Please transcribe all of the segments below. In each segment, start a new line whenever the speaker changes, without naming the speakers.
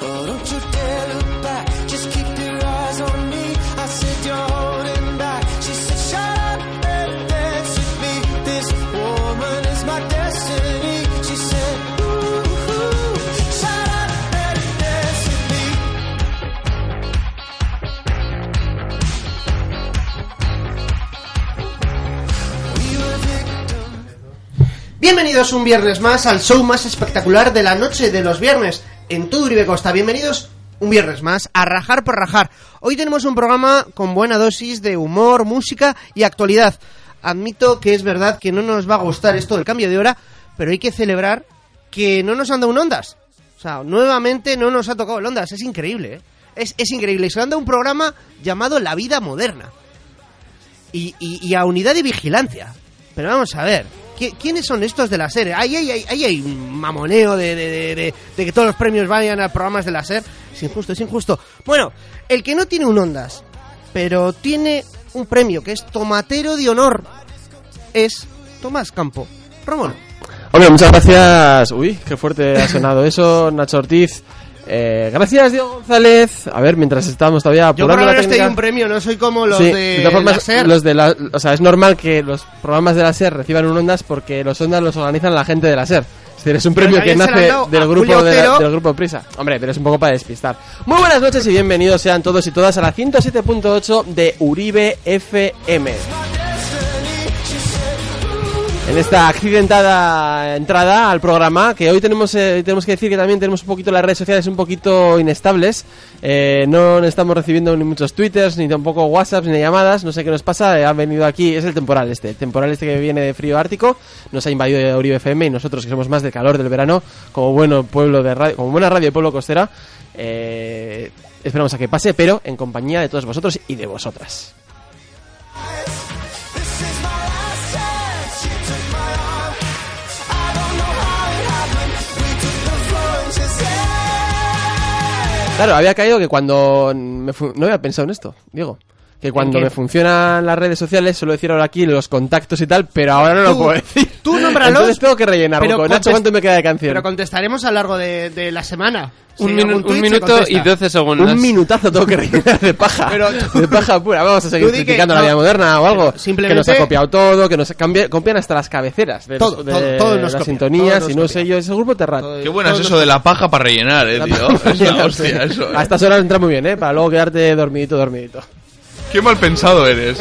Oh, don't you dare look back. Just keep your eyes on me. I said you're holding back. She said, shut up and dance with me. This woman is my destiny. She said, ooh, ooh shut up and dance with me. We were victims.
Bienvenidos un viernes más al show más espectacular de la noche de los viernes en tu Uribe Costa. Bienvenidos un viernes más a Rajar por Rajar. Hoy tenemos un programa con buena dosis de humor, música y actualidad. Admito que es verdad que no nos va a gustar esto del cambio de hora, pero hay que celebrar que no nos han dado un ondas. O sea, nuevamente no nos ha tocado el ondas. Es increíble, ¿eh? Es, es increíble. Y se le han dado un programa llamado La Vida Moderna y, y- y a unidad de vigilancia. Pero vamos a ver, ¿qui- ¿quiénes son estos de la SER? Ahí, hay- ahí- ahí hay un mamoneo de, de- de- de- de que todos los premios vayan a programas de la SER. Es injusto, es injusto. Bueno, el que no tiene un Ondas, pero tiene un premio que es Tomatero de Honor, es Tomás Campo. Ramón,
Hombre, muchas gracias. Uy, qué fuerte ha sonado eso, Nacho Ortiz. Eh, gracias, Diego González. A ver, mientras estamos todavía
yo por lo
apurando la
menos tengo
técnica.
un premio, no soy como los
Sí,
de,
todas formas,
la SER.
los de la- o sea, es normal que los programas de la SER reciban un Ondas porque los Ondas los organizan la gente de la SER. Es decir, es un
Pero
premio que
también se lo han
nace
dado a
del
Julio
grupo, de la-
Otero.
del grupo Prisa. Hombre, pero es un poco para despistar. Muy buenas noches y bienvenidos sean todos y todas a la 107.8 de Uribe FM. En esta accidentada entrada al programa, que hoy tenemos, eh, tenemos que decir que también tenemos un poquito las redes sociales un poquito inestables. Eh, no estamos recibiendo ni muchos twitters, ni tampoco whatsapps, ni llamadas. No sé qué nos pasa. eh, han venido aquí, es el temporal este. El temporal este que viene de frío ártico nos ha invadido de Uribe FM y nosotros que somos más del calor del verano, como bueno pueblo de radio, como buena radio de pueblo costera, eh, esperamos a que pase, pero en compañía de todos vosotros y de vosotras. Claro, había caído que cuando me fu- no había pensado en esto, Diego. Que cuando
qué?
me funcionan las redes sociales suelo decir ahora aquí los contactos y tal, pero ahora no lo
Tú-
puedo decir.
tú nómbralos,
Entonces tengo que rellenar.
pero
hueco. Nacho,
contest-
¿cuánto me queda de canción?
Pero contestaremos a lo largo de, de la semana.
Un,
Si
minu-
algún
un
tuit se
minuto
contesta.
y 12 segundos.
Un minutazo tengo que rellenar de paja.
Pero tú-
de paja pura. Vamos a seguir
tú di que-
criticando la
no,
vida moderna o algo.
simplemente-
Que nos ha copiado todo, que nos cambia- copian hasta las cabeceras. De,
Todo,
de
todo, todo nos
las
copia, todo
sintonías
nos
y no
copia.
sé yo. Es el grupo Terrat.
Qué bueno es eso de la paja para rellenar, eh, tío. Es la hostia, eso. eh.
A estas horas entra muy bien, ¿eh? Para luego quedarte dormidito, dormidito.
Qué mal pensado eres.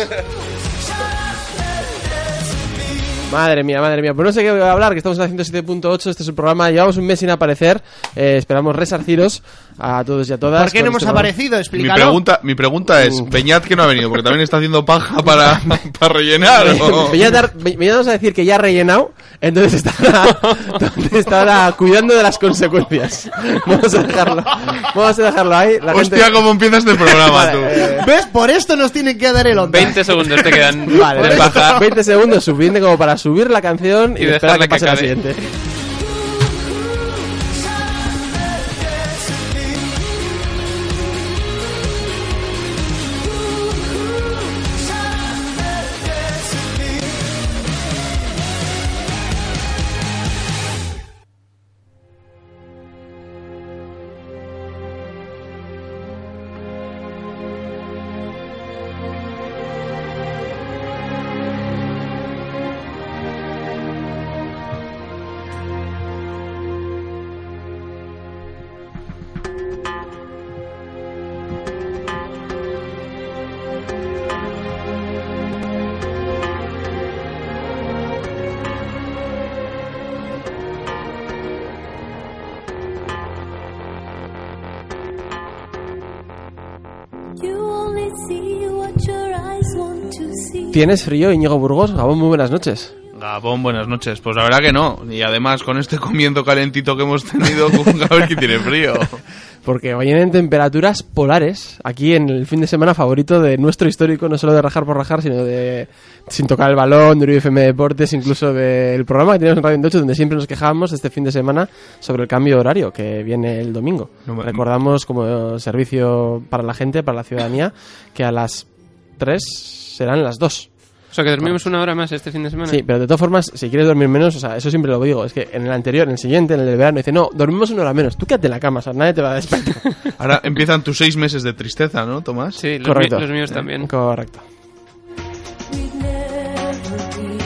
Madre mía, madre mía. Pues no sé qué voy a hablar, que estamos en la 107.8. Este es un programa. Llevamos un mes sin aparecer. eh, esperamos resarciros a todos y a todas.
¿Por qué no
con
hemos
este programa.
aparecido?
Mi
Explícalo.
pregunta, mi pregunta es, Peñat que no ha venido, porque también está haciendo paja para, para rellenar. ¿o?
Peña tar- Pe- Peña vamos a decir que ya ha rellenado, entonces está ahora, entonces está ahora cuidando de las consecuencias. Vamos a dejarlo, vamos a dejarlo ahí. La gente-
Hostia, cómo empieza este programa, tú.
Vale, eh,
¿Ves? Por esto nos tienen que dar el onda.
20 segundos te quedan
Vale,
de paja.
20 segundos suficiente como para subir la canción y,
Y
esperar
dejarla
que pase
que
la
acabe.
siguiente.
You only see what your eyes want to see.
¿Tienes frío, Íñigo Burgos? Gabón, muy buenas noches.
Gabón, buenas noches. Pues la verdad que no. Y además, con este comienzo calentito que hemos tenido, con Gabriel que tiene frío.
Porque vienen temperaturas polares aquí en el fin de semana favorito de nuestro histórico, no solo de rajar por rajar, sino de sin tocar el balón, de Uribe FM Deportes, incluso del programa que teníamos en Radio 28, donde siempre nos quejábamos este fin de semana sobre el cambio de horario que viene el domingo.
No me-
Recordamos como servicio para la gente, para la ciudadanía, que a las 3 serán las 2.
O sea, que dormimos una hora más este fin de semana.
Sí, pero de todas formas, si quieres dormir menos, o sea, eso siempre lo digo. Es que en el anterior, en el siguiente, en el del verano, dice, no, dormimos una hora menos. Tú quédate en la cama, o sea, nadie te va a despertar.
Ahora empiezan tus seis meses de tristeza, ¿no, Tomás?
Sí, los,
Correcto.
mí- los míos también.
Correcto.
We'd never be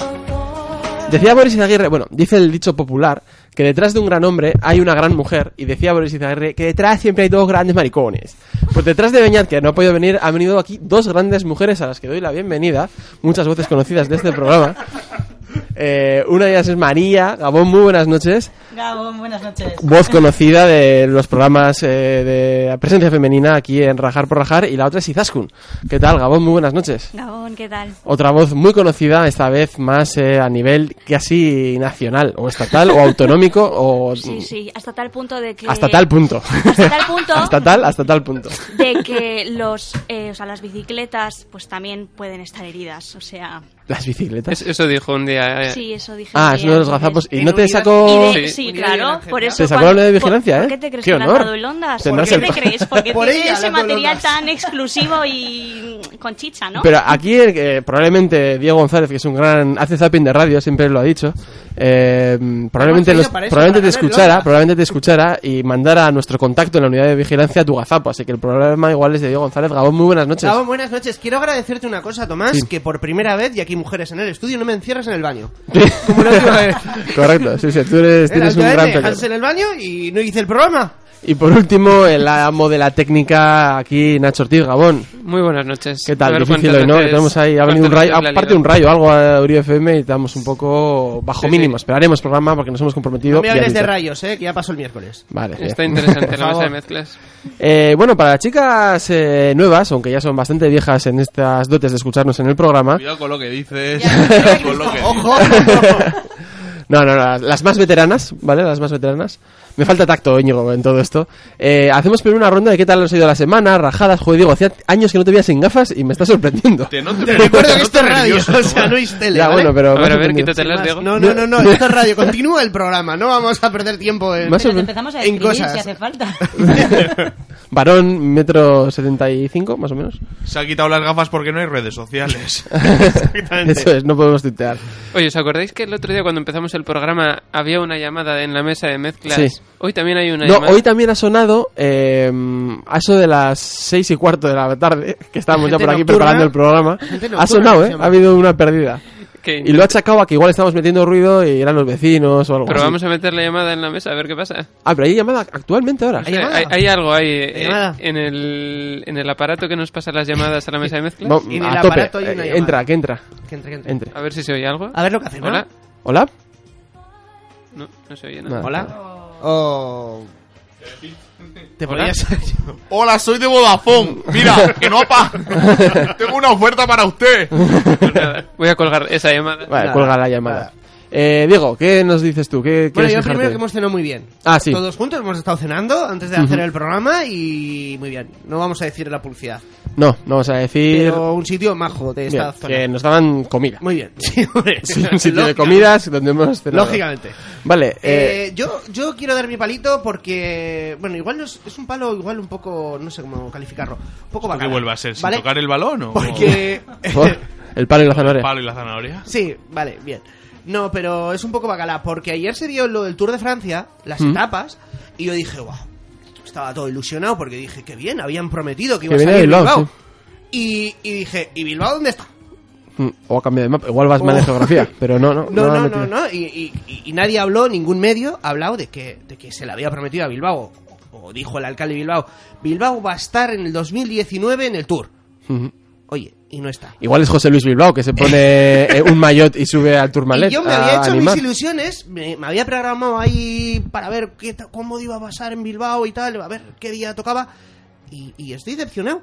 apart.
Decía Boris Izaguirre, bueno, dice el dicho popular, que detrás de un gran hombre hay una gran mujer. Y decía Boris Izaguirre que detrás siempre hay dos grandes maricones. Pues detrás de Beñat, que no ha podido venir, han venido aquí dos grandes mujeres a las que doy la bienvenida. Muchas voces conocidas de este programa. Eh, una de ellas es María. Gabón, muy buenas noches.
Gabón, buenas noches.
voz conocida de los programas eh, de presencia femenina aquí en Rajar por Rajar y la otra es Izaskun. ¿Qué tal, Gabón? Muy buenas noches.
Gabón, ¿qué tal?
Otra voz muy conocida, esta vez más eh, a nivel casi nacional o estatal o autonómico o
Sí, sí, hasta tal punto de que...
hasta tal punto.
Hasta tal punto.
hasta tal, hasta tal punto.
De que los, eh, o sea, las bicicletas pues también pueden estar heridas, o sea...
Las bicicletas.
Es- eso dijo un día. eh,
Sí, eso dije.
ah,
un
es
día,
uno de los
entonces-
gazapos. Y
En
no te
unidad-
saco...
Y de-
Sí.
sí, claro, por eso...
Se sacó
cuando-
la ley de
por-
vigilancia,
¿Por
¿eh?
qué te crees
Qué
que me han
honor.
dado el Ondas? ¿Por
Tendrás
qué
el-
te crees? Porque
Por
tiene
ella le
ese
han dado el
material
Ondas.
tan exclusivo y con chicha, ¿no?
Pero aquí el que probablemente Diego González, que es un gran hace zapping de radio, siempre lo ha dicho, eh, probablemente,
traído
los-
para eso,
probablemente te
para ganar el
escuchara,
Ondas.
probablemente te escuchara y mandara a nuestro contacto en la unidad de vigilancia tu gazapo. Así que el problema igual es de Diego González. Gabón, muy buenas noches.
Gabón, buenas noches. Quiero agradecerte una cosa, Tomás,
Sí.
que por primera vez, y aquí mujeres en el estudio, no me encierras en el baño.
Como la última vez. Correcto, sí, sí, tú eres,
Era
tienes
el
un
que me
gran
dejaste
pecado.
en el baño y no hice el programa.
Y por último, el amo de la técnica aquí, Nacho Ortiz, Gabón.
Muy buenas noches.
¿Qué
A
tal?
ver
Difícil
cuántas
hoy, ¿no? Que
veces-
tenemos ahí, ha
cuántas
venido un rayo,
veces la
aparte un
liga.
rayo, algo a Uri FM y estamos un poco bajo
Sí,
mínimo.
sí.
Esperaremos programa porque nos hemos comprometido.
No me
y
hables
aviso.
de rayos, eh, que ya pasó el miércoles.
Vale.
Está
bien.
interesante la
Por
mesa de
favor.
mezclas.
Eh, bueno, para las chicas eh, nuevas, aunque ya son bastante viejas en estas dotes de escucharnos en el programa,
Cuidado con lo que dices. Cuidado con lo que dices.
¡Ojo!
no, no, las, las más veteranas, ¿vale? Las más veteranas. Me falta tacto, Íñigo, en todo esto. Eh, hacemos primero una ronda de qué tal nos ha ido la semana, rajadas, joder, digo, hacía años que no te veía sin gafas y me está sorprendiendo.
Te- no
Te
te pongas-
recuerdo
no
que
te
esto es radio,
nervioso,
o sea,
Tomás.
no es tele.
ya,
¿vale?
bueno, pero...
A
me ha
ver, a ver,
sorprendido.
quítatelas, Diego.
No, no, no, no, esto es radio. Continúa el programa, no vamos a perder tiempo en.
Me ha
Pero te
sorprendido.
empezamos a
En
escribir
cosas.
si hace falta.
Varón, metro 75, más o menos.
Se ha quitado las gafas porque no hay redes sociales.
Eso es, no podemos tuitear.
Oye, ¿os acordáis que el otro día cuando empezamos el programa había una llamada en la mesa de mezclas?
Sí.
Hoy también hay una
No,
llamada.
hoy también ha sonado eh, a eso de las seis y cuarto de la tarde, que estábamos ya
Gente
por aquí
nocturna.
preparando el programa.
Gente nocturna,
Ha sonado,
que
¿eh?
se llama.
Ha habido una pérdida.
Que-
Y lo ha achacado a que igual estamos metiendo ruido y eran los vecinos o algo
Pero
así.
vamos a meter la llamada en la mesa a ver qué pasa.
Ah, pero hay llamada actualmente ahora.
Eh,
llamada?
Hay, hay algo ahí eh,
llamada?
en, el, en el aparato que nos pasa las llamadas a la mesa de mezclas.
Vamos,
Y en
a
el
tope.
aparato hay una
Eh,
llamada.
entra, que entra.
Que entre, que entre.
Entre.
A ver si se oye algo.
A ver lo que hace, ¿no?
Hola.
¿Hola?
No, no se oye
Nada.
nada.
Hola.
Oh.
O. Te
Hola.
podrías.
Hola, soy de Vodafone. Mira, que no apa. Tengo una oferta para usted.
Pues nada, Voy a colgar esa llamada.
Vale,
Nada,
cuelga la llamada. Eh, Diego, ¿qué nos dices tú? ¿Qué
Bueno,
quieres
yo
quejarte?
primero que hemos cenado muy bien.
Ah, sí.
Todos juntos hemos estado cenando antes de hacer el programa y muy bien. No vamos a decir la publicidad,
No, no vamos a decir...
pero un sitio majo de esta
Bien,
zona.
que nos daban comida.
Muy bien. Sí, hombre. Eh,
Sí, un sitio de
Lógica-
comidas donde hemos cenado.
Lógicamente.
Vale, eh,
Eh, yo, yo quiero dar mi palito porque, bueno, igual no es, es un palo, igual un poco, no sé cómo calificarlo, un poco
¿Qué
bacana.
vuelve a ser? ¿Sin
¿vale?
tocar el balón o
Porque...
por- el palo y la zanahoria.
palo y la zanahoria?
Sí, vale, bien. No, pero es un poco bacala, porque ayer se dio lo del Tour de Francia, las etapas, y yo dije, wow, estaba todo ilusionado porque dije, qué bien, habían prometido que iba a
venía
salir Bilbao.
Bilbao,
y, y dije, ¿y Bilbao dónde está?
Mm, O ha cambiado de mapa. Igual vas mal de
Oh.
geografía, pero no, no.
No,
lo han
no,
metido.
no, no, y, y- y nadie habló, ningún medio ha hablado de que, de que se le había prometido a Bilbao, o, o dijo el alcalde de Bilbao, Bilbao va a estar en el 2019 en el Tour.
Ujú.
Oye, y no está.
Igual es José Luis Bilbao que se pone eh, un maillot y sube al Tourmalet.
Y yo me
a
había hecho
animar.
mis ilusiones, me, me había programado ahí para ver qué, ta- cómo iba a pasar en Bilbao y tal, a ver qué día tocaba, y, y estoy decepcionado.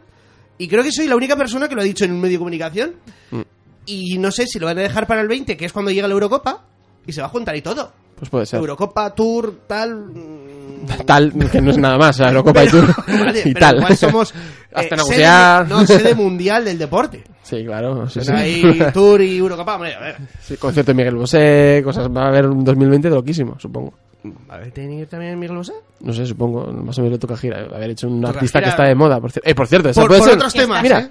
Y creo que soy la única persona que lo ha dicho en un medio de comunicación,
Mm.
y no sé si lo van a dejar para el 20, que es cuando llega la Eurocopa, y se va a juntar y todo.
Pues puede ser.
Eurocopa, Tour, tal... mm,
Tal, que no es nada más, o sea, Eurocopa y Tour.
Vale,
y
pero
tal.
igual somos eh,
Hasta
sede-
negociar.
no, sede mundial del deporte.
Sí, claro. sí,
O
sí.
sea, Pues hay Tour y Eurocopa, hombre, a ver.
Sí, concierto de Miguel Bosé, cosas. Va a haber un 2020 de loquísimo, supongo.
¿Va a venir también Miguel Bosé?
No sé, supongo. Más o menos le toca gira. Haber hecho un
Toca
artista
gira.
que está de moda, por cierto. Eh, por cierto, esa
Por,
puede
por
ser.
otros temas,
Mira,
¿eh?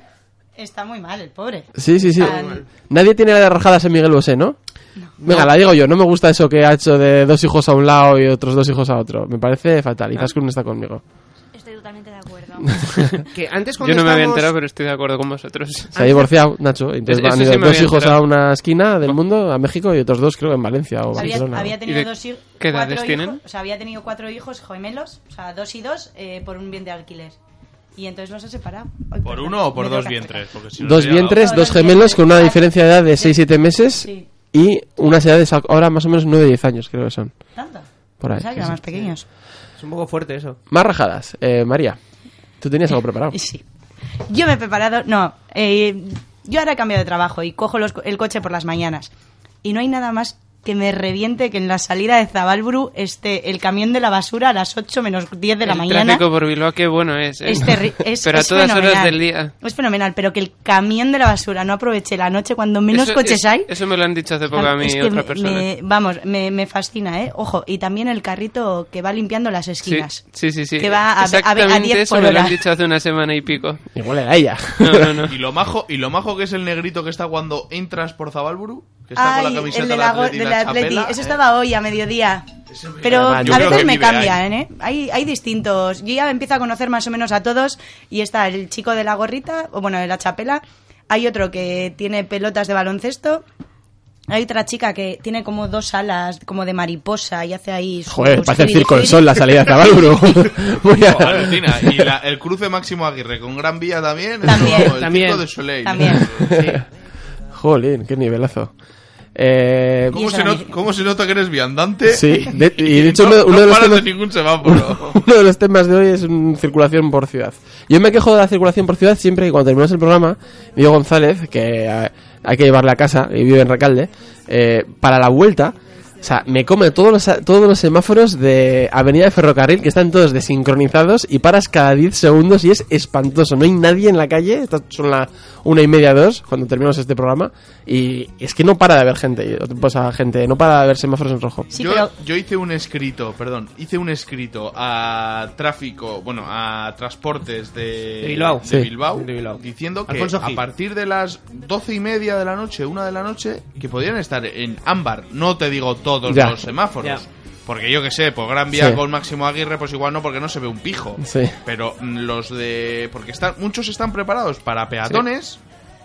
está muy mal el pobre.
Sí, sí, sí.
Al-
Nadie tiene la de rajadas en Miguel Bosé, ¿no? Venga, la digo yo. No me gusta eso que ha hecho de dos hijos a un lado y otros dos hijos a otro. Me parece fatal. Y Zascun no está conmigo.
Estoy totalmente de acuerdo.
Que antes cuando
Yo no me había
estábamos-
enterado, pero estoy de acuerdo con vosotros.
Se ha divorciado Nacho. y Entonces
Ah, Eso
han
sí
ido
me
dos
había
hijos a
enterado.
una esquina del mundo, a México, y otros dos creo que en Valencia o
Había,
Barcelona.
había
¿Y
tenido
de
dos hijos.
qué edades tienen?
O sea, había tenido cuatro hijos gemelos, o sea, dos y dos, eh, por un bien de alquiler. Y entonces los he separado. Ay,
¿Por
perdón,
uno o
me
por
tengo
dos
que
vientres? Porque si no
Dos
sería-
vientres,
No,
dos
no,
gemelos
sí,
con una
sí.
diferencia de edad de 6-7 meses
Sí.
y unas edades ahora más o menos 9-10 años creo que son.
apretar. ¿Tanto?
Por ahí,
Pensaba
sí,
que eran más
sí.
pequeños.
Es un poco fuerte eso.
Más rajadas. Eh, María, tú tenías algo preparado.
Y sí. Yo me he preparado. No, eh, yo ahora he cambiado de trabajo y cojo los co- el coche por las mañanas. Y no hay nada más que me reviente que en la salida de Zabalburu esté el camión de la basura a las 8 menos 10 de la
el
mañana.
tráfico por Bilbao, qué bueno es. ¿eh?
Es, terri- es-
pero a
es
todas horas
fenomenal.
del día.
Es fenomenal, pero que el camión de la basura no aproveche la noche cuando menos
Eso-
coches
es-
hay.
Eso me lo han dicho hace poco a mí
Ah, Es que
otra
me-
persona.
me- vamos, me, me fascina, ¿eh? Ojo, y también el carrito que va limpiando las
Sí,
esquinas.
sí, sí, sí.
Que va a- a- a
Exactamente
10
eso
por
me lo
hora.
han dicho hace una semana y pico.
Igual era ella.
No, no, no.
Y lo majo, y lo majo que es el negrito que está cuando entras por Zabalburu, que está
Ay,
con la camiseta
el de
del
la, go-
Atleti,
del
la
Atleti.
chapela,
Eso
eh.
estaba hoy a mediodía.
Yo
Pero
creo
a
que
veces me
vive
cambian, ¿eh? Hay, hay distintos. Yo ya empiezo a conocer más o menos a todos. Y está el chico de la gorrita, o bueno, de la chapela. Hay otro que tiene pelotas de baloncesto. Hay otra chica que tiene como dos alas, como de mariposa, y hace ahí. sus-
Pues
Joder, parece el
sus-
circo del sol la salida de Zabalburu. Voy a-
Oh, alucina. Y la- el cruce Máximo Aguirre con Gran Vía también. eso,
También.
vamos, el
También.
circo de Soleil.
También.
Jolín, qué nivelazo. Eh,
Y
¿Cómo
eso
se,
era
not-
mi-
cómo se nota que eres viandante?
sí, de- y de hecho
no,
uno, uno
no
de los
paras
temas,
de ningún semáforo.
uno de los temas de hoy es mm, circulación por ciudad. Yo me quejo de la circulación por ciudad siempre que cuando terminamos el programa, Diego González, que eh, hay que llevarle a casa y vive en Recalde, eh, para la vuelta, o sea, me come todos los, todos los semáforos de Avenida de Ferrocarril que están todos desincronizados y paras cada 10 segundos y es espantoso. No hay nadie en la calle, estas son las una y media, dos, cuando terminamos este programa, y es que no para de haber gente, o sea, gente, no para de haber semáforos en rojo.
Sí,
yo,
pero-
yo hice un escrito, perdón, hice un escrito a tráfico, bueno, a transportes de,
De Bilbao.
Sí.
Bilbao,
De Bilbao.
diciendo que
Alfonso
a
Gil.
partir de las doce y media de la noche, una de la noche, que podían estar en ámbar. No te digo todos
Ya.
los semáforos.
Ya.
Porque yo que sé, por Gran Vía
Sí.
con Máximo Aguirre, pues igual no, porque no se ve un pijo.
Sí.
Pero mm, los de. Porque están, muchos están preparados para peatones.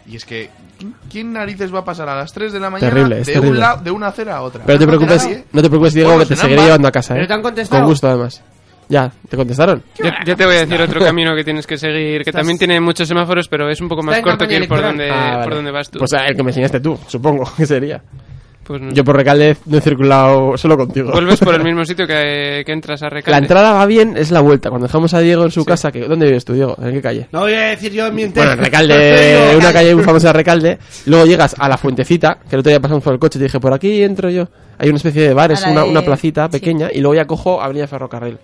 Y es que. ¿quién- ¿Quién narices va a pasar a las 3 de la mañana
Terrible, es
de, Un
terrible.
la- de una acera a otra?
Pero te
No hace
preocupes,
nadie.
no te preocupes, Diego,
Bueno,
que te
serán
seguiré
bar-
llevando a casa.
¿Pero
¿eh?
te han contestado?
Con gusto, además. Ya, ¿te contestaron?
Yo, yo te voy a decir otro camino que tienes que seguir, que también tiene muchos semáforos, pero es un poco más
en
corto que
campaña
ir por
electoral.
donde,
Ah, vale.
por donde vas tú.
Pues ah, el que me enseñaste tú, supongo que sería.
Pues no.
Yo por Recalde no he circulado solo contigo.
Vuelves por el mismo sitio que, que entras a Recalde.
La entrada va bien, es la vuelta. Cuando dejamos a Diego en su casa, que, ¿dónde vives tú, Diego? ¿En qué calle?
No voy a decir yo en mi
Bueno, en Recalde,
ah.
una calle muy famosa de Recalde. Luego llegas a la Fuentecita, que el otro día pasamos por el coche y te dije, por aquí entro yo. Hay una especie de bar, es
A la
una,
de-
una placita
sí.
pequeña, y luego ya cojo Avenida Ferrocarril.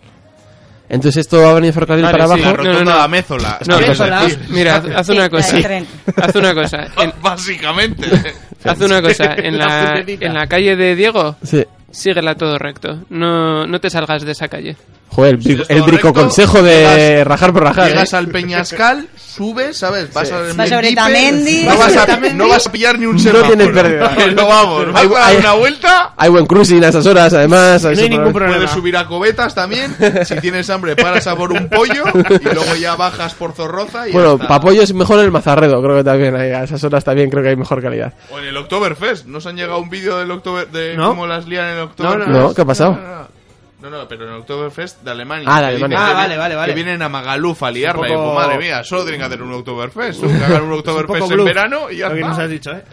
Entonces esto va a venir Ferrocarril
Vale,
para
sí,
abajo.
La
No, no,
rotonda
no.
de Amézola.
No, pues,
¿Quieres
Amézola.
decir?
Pues, Mira, haz, haz
Sí,
una
la
cosa.
del tren.
Haz una cosa. En,
Básicamente.
haz una cosa. En
La
la,
juguetita.
en la calle de Diego,
Sí.
síguela todo recto. No, no te salgas de esa calle.
Joder, el, brico,
es
el
correcto,
brico consejo de
llegas-
rajar por rajar.
Llegas
¿eh?
al Peñascal, subes, ¿sabes? Vas al
Vas a
Mendipe,
Bretamendi.
No vas a,
Bretamendi.
no vas a pillar ni un
No
semáforo.
tienes pérdida.
Pero vamos, vas
Hay-
a dar
hay-
una vuelta.
Hay buen cruising a esas horas, además.
hay
eso,
ningún
pero-
problema.
Puedes subir a cobetas también. Si tienes hambre, paras a por un pollo. Y luego ya bajas por Zorroza. Y
Bueno,
hasta-
Papoyo es mejor en el Mazarredo, creo que también. hay- a esas horas también creo que hay mejor calidad.
O en el Oktoberfest. ¿Nos han llegado un vídeo del Oktober, de
No.
cómo las lían en el Oktoberfest?
no, no. ¿qué ha pasado?
No, no, no. No, no, pero en el Oktoberfest de Alemania.
Ah, de
que
Alemania.
dicen que
Ah,
vi-
vale, vale, vale.
Que vienen a Magaluf a liarla. Y,
poco-
pues, madre mía, solo tienen que hacer un Oktoberfest. Que hagan un Oktoberfest en verano y ya
Lo que nos
está.
has dicho, ¿eh?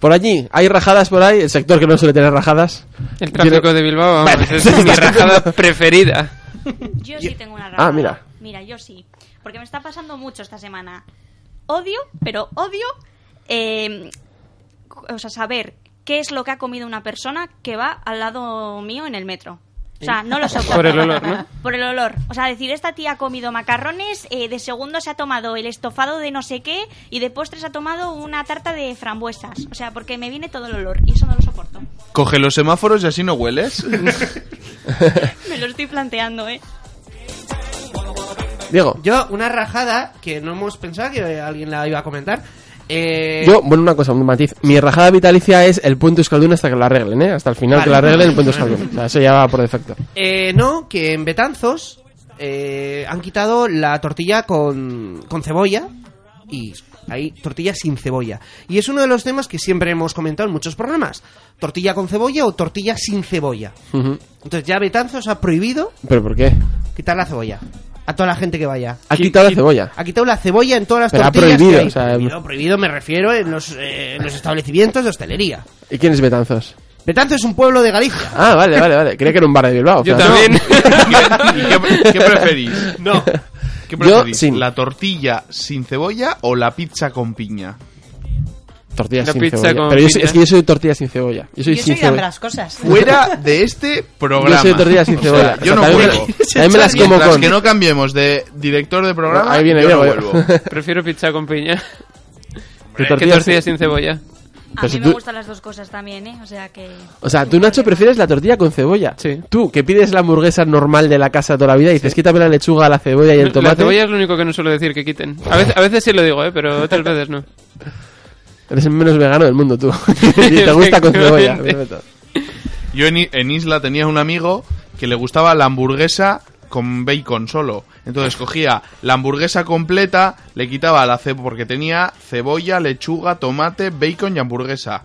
Por allí, hay rajadas por ahí, el sector que no suele tener rajadas.
El tráfico
Tiene-
de Bilbao vamos,
Vale.
es mi rajada preferida.
Yo sí tengo una
Ah,
rajada.
Ah, mira.
Mira, yo sí. Porque me está pasando mucho esta semana. Odio, pero odio. eh, o sea, saber qué es lo que ha comido una persona que va al lado mío en el metro. O sea, no lo soporto.
Por el olor, ¿no?
Por el olor. O sea, decir, esta tía ha comido macarrones, eh, de segundo se ha tomado el estofado de no sé qué y de postres ha tomado una tarta de frambuesas. O sea, porque me viene todo el olor y eso no lo soporto.
Coge los semáforos y así no hueles.
Me lo estoy planteando, ¿eh?
Diego,
Yo, una rajada que no hemos pensado que alguien la iba a comentar, Eh,
Yo, bueno, una cosa, un matiz. Mi rajada vitalicia es el punto escaldón hasta que lo arreglen, ¿eh? Hasta el final
Vale.
que lo arreglen el punto escaldón. O sea, eso ya va por defecto.
eh, no, que en Betanzos eh, han quitado la tortilla con, con cebolla y hay tortilla sin cebolla. Y es uno de los temas que siempre hemos comentado en muchos programas. Tortilla con cebolla o tortilla sin cebolla.
Ujú.
Entonces ya Betanzos ha prohibido
¿Pero por qué?
quitar la cebolla a toda la gente que vaya.
Ha
Qui-
quitado la
qui-
cebolla.
Ha quitado la cebolla en todas las
Pero ha
tortillas. que
prohibido,
hay.
o sea, em-
prohibido, prohibido, me refiero en los, eh, en los establecimientos de hostelería.
¿Y quién es Betanzos?
Betanzos es un pueblo de Galicia.
Ah, vale, vale, vale. Creía que era un bar de Bilbao. o
Yo
sea, no.
también.
¿Y qué, qué preferís? No. ¿Qué
Yo,
preferís?
sin.
¿La tortilla sin cebolla o la pizza con piña?
Tortillas
La
sin
pizza
cebolla.
con
Pero yo soy-
piña.
es que yo soy tortilla sin cebolla. Yo soy
Yo
sin
soy de
cebolla.
ambas cosas.
Fuera de este programa.
Yo soy tortilla sin
O sea,
cebolla.
yo
O sea,
no
también,
vuelvo.
me- también me las como
Mientras
con.
que no cambiemos de director de programa,
Ahí viene, eh.
yo no
viene,
vuelvo.
Prefiero pizza con piña.
Tu
Que
tortilla
tortilla
sin-
sin cebolla.
A
Pero
mí
si
me
tú-
gustan las dos cosas también, ¿eh? O sea que...
O sea, tú, Nacho, prefieres la tortilla con cebolla.
Sí.
Tú, que pides la hamburguesa normal de la casa toda la vida y dices, quítame la lechuga, la cebolla y el
La
tomate.
cebolla es lo único que no suelo decir que quiten. A veces, a veces sí lo digo, ¿eh? pero otras veces no.
Eres el menos vegano del mundo, tú. y te gusta con cebolla.
Efectivamente.
perfecto.
Yo en, I- en Isla tenía un amigo que le gustaba la hamburguesa con bacon solo. Entonces cogía la hamburguesa completa, le quitaba la cebolla, porque tenía cebolla, lechuga, tomate, bacon y hamburguesa.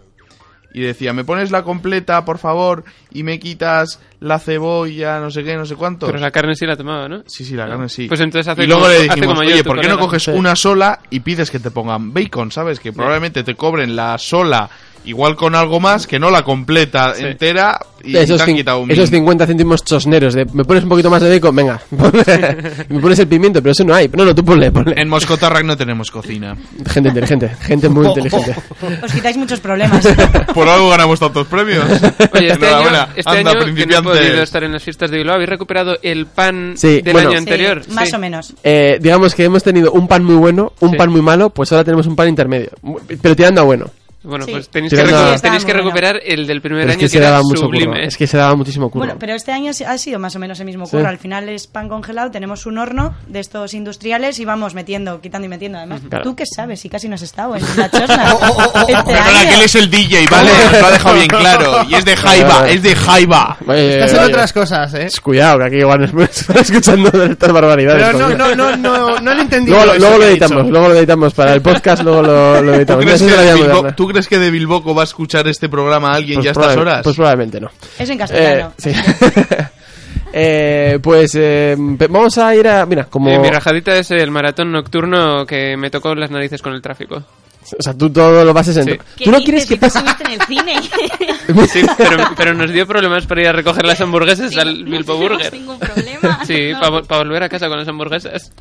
Y decía, ¿me pones la completa, por favor? Y me quitas la cebolla, no sé qué, no sé cuánto.
Pero la carne sí la tomaba, ¿no?
Sí, sí, la carne sí.
Pues entonces hace
y luego
como-
le
hace
dijimos,
como yo,
oye,
tu
¿por qué no
colega".
coges
Sí.
una sola y pides que te pongan bacon, sabes? Que probablemente te cobren la sola igual con algo más que no la completa
Sí.
entera y
esos,
te han
cin-
quitado un
esos
mínimo.
50 céntimos chosneros de me pones un poquito más de bacon, venga. me pones el pimiento, pero eso no hay. No, no, tú ponle, ponle.
En Moscotarrac no tenemos cocina.
Gente inteligente, gente muy inteligente.
Os quitáis muchos problemas.
Por algo ganamos tantos premios.
Oye, este año,
Enhorabuena.
este
Anda,
año que no he
principiantes.
podido estar en las fiestas de Bilbao, habéis recuperado el pan
Sí,
del
bueno.
año
Sí,
anterior.
Sí, más
Sí.
o menos.
Eh, digamos que hemos tenido un pan muy bueno, un
Sí.
pan muy malo, pues ahora tenemos un pan intermedio. Mu- Pero tirando a bueno.
Bueno,
Sí.
pues tenéis que,
Pero no-
recu-
Sí,
estaba
tenéis que
muy bueno.
recuperar el del primer
Pero es
año
que
que
se
era
daba mucho curro.
sublime.
Es que se daba muchísimo curro.
Bueno, pero este año sí- ha sido más o menos el mismo
Sí.
curro. Al final es pan congelado, tenemos un horno de estos industriales y vamos metiendo, quitando y metiendo. Además,
Claro.
tú qué sabes, si casi no has estado en la chosna.
Oh,
este
Perdona,
año.
que él es el DJ, ¿vale? Lo ha dejado bien claro. Y es de Jaiba, es de Jaiba.
Eh,
Estas son
oye,
otras cosas, ¿eh?
sh, Cuidado, que aquí igual nos están escuchando de estas barbaridades.
Pero no,
porque-
no, no, no, no lo he entendido.
Luego, lo-
eso
luego
que
lo
he
editamos,
dicho.
luego lo editamos para el podcast, luego lo, lo
¿Tú
editamos.
crees,
Eso
que
es la
de
idea
Bilbo-
moderna.
tú crees que de Bilboco va a escuchar este programa alguien
Pues
ya a estas
probable-
horas?
Pues probablemente no.
Eso en castellano.
Eh, sí. Eh, pues eh, pe- vamos a ir a. Mira, como.
Eh, mi rajadita es el maratón nocturno que me tocó las narices con el tráfico.
o sea, tú todo lo bases en.
Sí.
¿Qué
¿Tú no quieres
dices?
que
Si tú
pase?
estuviste en el cine.
Sí, pero, pero nos dio problemas para ir a recoger las hamburguesas al
no
Bilbo
tenemos
Burger.
ningún problema.
Sí,
No.
para volver a casa con las hamburguesas.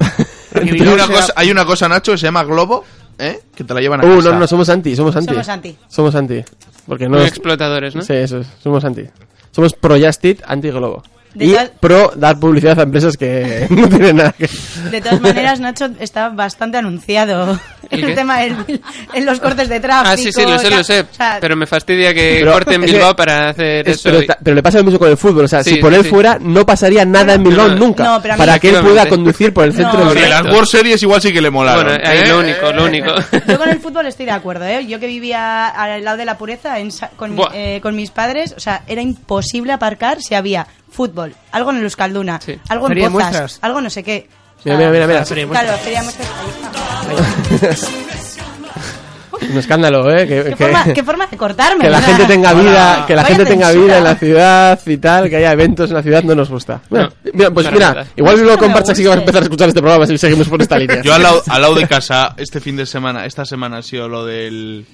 Hay una, cosa, hay una cosa, Nacho, que se llama Globo, ¿eh? Que te la llevan a
Uh,
casa.
no, no, somos anti, somos anti.
Somos anti.
Somos anti. Porque no.
Muy
es-
explotadores, ¿no?
Sí, eso es, Somos anti. Somos pro Justit, anti Globo.
De
y
tal-
pro dar publicidad a empresas que no tienen nada que.
De todas maneras, Nacho está bastante anunciado
¿El
el,
qué?
tema del- en los cortes de tráfico.
Ah, sí, sí, lo sé,
ya.
lo sé.
O sea,
Pero me fastidia que
Pero
corten
es que-
Bilbao para hacer
Es-
eso.
pero,
y-
está- pero le pasa lo mismo con el fútbol. O sea,
Sí,
si por
sí,
él
sí.
fuera, no pasaría nada en Bilbao
no,
nunca.
no, pero a mí- ¿eh?
para que él pueda
Efectivamente.
conducir por el
No,
centro
pero-
Porque
de
las World Series igual sí que le molaron.
Bueno, ahí
¿eh?
lo único, lo único.
Yo con el fútbol estoy de acuerdo, ¿eh? Yo que vivía al lado de la pureza en Sa- con, mi-
Buah.
eh, con mis padres, o sea, era imposible aparcar si había fútbol, algo en Euskalduna,
Sí.
algo
Feria de
en Pozas,
muestras.
algo no sé qué.
Mira, mira, mira, mira.
Claro, feria de muestras. ahí está.
Un escándalo, ¿eh? Que,
¿Qué,
que-
forma, qué forma de cortarme?
que la
o sea.
gente tenga vida, que la
Vaya
gente tenga
censura.
vida en la ciudad y tal, que haya eventos en la ciudad, no nos gusta. Mira,
No,
mira, pues
para
mira,
nada.
igual luego
que
con
me
Parcha sí que vas a
guste.
empezar a escuchar este programa si seguimos por esta línea.
Yo al lado, al lado de casa, este fin de semana, esta semana ha sido lo del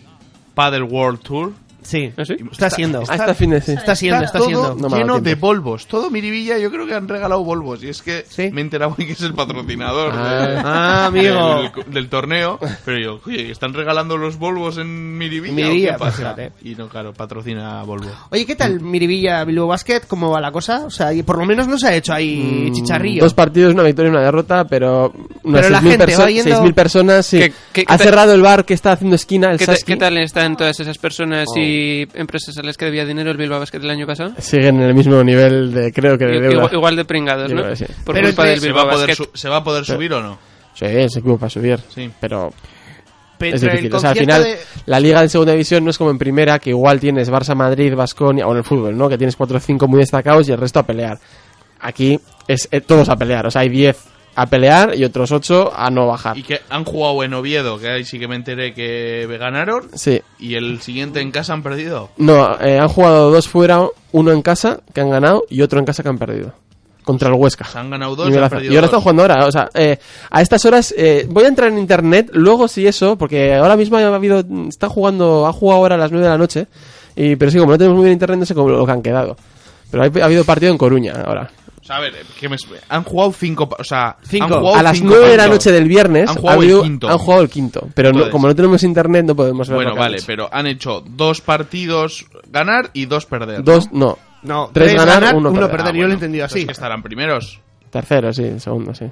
Paddle World Tour.
Sí.
¿Ah, sí?
Está haciendo.
Ah, está fin de sí.
Está haciendo, está
todo
haciendo.
No me ha dado
lleno de
tiempo.
Volvos. Todo Miribilla, yo creo que han regalado Volvos. Y es que
Sí.
me he enterado hoy que es el patrocinador. de-
Ah, amigo.
Del, del torneo, pero yo, oye, están regalando los Volvos en Miribilla.
Miribilla,
¿o qué
pues
pasa?
fíjate.
Y no, claro, patrocina a Volvo.
Oye, ¿qué tal Miribilla Bilbao Basket? ¿Cómo va la cosa? O sea, y por lo menos no se ha hecho ahí
Mm,
chicharrillo.
Dos partidos, una victoria y una derrota, pero unas
Pero la
6.000
gente
perso-
va yendo-
6.000 personas. sí.
¿Qué- qué-
ha
qué-
cerrado el bar que está haciendo esquina, el
¿Qué, ta-
Saski.
qué tal están todas esas personas
Oh.
y empresas a las que debía dinero el Bilbao Basket del año pasado?
Siguen en el mismo nivel de, creo que, de
Igual,
deuda.
igual de pringados,
Yo
¿no?
creo que sí.
Pues, eh, Por
Pero
culpa
es que
¿Se
del
va,
Bilbao
a poder
Basket.
su- ¿Se va a poder subir o no?
Sí, se equivoca para subir.
Sí.
Pero
Pero
es
el
difícil. O sea, al
concierto
final, la liga de segunda división no es como en primera, que igual tienes Barça, Madrid, Vasconia, o en el fútbol, ¿no? Que tienes cuatro o cinco muy destacados y el resto a pelear. Aquí es eh, todos a pelear. O sea, hay 10 a pelear y otros 8 a no bajar.
Y que han jugado en Oviedo, que ahí sí que me enteré que ganaron.
Sí.
Y el siguiente en casa han perdido.
No, eh, han jugado dos fuera, uno en casa, que han ganado, y otro en casa que han perdido. Contra el Huesca.
Se han ganado dos,
Nivelazo.
han perdido
y ahora
dos.
están jugando ahora. O sea, eh, a estas horas eh, voy a entrar en internet, luego si eso, porque ahora mismo ha habido, está jugando, ha jugado ahora a las 9 de la noche. Y, pero sí, como no tenemos muy bien internet, no sé cómo lo que han quedado. Pero hay- ha habido partido en Coruña ahora.
O sea, a ver, eh, que me... han jugado cinco. pa- O sea,
Cinco.
han jugado
a las
cinco
9 de la
partidos.
noche del viernes
Han jugado
ha habido-
el quinto.
han jugado el quinto. Pero no-
Entonces-
como no tenemos internet, no podemos ver
Bueno,
lo que han
vale,
hecho.
pero han hecho dos partidos ganar y dos perder. ¿no?
Dos, no.
No,
Tres ganar, uno
uno
perder.
perder.
Ah,
Yo lo
bueno,
he entendido
entonces
así.
que estarán primeros.
Tercero, sí, segundo, sí.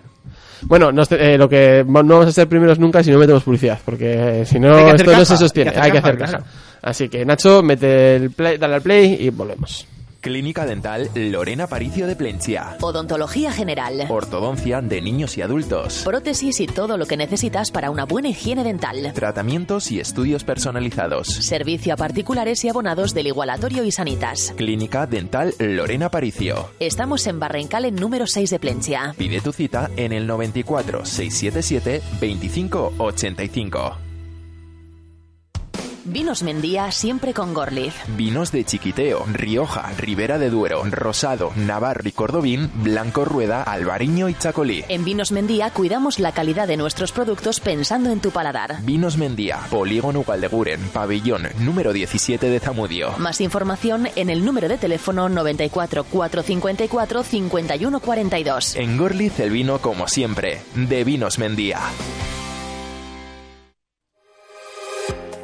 Bueno, no, este- eh, lo que no vamos a ser primeros nunca si no metemos publicidad, porque eh, si no
Hay que hacer
esto no
caja,
se sostiene,
hay que hacer
hay que
caja,
hacer caja.
claro.
Así que Nacho, mete el play, dale al play y volvemos.
Clínica Dental Lorena Paricio de Plencia.
Odontología general.
Ortodoncia de niños y adultos.
Prótesis y todo lo que necesitas para una buena higiene dental.
Tratamientos y estudios personalizados.
Servicio a particulares y abonados del igualatorio y sanitas.
Clínica Dental Lorena Paricio.
Estamos en Barrencal en número 6 de Plencia.
Pide tu cita en el 94 677 2585.
Vinos Mendía siempre con Gorliz.
Vinos de Chiquiteo, Rioja, Ribera de Duero, Rosado, Navarro y Cordovín, Blanco Rueda, Albariño y Chacolí.
En Vinos Mendía cuidamos la calidad de nuestros productos pensando en tu paladar.
Vinos Mendía, Polígono Gualdeguren, Pabellón, número 17 de Zamudio.
Más información en el número de teléfono 94 454 5142.
En Gorliz el vino como siempre, de Vinos Mendía.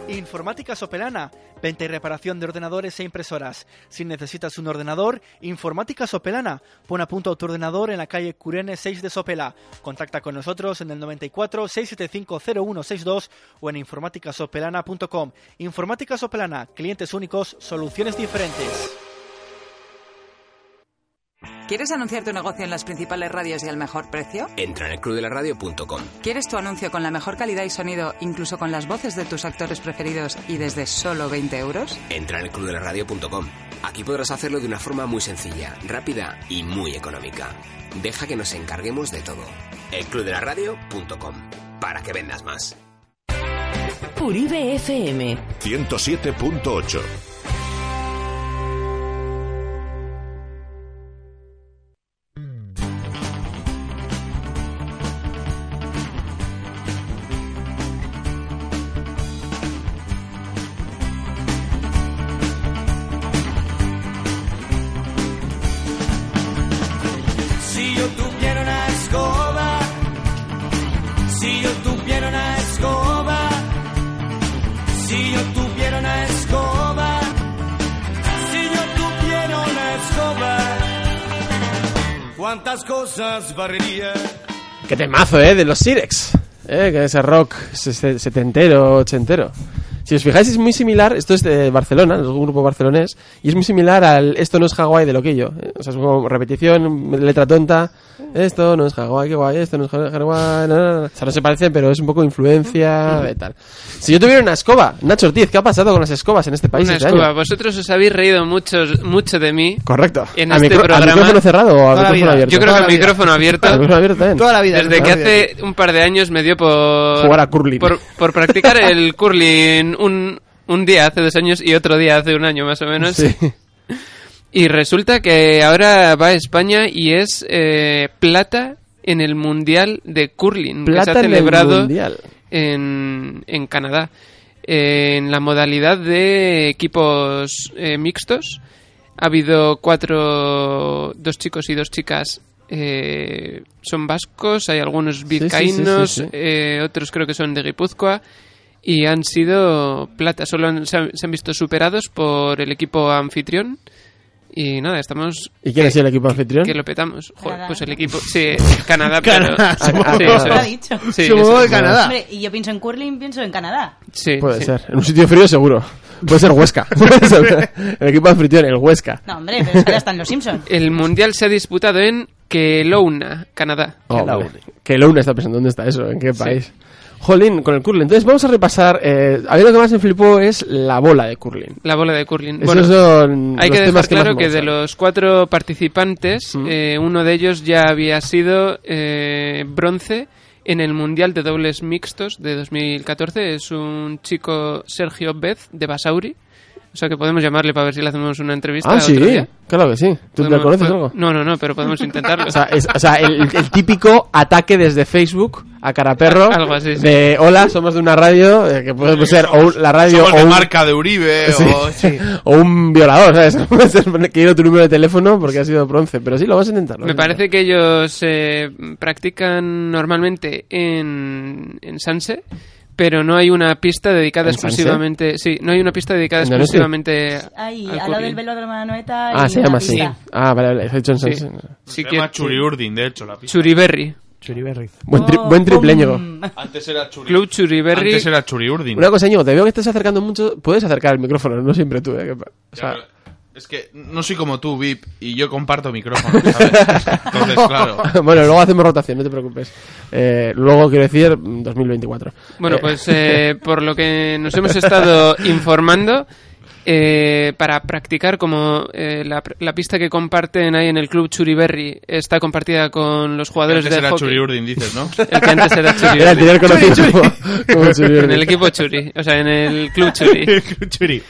Informática Sopelana, venta y reparación de ordenadores e impresoras. Si necesitas un ordenador, Informática Sopelana. Pon a punto tu ordenador en la calle Curene 6 de Sopela. Contacta con nosotros en el 94 675 0162 o en informáticasopelana.com. Informática Sopelana, clientes únicos, soluciones diferentes.
¿Quieres anunciar tu negocio en las principales radios y al mejor precio?
Entra en el clubdelaradio.com.
¿Quieres tu anuncio con la mejor calidad y sonido, incluso con las voces de tus actores preferidos y desde solo 20 euros?
Entra en el clubdelaradio.com. Aquí podrás hacerlo de una forma muy sencilla, rápida y muy económica. Deja que nos encarguemos de todo. El clubdelaradio.com. Para que vendas más.
Uribe FM.
107.8.
Si yo tuviera una escoba, si yo tuviera una escoba, si yo tuviera una escoba, si yo tuviera una escoba, cuántas cosas barrería.
Qué temazo, eh, de los Sirex. Eh, que ese rock se- se- setentero, ochentero. Si os fijáis es muy similar, esto es de Barcelona, es un grupo barcelonés, y es muy similar al Esto no es Hawái de loquillo. eh. O sea, es como repetición, letra tonta, esto no es Hawái, qué guay, esto no es Hawái, no, no, no. O sea, no se parecen, pero es un poco influencia de tal. Si yo tuviera una escoba, Nacho Ortiz, ¿qué ha pasado con las escobas en este país
Una
este
escoba.
año?
Vosotros os habéis reído mucho, mucho de mí.
Correcto.
En
¿A,
este
micro- a
programa-
micrófono cerrado o a
Toda la
micrófono
vida.
abierto?
Yo creo que
Toda
el
la vida.
micrófono
A
abierto.
micrófono abierto también.
Toda la vida.
Desde
toda
que
la vida.
hace un par de años me dio por.
Jugar a curling.
Por, por practicar el curling un, un día hace dos años y otro día hace un año más o menos.
Sí.
Y resulta que ahora va a España y es eh, plata en el Mundial de Curling que se
Plata
ha
en el
celebrado
Mundial.
en, en Canadá. Eh, en la modalidad de equipos eh, mixtos ha habido cuatro, dos chicos y dos chicas. eh, son vascos, hay algunos
sí, sí,
vizcaínos,
sí, sí.
eh, otros creo que son de Guipúzcoa y han sido plata. Solo han- se, han, se han visto superados por el equipo anfitrión. Y nada, estamos.
¿Y quién ha sido el equipo anfitrión?
Que lo petamos. Joder,
Canadá.
pues el equipo. Sí, Canadá, pero.
Canadá,
Ah,
Sí,
supongo.
eso
Lo ha
es.
dicho.
Sí,
Supongo
eso
que
es.
Canadá.
Hombre, y yo pienso en curling, pienso en Canadá.
Sí,
Puede
sí.
ser. En un sitio frío seguro. Puede ser Huesca. Puede ser el equipo anfitrión, el Huesca.
No, hombre, pero es que ya están los Simpsons.
El mundial se ha disputado en Kelowna, Canadá.
Oh, hombre. que Luna está pensando dónde está eso, en qué país. Jolín, con el curling. Entonces vamos a repasar. Eh, a mí lo que más me flipó es la bola de curling.
La bola de curling.
Esos son
hay
los
que
temas
dejar
que más
claro
me
que, de
gustan. Mm.
los cuatro participantes, eh, uno de ellos ya había sido eh, bronce en el Mundial de Dobles Mixtos de 2014. Es un chico, Sergio Bez, de Basauri. O sea que podemos llamarle para ver si le hacemos una entrevista.
Ah,
otro
sí,
día.
claro que sí. ¿Tú la
Podemos-
conoces
po-
algo?
No, no, no, pero podemos intentarlo.
O sea, es- o sea, el, el típico ataque desde Facebook a Caraperro.
Algo así, sí.
de hola, somos de una radio, eh, que puede ser o un- la radio
Somos
o
de
un,
marca de Uribe
Sí.
o... sí.
o un violador, ¿sabes? Puede ser, Quiero tu número de teléfono porque ha sido bronce, pero sí, lo vamos a intentar. lo
Me
vamos a intentar.
parece que ellos eh, practican normalmente en, en Sanse, pero no hay una pista dedicada
¿En
exclusivamente. Sí, no hay una pista dedicada
¿En Donosti?
exclusivamente.
Ahí,
al
al lado
curling.
del velódromo de la Noeta.
Ah,
y
se
una
llama así.
pista.
Ah, vale, vale. se ha hecho en Sanse.
Sí
Se
que-
llama Churiurdin, de hecho, la pista.
Churiberri.
Churiberri.
Buen, tri-
Oh,
buen tripleño.
um. Antes era Churi...
Club Churiberri.
Antes era Churiurdin.
Una cosa, Ñigo, te veo que estás acercando mucho. Puedes acercar el micrófono, no siempre tú, ¿eh? Que- o sea,
Es que no soy como tú, Vip, y yo comparto micrófono, ¿sabes? Entonces, claro.
bueno, luego hacemos rotación, no te preocupes. Eh, luego quiero decir mm, 2024.
Bueno,
Eh,
pues eh, por lo que nos hemos estado informando, eh, para practicar, como eh, la, la pista que comparten ahí en el club Churiberri está compartida con los jugadores
Antes
de
era
hockey.
Churiurdin, dices, ¿no?
El que antes era Churi.
Era el anterior conocido
Churi, Churi.
como- como Churi.
En el equipo Churi, o sea, en el club Churi.
El club Churi.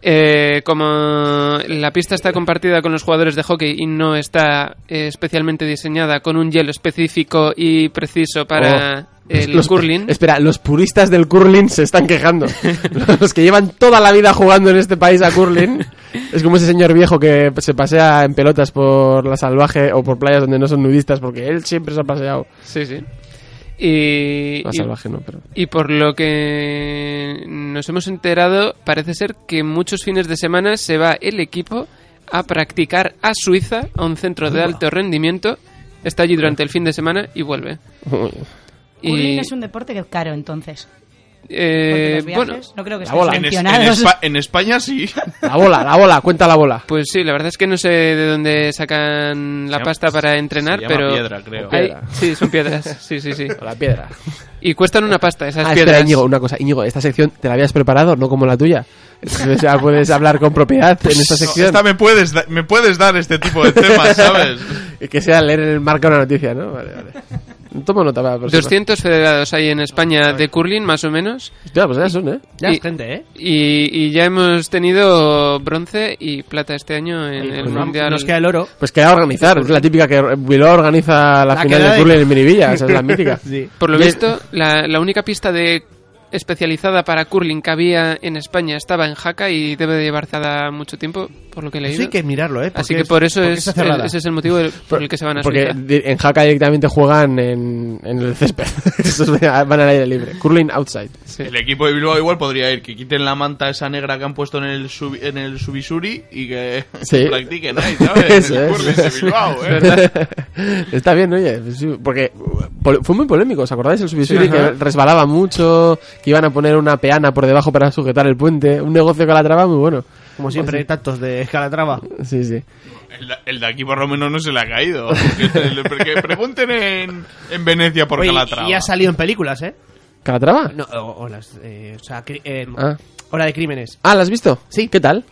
Eh, como la pista está compartida con los jugadores de hockey y no está eh, especialmente diseñada con un hielo específico y preciso para
Oh.
el
Los-
curling,
Espera, los puristas del curling se están quejando. los que llevan toda la vida jugando en este país a curling. es como ese señor viejo que se pasea en pelotas por la salvaje o por playas donde no son nudistas, porque él siempre se ha paseado.
Sí, sí. Y,
Más
y-
salvaje, ¿no? Pero-
y por lo que nos hemos enterado, parece ser que muchos fines de semana se va el equipo a practicar a Suiza, a un centro de
Anda.
alto rendimiento. Está allí durante el fin de semana y vuelve.
Curling
Y,
es un deporte que es caro, entonces. porque
eh,
los
bueno,
viajes no creo que
la
estén
bola.
En, es- en
subvencionados.
Espa- en España sí.
La bola, la bola, cuenta la bola.
pues sí, la verdad es que no sé de dónde sacan la
llama-
pasta para entrenar,
se llama
pero...
piedra, creo.
Hay-
Piedra.
sí, son piedras, sí, sí, sí.
O la piedra.
Y cuestan una pasta esas
Ah, espera,
piedras.
Íñigo, una cosa. Íñigo, esta sección te la habías preparado, no como la tuya. Entonces ya puedes hablar con propiedad
Pues
en esta
No,
sección.
esta me puedes, da- me puedes dar este tipo de temas, ¿sabes?
Y que sea leer en el marca una noticia, ¿no? Vale, vale. Tomo nota para la próxima.
200 federados hay en España de curling, más o menos.
Hostia, pues ya son, ¿eh?
Ya
Y-
es gente, ¿eh?
Y, y ya hemos tenido bronce y plata este año en
Oye,
el
pues no-
Mundial.
Nos queda el oro.
Pues queda organizar. Es la típica que Bilbao organiza la,
La
final
quedada
de
de-
curling en Miribilla. Esa es la mítica.
Sí.
Por lo
Y-
visto, la, la única pista de especializada para curling que había en España estaba en Jaca y debe de llevar cerrada mucho tiempo, por lo que he
Eso
leído.
hay que mirarlo, ¿eh?
Así
Porque
que por eso
porque
es,
está cerrada.
ese es el motivo del- por el que se van a
Porque
Suiza.
di- en Jaca directamente juegan en, en el césped. Esos van al aire libre. Curling outside.
Sí.
El equipo de Bilbao igual podría ir, que quiten la manta esa negra que han puesto en el, subi- en el Subisuri y que
Sí.
practiquen ahí, ¿sabes?
Eso
El
es.
curling de Bilbao, ¿eh?
Está bien, oye. pues sí, Porque pol- fue muy polémico, ¿os acordáis? El subisuri
Sí,
que
ajá.
resbalaba mucho, que iban a poner una peana por debajo para sujetar el puente. Un negocio con la traba muy bueno.
Como siempre, tantos de Escalatrava.
Sí, sí.
El, de- el de aquí por lo menos no se le ha caído. Porque, porque pregunten en, en Venecia por
Oye,
Calatrava.
Y ha salido en películas, ¿eh?
¿Calatrava?
No, o, o las, eh, o sea, cri- eh,
Ah.
Hora de Crímenes.
Ah, ¿la has visto?
Sí.
¿Qué tal?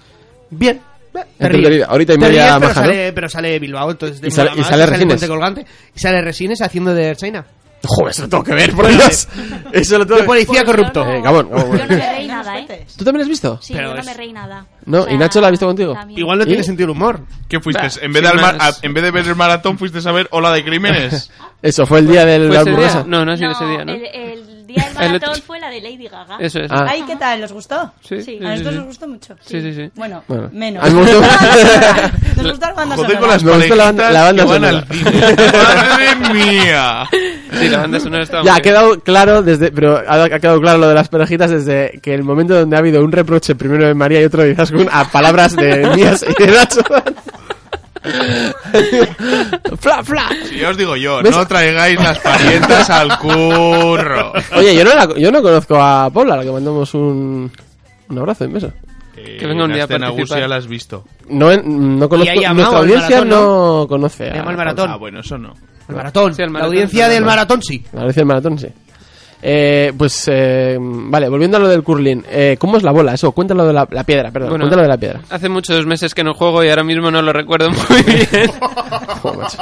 Bien. Eh, te
Entendido.
ríes.
Ahorita y
Te
media
ríes, pero,
maja, ¿no?
sale, pero sale Bilbao, entonces...
Y sale-
mola
y
más,
sale Resines.
Puente Colgante, y sale Resines haciendo de China.
Joder, eso lo tengo que ver, por Dios. Eso lo tengo
De
que ver.
policía corrupto.
Eh, cabrón, cabrón,
Yo no
bueno.
me reí nada, ¿eh?
¿Tú también lo has visto?
Sí,
Pero
yo no
es-
me reí nada.
No, ¿y Nacho la ha visto contigo?
también.
Igual no
¿Y?
tiene sentido el humor.
¿Qué fuiste?
Bah,
en, vez de
sin
alma-
más.
a- en vez de ver el maratón, fuiste a ver Ola de Crímenes.
Eso fue el día del
Pues
¿Fue ese
hamburguesa.
día? No, no ha sido ese día, ¿no?
El, el día del
El otro-
maratón fue la de Lady Gaga.
Eso es.
Ah.
Ay, ¿qué tal? ¿Os gustó?
Sí,
Sí.
sí,
A
sí,
nosotros
sí.
nos gustó mucho.
Sí, sí, sí.
Bueno,
Bueno,
menos.
a mí me gustó-
nos gustó la banda
Joder
pues-
con
sonora.
las
Me gusta la
parejitas
banda- la banda
que van
sonora.
al cine. ¡Madre mía!
Sí, la banda sonora estaba
Ya
muy
ha quedado claro desde, pero ha ha quedado claro lo de las perejitas desde que el momento donde ha habido un reproche primero de María y otro de Izaskun a palabras de mías y de Nacho. fla, fla.
Si ya os digo yo,
¿Ves?
no traigáis las parientas al curro.
Oye, yo no, la- yo no conozco a Paula, a la que mandamos un, un abrazo en mesa.
Eh,
Que venga un día a
Nasten
participar.
Agusi ya la has visto.
No, en- no conozco,
ahí llamado
nuestra
al
audiencia
maratón,
no, conoce a
Llamó al maratón.
Ah, bueno, eso no.
El maratón.
Sí, el
La
maratón.
audiencia del maratón, sí.
La audiencia del maratón, sí. Eh, pues, eh, vale, volviendo a lo del curling. Eh, ¿Cómo es la bola? Eso, cuéntalo de la, la piedra, perdón.
Bueno,
cuéntalo de la piedra.
Hace muchos meses que no juego y ahora mismo no lo recuerdo muy bien.
Joder, macho.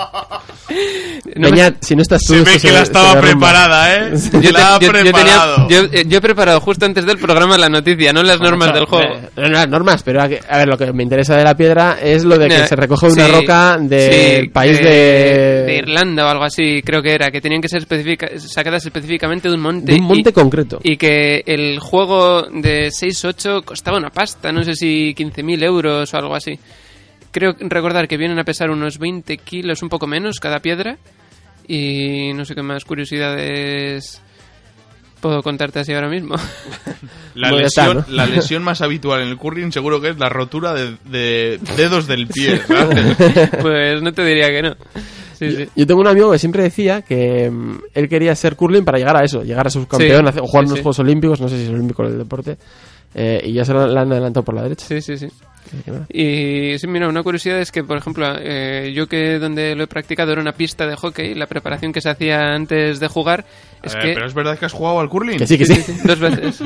No me-
Beñat, si no estás tú,
Se
esto
ve que la estaba
derrumba.
preparada,
¿eh?
Sí.
Yo, te- yo- yo tenía- yo- eh, yo he preparado justo antes del programa la noticia, no las normas del juego.
Eh, no las normas, pero a, que- a ver, lo que me interesa de la piedra es lo de que
Eh,
se recoge una
sí,
roca del
sí,
país
eh,
de...
de Irlanda o algo así, creo que era, que tenían que ser especifica- sacadas específicamente de un monte.
De un monte
y-
concreto.
Y que el juego de 6-8 costaba una pasta, no sé si 15.000 euros o algo así. Creo recordar que vienen a pesar unos 20 kilos, un poco menos, cada piedra. Y no sé qué más curiosidades puedo contarte así ahora mismo.
La,
Bueno, ya está,
lesión,
¿no?
la lesión más habitual en el curling seguro que es la rotura de, de dedos del pie. ¿sabes?
pues no te diría que no. Sí, sí.
Yo tengo un amigo que siempre decía que mm, él quería ser curling para llegar a eso, llegar a subcampeón,
Sí,
hacer- o jugar
sí,
en los
sí.
Juegos Olímpicos, no sé si es olímpico el deporte, eh, y ya se lo, la han adelantado por la derecha.
Sí, sí, sí.
Así que nada.
Y sí, mira, una curiosidad es que, por ejemplo, eh, yo que donde lo he practicado era una pista de hockey, la preparación que se hacía antes de jugar es
Eh,
que...
pero es verdad que has jugado al curling.
Que sí, que sí.
Dos veces.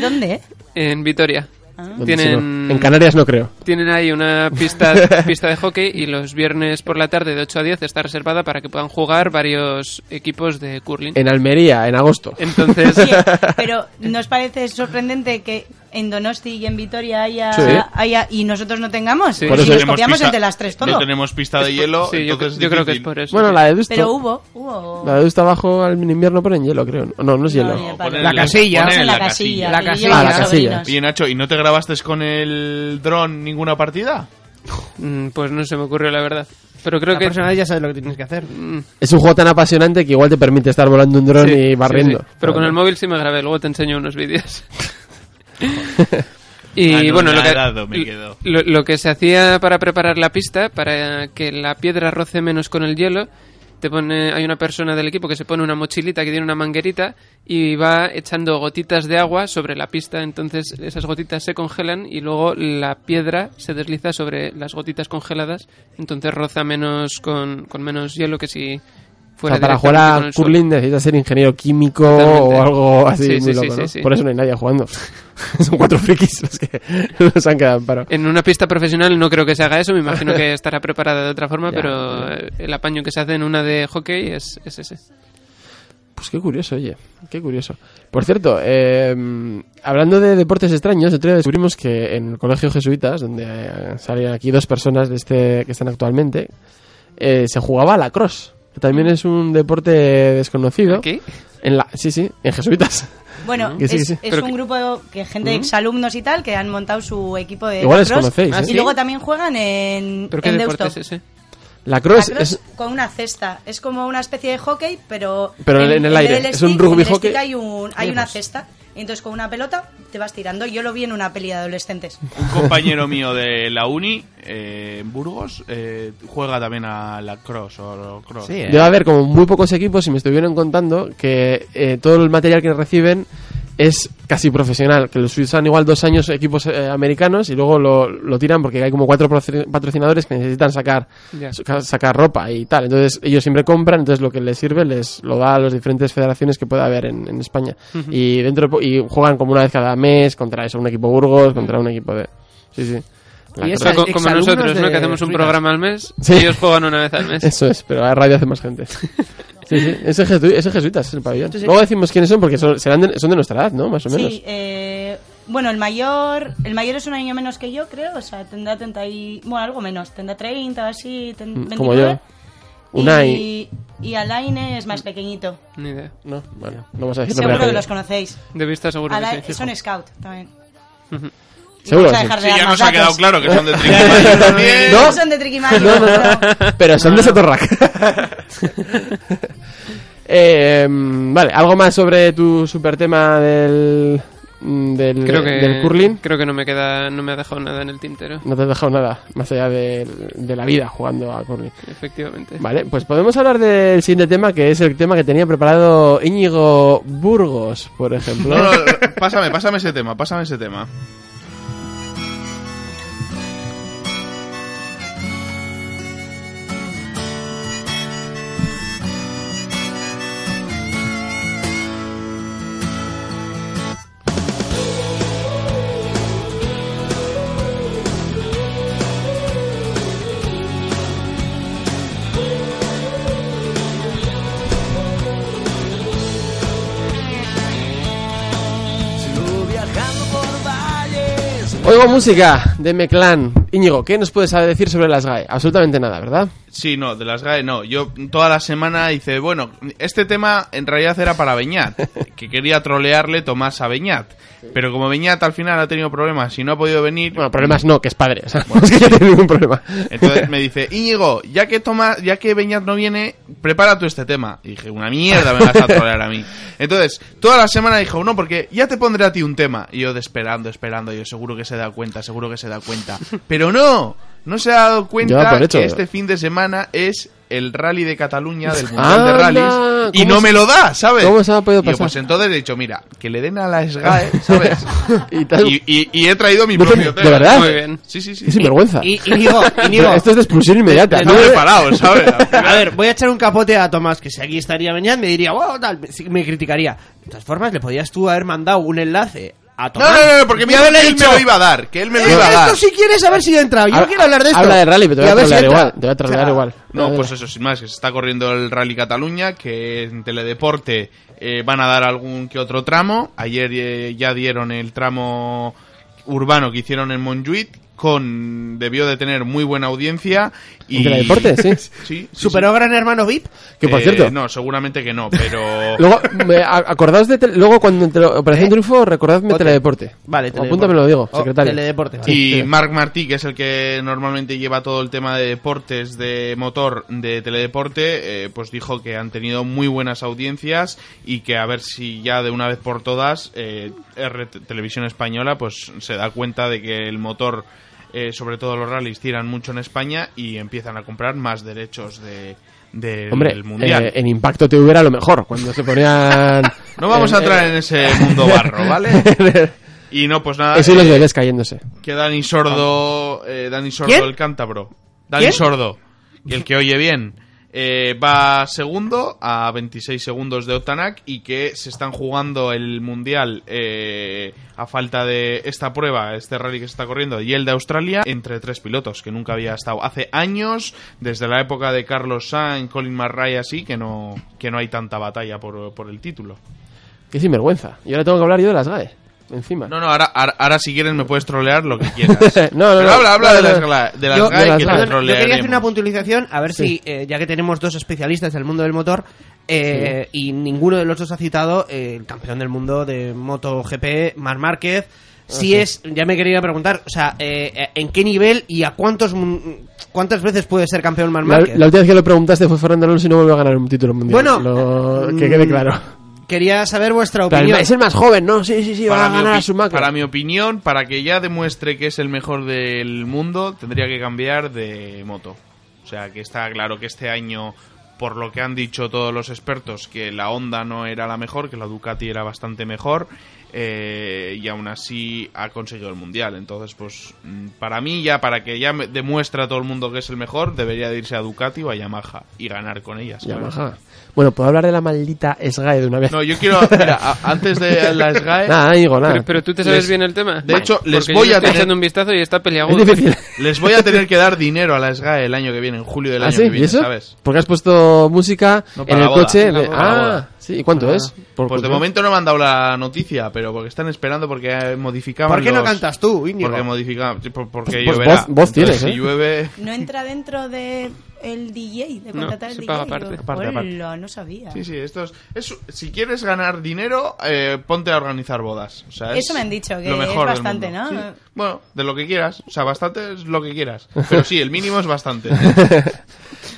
¿Dónde?
En Vitoria.
Ah.
Buenísimo. En Canarias no creo.
Tienen ahí una pista, pista de hockey y los viernes por la tarde de 8 a 10 está reservada para que puedan jugar varios equipos de curling.
En Almería, en agosto.
Entonces...
Oye, pero ¿nos parece sorprendente que en Donosti y en Vitoria haya,
Sí.
haya- y nosotros no tengamos?
Sí.
Pues si nos
Tenemos
copiamos
pista-
entre las tres todo.
No tenemos pista de hielo.
Sí, yo-
entonces
yo creo que es
difícil.
por eso.
Bueno, la de Deusto.
Pero hubo, hubo.
La de Deusto abajo al invierno ponen hielo, creo. No, no, no es hielo.
ni el palo.
Poner
La
en
casilla.
poner en
La casilla,
La
que
casilla.
llevan
Ah, la
los
casilla.
sobrinos.
Oye, Nacho, ¿y no te grabaste con el dron ninguna partida?
Mm, Pues no se me ocurrió la verdad. Pero creo
La
que...
persona ya sabe lo que tienes que hacer.
Mm,
Es un juego tan apasionante que igual te permite estar volando un dron
sí,
y
sí,
barriendo.
sí. Pero con el móvil sí me grabé, luego te enseño unos vídeos. y bueno, lo
Anonadado Ah, me
que,
quedo.
lo, lo que se hacía para preparar la pista, para que la piedra roce menos con el hielo, te pone, hay una persona del equipo que se pone una mochilita que tiene una manguerita y va echando gotitas de agua sobre la pista, entonces esas gotitas se congelan y luego la piedra se desliza sobre las gotitas congeladas, entonces roza menos con, con menos hielo que si
O
fuera
sea, para
directamente
jugar
con
a
el sol.
curling necesitas ser ingeniero químico
Totalmente.
o algo así
Sí,
muy
sí, sí,
loco, ¿no?
sí, sí.
Por eso no hay nadie jugando. Son cuatro frikis los que nos han quedado en paro.
En una pista profesional no creo que se haga eso, me imagino que estará preparada de otra forma,
Ya,
pero eh, el apaño que se hace en una de hockey es, es ese.
Pues qué curioso, oye, qué curioso. Por cierto, eh, hablando de deportes extraños, otro día descubrimos que en el colegio jesuitas, donde eh, salían aquí dos personas de este que están actualmente, eh, se jugaba a la cross, que también es un deporte desconocido.
¿Aquí?
En la, sí, sí, en jesuitas.
Bueno,
Que sí, que
es,
sí.
es
Pero
un
que-
grupo que gente de
Ujú.
exalumnos y tal que han montado su equipo de
Igual les
cross
conocéis, ¿eh?
y
¿Sí?
luego también juegan en,
Ah, ¿Pero qué
en
deporte
Deusto.
es ese?
La cross,
Lacrosse
es
con una cesta. Es como una especie de hockey, pero,
Pero en el
vez
aire.
del
Es un
stick,
rugby
en el stick
hockey. pues-
hay, un, hay una
Vamos.
cesta. Entonces con una pelota te vas tirando. Yo lo vi en una peli de adolescentes.
Un compañero mío de la uni, eh, en Burgos, eh, juega también a la cross o cross.
Sí, ¿eh?
Debe haber como muy pocos equipos y me estuvieron contando que eh, todo el material que reciben es casi profesional, que los usan igual dos años equipos eh, americanos y luego lo, lo tiran porque hay como cuatro proce- patrocinadores que necesitan sacar,
Ya.
saca- sacar ropa y tal. Entonces ellos siempre compran, entonces lo que les sirve les lo da a las diferentes federaciones que pueda haber en, en España. Y dentro de po- y juegan como una vez cada mes contra eso, un equipo Burgos, contra un equipo de... Sí, sí. La
Y
O sea,
esa-
co- como
exalumnos
nosotros, ¿no?
de
Que hacemos un
Ruinas.
programa al mes,
Sí.
ellos juegan una vez al mes.
Eso es, pero a radio hace más gente. Sí, sí, ese, jesu- ese jesuitas es el pabellón.
Sí, sí.
Luego decimos quiénes son porque son, serán de, son de nuestra edad, ¿no? Más o menos.
Sí, eh, bueno, el mayor, el mayor es un año menos que yo, creo. O sea, tendrá 30 y... Bueno, algo menos. Tendrá 30 o así, ten-
Mm,
29.
como yo. Unai.
Y, y Alain es más pequeñito.
Ni idea.
No, bueno, no vamos a decir
Seguro
nombre
que
de
los
apellido.
conocéis.
De vista seguro
Alain-
que sí.
son scout también. Y
Seguro que
vamos a
sí.
dejar de
Sí,
dar
ya
más
nos ha quedado
datos.
claro que son de Trinidad también.
¿No?
No son de Triquimaño,
No, no, no.
pero-
Pero son de Sotorrac. Eh, mm, vale, ¿algo más sobre tu super tema del, mm, del,
Creo que,
del curling?
Creo que no me, queda, no me ha dejado nada en el tintero,
No te he dejado nada más allá de, de la vida jugando a curling.
efectivamente.
Vale, pues podemos hablar del siguiente tema, que es el tema que tenía preparado Íñigo Burgos, por ejemplo.
No, no, pásame, pásame ese tema, pásame ese tema.
Oigo música de Meclán. Íñigo, ¿qué nos puedes saber decir sobre las GAE? Absolutamente nada, ¿verdad?
Sí, no, de las GAE no. Yo toda la semana hice, bueno, este tema en realidad era para Beñat, que quería trolearle Tomás a Beñat. Pero como Beñat al final ha tenido problemas y no ha podido venir... pues
Bueno, problemas no, que es padre. O sea, no es que yo tenga ningún problema.
Entonces me dice, Íñigo, ya que Tomás, ya que Beñat no viene, prepara tú este tema. Y dije, una mierda me vas a trolear a mí. Entonces, toda la semana dijo, no, porque ya te pondré a ti un tema. Y yo de esperando, esperando, yo seguro que se da cuenta, seguro que se da cuenta. Pero no, no se ha dado
Ya,
cuenta
por hecho.
que este fin de semana es el rally de Cataluña del Mundial de
Anda,
Rallys y
¿cómo
no
se-
me lo da, ¿sabes?
cómo se me ha podido
Y yo,
pasar?
pues entonces he dicho, mira, que le den a la SGAE, ¿sabes?
y,
y- y he traído mi
No te-
propio
¿de
tema.
verdad? Muy bien.
Sí, sí, sí.
Qué sinvergüenza.
Y- y digo- y digo-
Pero Esto es de expulsión inmediata.
No he parado, ¿sabes?
A ver, voy a echar un capote a Tomás, que si aquí estaría Beñat me diría, wow, tal, me- sí, me criticaría. De todas formas, le podías tú haber mandado un enlace a
No,
Tomás.
no, no, porque
Y
mira que
haberle
él me
dicho,
lo iba a dar, que él me lo
"Eh,
iba a dar.
Esto si quieres, a ver si entra. Yo
Habla-
quiero hablar de esto.
Habla de rally, pero te
Y
voy a,
ver si
trolear
entra.
igual. Te voy a trolear igual.
No, pues eso, sin más, que se está corriendo el Rally Cataluña, que en Teledeporte eh, van a dar algún que otro tramo. Ayer eh, ya dieron el tramo urbano que hicieron en Montjuic, con debió de tener muy buena audiencia. Y...
¿En Teledeporte? Sí.
sí, sí,
¿Superó Gran Hermano VIP?
Que por
Eh,
cierto-
No, seguramente que no, pero...
Luego, me- a- acordaos de. tele- Luego, cuando entre Operación Triunfo, recordadme
Ote.
Teledeporte.
¿Eh? Vale, Teledeporte.
Apúntamelo, digo,
Oh,
secretario.
Teledeporte,
Sí,
Y
sí.
Marc Martí, que es el que normalmente lleva todo el tema de deportes de motor de teledeporte, eh, pues dijo que han tenido muy buenas audiencias y que a ver si ya de una vez por todas eh, R Televisión Española pues se da cuenta de que el motor, eh, sobre todo los rallies, tiran mucho en España y empiezan a comprar más derechos de, del
Hombre,
mundial.
eh, en Impacto TV era lo mejor, cuando se ponían...
no vamos
eh,
a entrar
eh,
en ese mundo barro, ¿vale? Y no, pues nada.
Eso y los
eh,
bebés cayéndose.
Que Dani Sordo, eh, Dani Sordo
¿Quién?
el cántabro. Dani
¿Quién?
Sordo, el que oye bien. eh, va segundo a 26 segundos de Otanak y que se están jugando el mundial eh, a falta de esta prueba, este rally que se está corriendo y el de Australia entre tres pilotos que nunca había estado hace años desde la época de Carlos Sainz, Colin McRae así que no que no hay tanta batalla por, por el título.
Qué sinvergüenza. Y ahora tengo que hablar yo de las GAE. Encima.
No, no, ahora, ahora, ahora si quieres me puedes trolear lo que quieras.
No, no,
Pero
no.
habla, habla
No,
de
no,
las,
no.
gla- de las
Yo- perdón,
GAE que te
yo quería hacer
trolearemos.
una puntualización, a ver
Sí.
si, eh, ya que tenemos dos especialistas del mundo del motor, eh, y ninguno de los dos ha citado eh, el campeón del mundo de MotoGP, Mar Márquez,
Ah,
si
sí.
es, ya me quería preguntar, o sea, eh, eh, ¿en qué nivel y a cuántos mun- cuántas veces puede ser campeón Mar
La, la
Márquez?
última vez que lo preguntaste fue Fernando Alonso y no volvió a ganar un título mundial.
Bueno,
Lo- que
mm,
quede claro.
pues
Quería saber vuestra
Pero el
opinión.
ma- es el más joven, ¿no? Sí, sí, sí, va
Para
a
mi,
ganar a
opi-
su macro.
para mi opinión, para que ya demuestre que es el mejor del mundo, tendría que cambiar de moto. O sea, que está claro que este año, por lo que han dicho todos los expertos, que la Honda no era la mejor, que la Ducati era bastante mejor, eh, y aún así ha conseguido el Mundial. Entonces, pues, mm, para mí ya, para que ya me- demuestre a todo el mundo que es el mejor, debería de irse a Ducati o a Yamaha y ganar con ellas. claro.
Yamaha. Bueno, ¿puedo hablar de la maldita SGAE E de una vez?
No, yo quiero. Mira, a- antes de la SGAE.
Nada, digo, nada.
Pero-
Pero tú te sabes
Les-
bien el tema.
De hecho, les
Porque
voy
yo le
a
estoy
tener-
echando un vistazo y está peleagudo.
Les voy a tener que dar dinero a la SGAE el año que viene, en julio del
¿Ah,
año
sí?
que
¿Y
viene,
eso?
¿sabes?
Porque has puesto música
No, para
en
la
el
boda,
coche.
para
de-
la boda.
Ah, sí. ¿Y cuánto
Ah.
es? Por
pues de
curiosidad.
momento no me han dado la noticia, pero porque están esperando porque eh, modificaban
¿Por qué no
los-
cantas tú, Íñigo?
Porque modificaban... sí, por- Porque
Pues
lloverá.
vos- vos
Entonces,
tienes, ¿eh?
Si llueve...
¿No entra dentro de el DJ, de
No,
contratar
se
el
paga
DJ?
aparte.
Yo,
Aparte, aparte.
"Hola, no sabía.
Sí, sí, esto es... es- si quieres ganar dinero, eh, ponte a organizar bodas. O sea, es
Eso me han dicho, que
lo
es
mejor del
bastante,
mundo.
¿no?
Sí, Bueno, de lo que quieras. O sea, bastante es lo que quieras. Pero sí, el mínimo es bastante.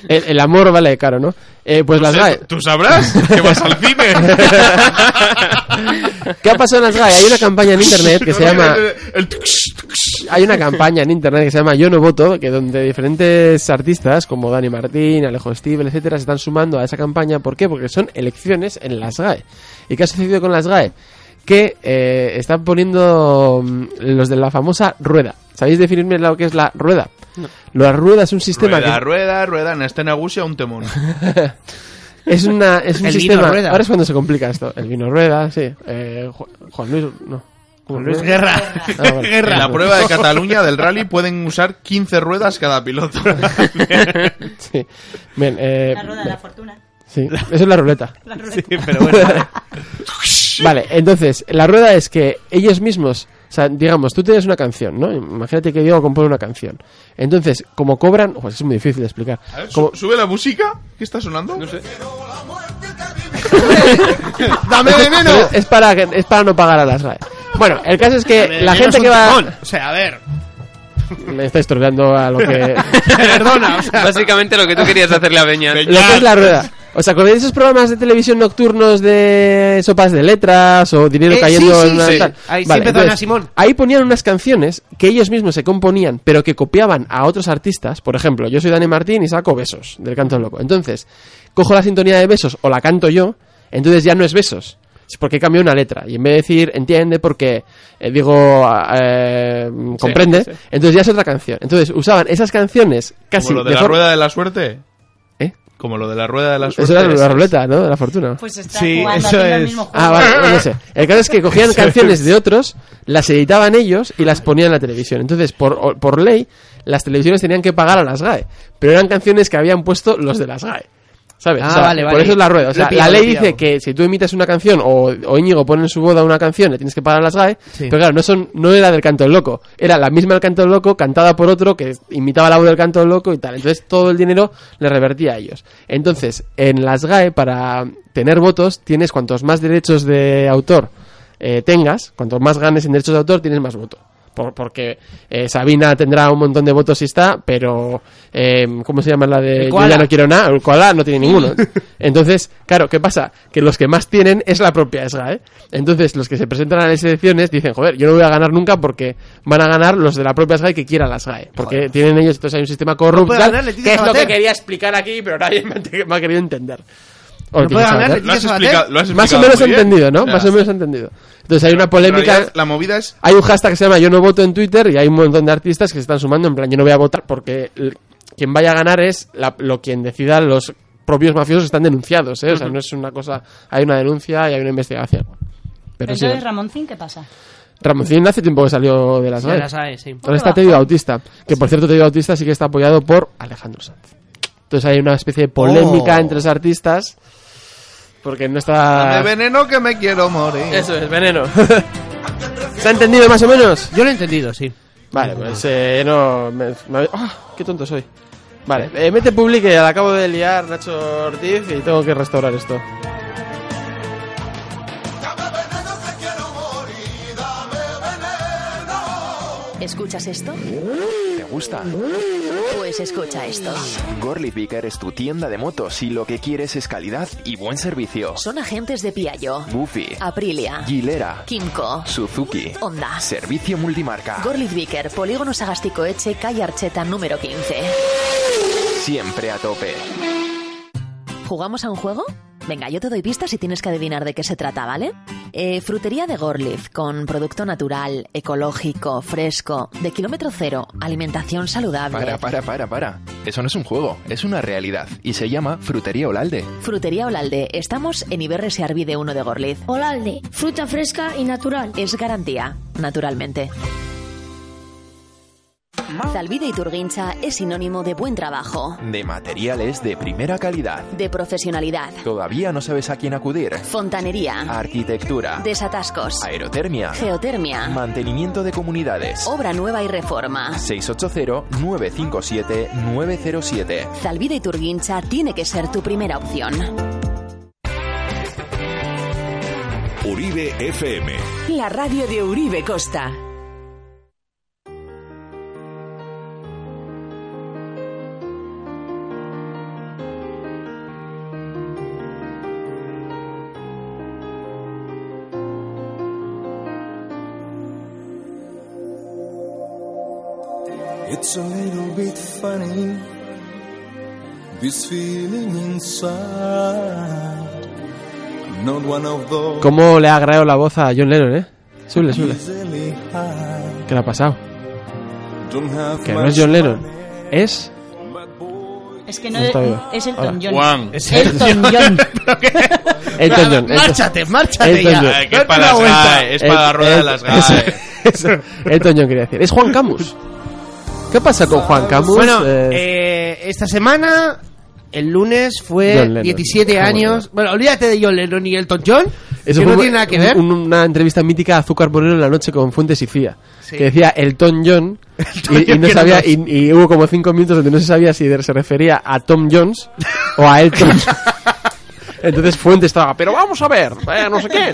el, el amor vale caro, ¿no? Eh, pues las
sé,
GAE.
¿Tú sabrás que vas al cine?
¿Qué ha pasado en las GAE? Hay una campaña en internet que se llama.
El-
Hay una campaña en internet que se llama Yo no voto, que donde diferentes artistas como Dani Martín, Alejo Stivel, etcétera, se están sumando a esa campaña. ¿Por qué? Porque son elecciones en las GAE. ¿Y qué ha sucedido con las GAE? Que eh, están poniendo mm, los de la famosa rueda. ¿Sabéis definirme lo que es la rueda? La rueda es un sistema
rueda,
que
rueda, rueda, en este negocio un temón.
es una es un
El vino
sistema.
rueda.
Ahora es cuando se complica esto. El vino rueda, sí. Eh, Ju- Juan Luis, no.
Juan Luis Guerra.
Ah, vale.
En la prueba de Cataluña del rally pueden usar 15 ruedas cada piloto.
Sí. Bien, eh,
La rueda de la fortuna.
Sí, eso es la ruleta.
La ruleta. Sí, pero bueno.
vale, entonces, la rueda es que ellos mismos sea, digamos, tú tienes una canción, ¿no? Imagínate que Diego compone una canción. Entonces, como cobran, pues es muy difícil de explicar.
A ver, su-
Como-
¿Sube la música? ¿Qué está sonando? No sé.
¡Dame veneno! Es para, que- es para no pagar a las GAE. Bueno, el caso es que la gente que va...
O sea, a ver.
Le estáis troleando a lo que...
Perdona, o sea.
Básicamente lo que tú querías hacerle a Beñat.
lo que es la rueda. ¿Os acordáis de esos programas de televisión nocturnos de sopas de letras o dinero
Eh, sí,
cayendo
sí,
en una
sí.
tal?
Ahí sí empezó Ana Simón.
Ahí ponían unas canciones que ellos mismos se componían, pero que copiaban a otros artistas. Por ejemplo, yo soy Dani Martín y saco Besos del Canto del Loco. Entonces, cojo la sintonía de Besos o la canto yo, entonces ya no es Besos. Es porque cambio una letra. Y en vez de decir entiende, porque eh, digo eh, comprende,
sí.
entonces ya es otra canción. Entonces usaban esas canciones casi.
Como lo de,
de
la
forma-
rueda de la suerte.
¿Eh?
Como lo de la rueda de la
Eso
suerte.
era la ruleta, ¿no? De la fortuna.
Pues está
Sí,
jugando
eso
haciendo el
es.
mismo juego.
Ah, vale, bueno, no sé. El caso es que cogían canciones de otros, las editaban ellos y las ponían en la televisión. Entonces, por, o- por ley, las televisiones tenían que pagar a las GAE. Pero eran canciones que habían puesto los de las GAE. ¿Sabes?
Ah,
O sea,
vale,
Por
vale.
eso es la rueda. O sea,
Lo he pillado,
la
lo
ley
he
dice
pillado.
que si tú imitas una canción o, o Íñigo pone en su boda una canción, le tienes que pagar a las GAE.
Sí.
Pero claro, no, son, no era del canto del loco. Era la misma del canto del loco, cantada por otro que imitaba la voz del canto del loco y tal. Entonces todo el dinero le revertía a ellos. Entonces, en las GAE, para tener votos, tienes cuantos más derechos de autor eh, tengas, cuantos más ganes en derechos de autor, tienes más voto. Por- porque eh, Sabina tendrá un montón de votos si está, pero eh, ¿cómo se llama la de
El
Yo ya
koala.
no quiero nada? El koala no tiene ninguno. Entonces, claro, ¿qué pasa? Que los que más tienen es la propia ESGA, ¿eh? Entonces, los que se presentan a las elecciones dicen, joder, yo no voy a ganar nunca porque van a ganar los de la propia SGAE que quieran las SGAE. Porque tienen ellos, entonces hay un sistema corrupto,
puede
tal,
ganar Leticia
que es lo que
Sabater.
quería explicar aquí, pero nadie me ha, me ha querido entender.
No
Leticia
puede ganar
Sabater.
Lo has explicado, lo
Más
has
o
explicado
menos
muy bien.
entendido, ¿no?
O sea,
Más o menos entendido. Entonces hay una
en
polémica...
realidad, la movida es
Hay un hashtag que se llama Yo no voto en Twitter y hay un montón de artistas que se están sumando en plan yo no voy a votar porque l- quien vaya a ganar es la- lo quien decida los propios mafiosos que están denunciados, ¿eh? O sea, no es una cosa... Hay una denuncia y hay una investigación. Pero sí, eh.
Entonces, Pues Ramoncín, ¿qué pasa?
Ramoncín hace tiempo que salió de las
De
GAE.
las GAE, sí.
Ahora está Teddy Bautista, que por cierto Teddy Bautista sí que está apoyado por Alejandro Sanz. Entonces hay una especie de polémica
Oh.
entre los artistas porque no está...
Dame veneno que me quiero morir.
Eso es, veneno. ¿Se ha entendido más o menos?
Yo lo he entendido, sí.
Vale, pues eh, no. me- me- ¡Ah! ¡Qué tonto soy! Vale, eh, mete public que la acabo de liar Nacho Ortiz y tengo que restaurar esto.
¿Escuchas esto?
¿Te gusta?
Pues escucha esto.
Gorlitz Vicker es tu tienda de motos y lo que quieres es calidad y buen servicio.
Son agentes de Piaggio,
Buffy,
Aprilia,
Gilera,
Kimco,
Suzuki,
Honda.
Servicio Multimarca.
Gorlitz Vicker, Polígono Sagástico Eche, calle Archeta número 15.
Siempre a tope.
¿Jugamos a un juego? Venga, yo te doy pistas y tienes que adivinar de qué se trata, ¿vale? Eh, frutería de Gorlitz, con producto natural, ecológico, fresco, de kilómetro cero, alimentación saludable.
Para, para, para, para. Eso no es un juego, es una realidad y se llama Frutería Olalde.
Frutería Olalde. Estamos en Iberres y Arvide 1 de Gorliz. Olalde. Fruta fresca y natural. Es garantía, naturalmente. Zalvide y Turguincha es sinónimo de buen trabajo,
De materiales de primera calidad.
de profesionalidad,
¿Todavía no sabes a quién acudir?
fontanería,
Arquitectura,
desatascos,
aerotermia,
geotermia,
mantenimiento de comunidades.
obra nueva y reforma.
680-957-907.
Zalvide y Turguincha tiene que ser tu primera opción.
Uribe FM.
La radio de Uribe Costa.
It's a little bit funny, this feeling inside. Not one of those
¿Cómo le ha agregado la voz a John Lennon, eh? Sube, sube.
easily hide.
¿Qué le ha pasado?
Don't have
Que no
much
es John Lennon. Es.
Es que no,
No Pues está bien.
es, es
Hola.
Elton John.
Juan.
Es Elton John.
Elton John.
Márchate, márchate
Elton
ya.
John.
Ay, que es para Date una las GAE, vuelta. es para la rueda de las GAE.
eso, eso. Elton John quería decir. Es Juan Camus. ¿Qué pasa con Juan Camus?
Bueno,
Eh,
eh, esta semana, el lunes,
John
fue
Lennon.
17
Qué
años. Bueno, olvídate de John Lennon y Elton John.
Eso
Que no
fue
tiene nada que ver.
un- una entrevista mítica a Azúcar Moreno en la noche con Fuentes y Cía.
Sí.
Que decía el Tom John.
Elton
y, y
John,
no
que
sabía,
no.
y, y hubo como cinco minutos donde no se sabía si de- se refería a Tom Jones o a Elton. Entonces Fuentes estaba, pero vamos a ver, eh, no sé qué.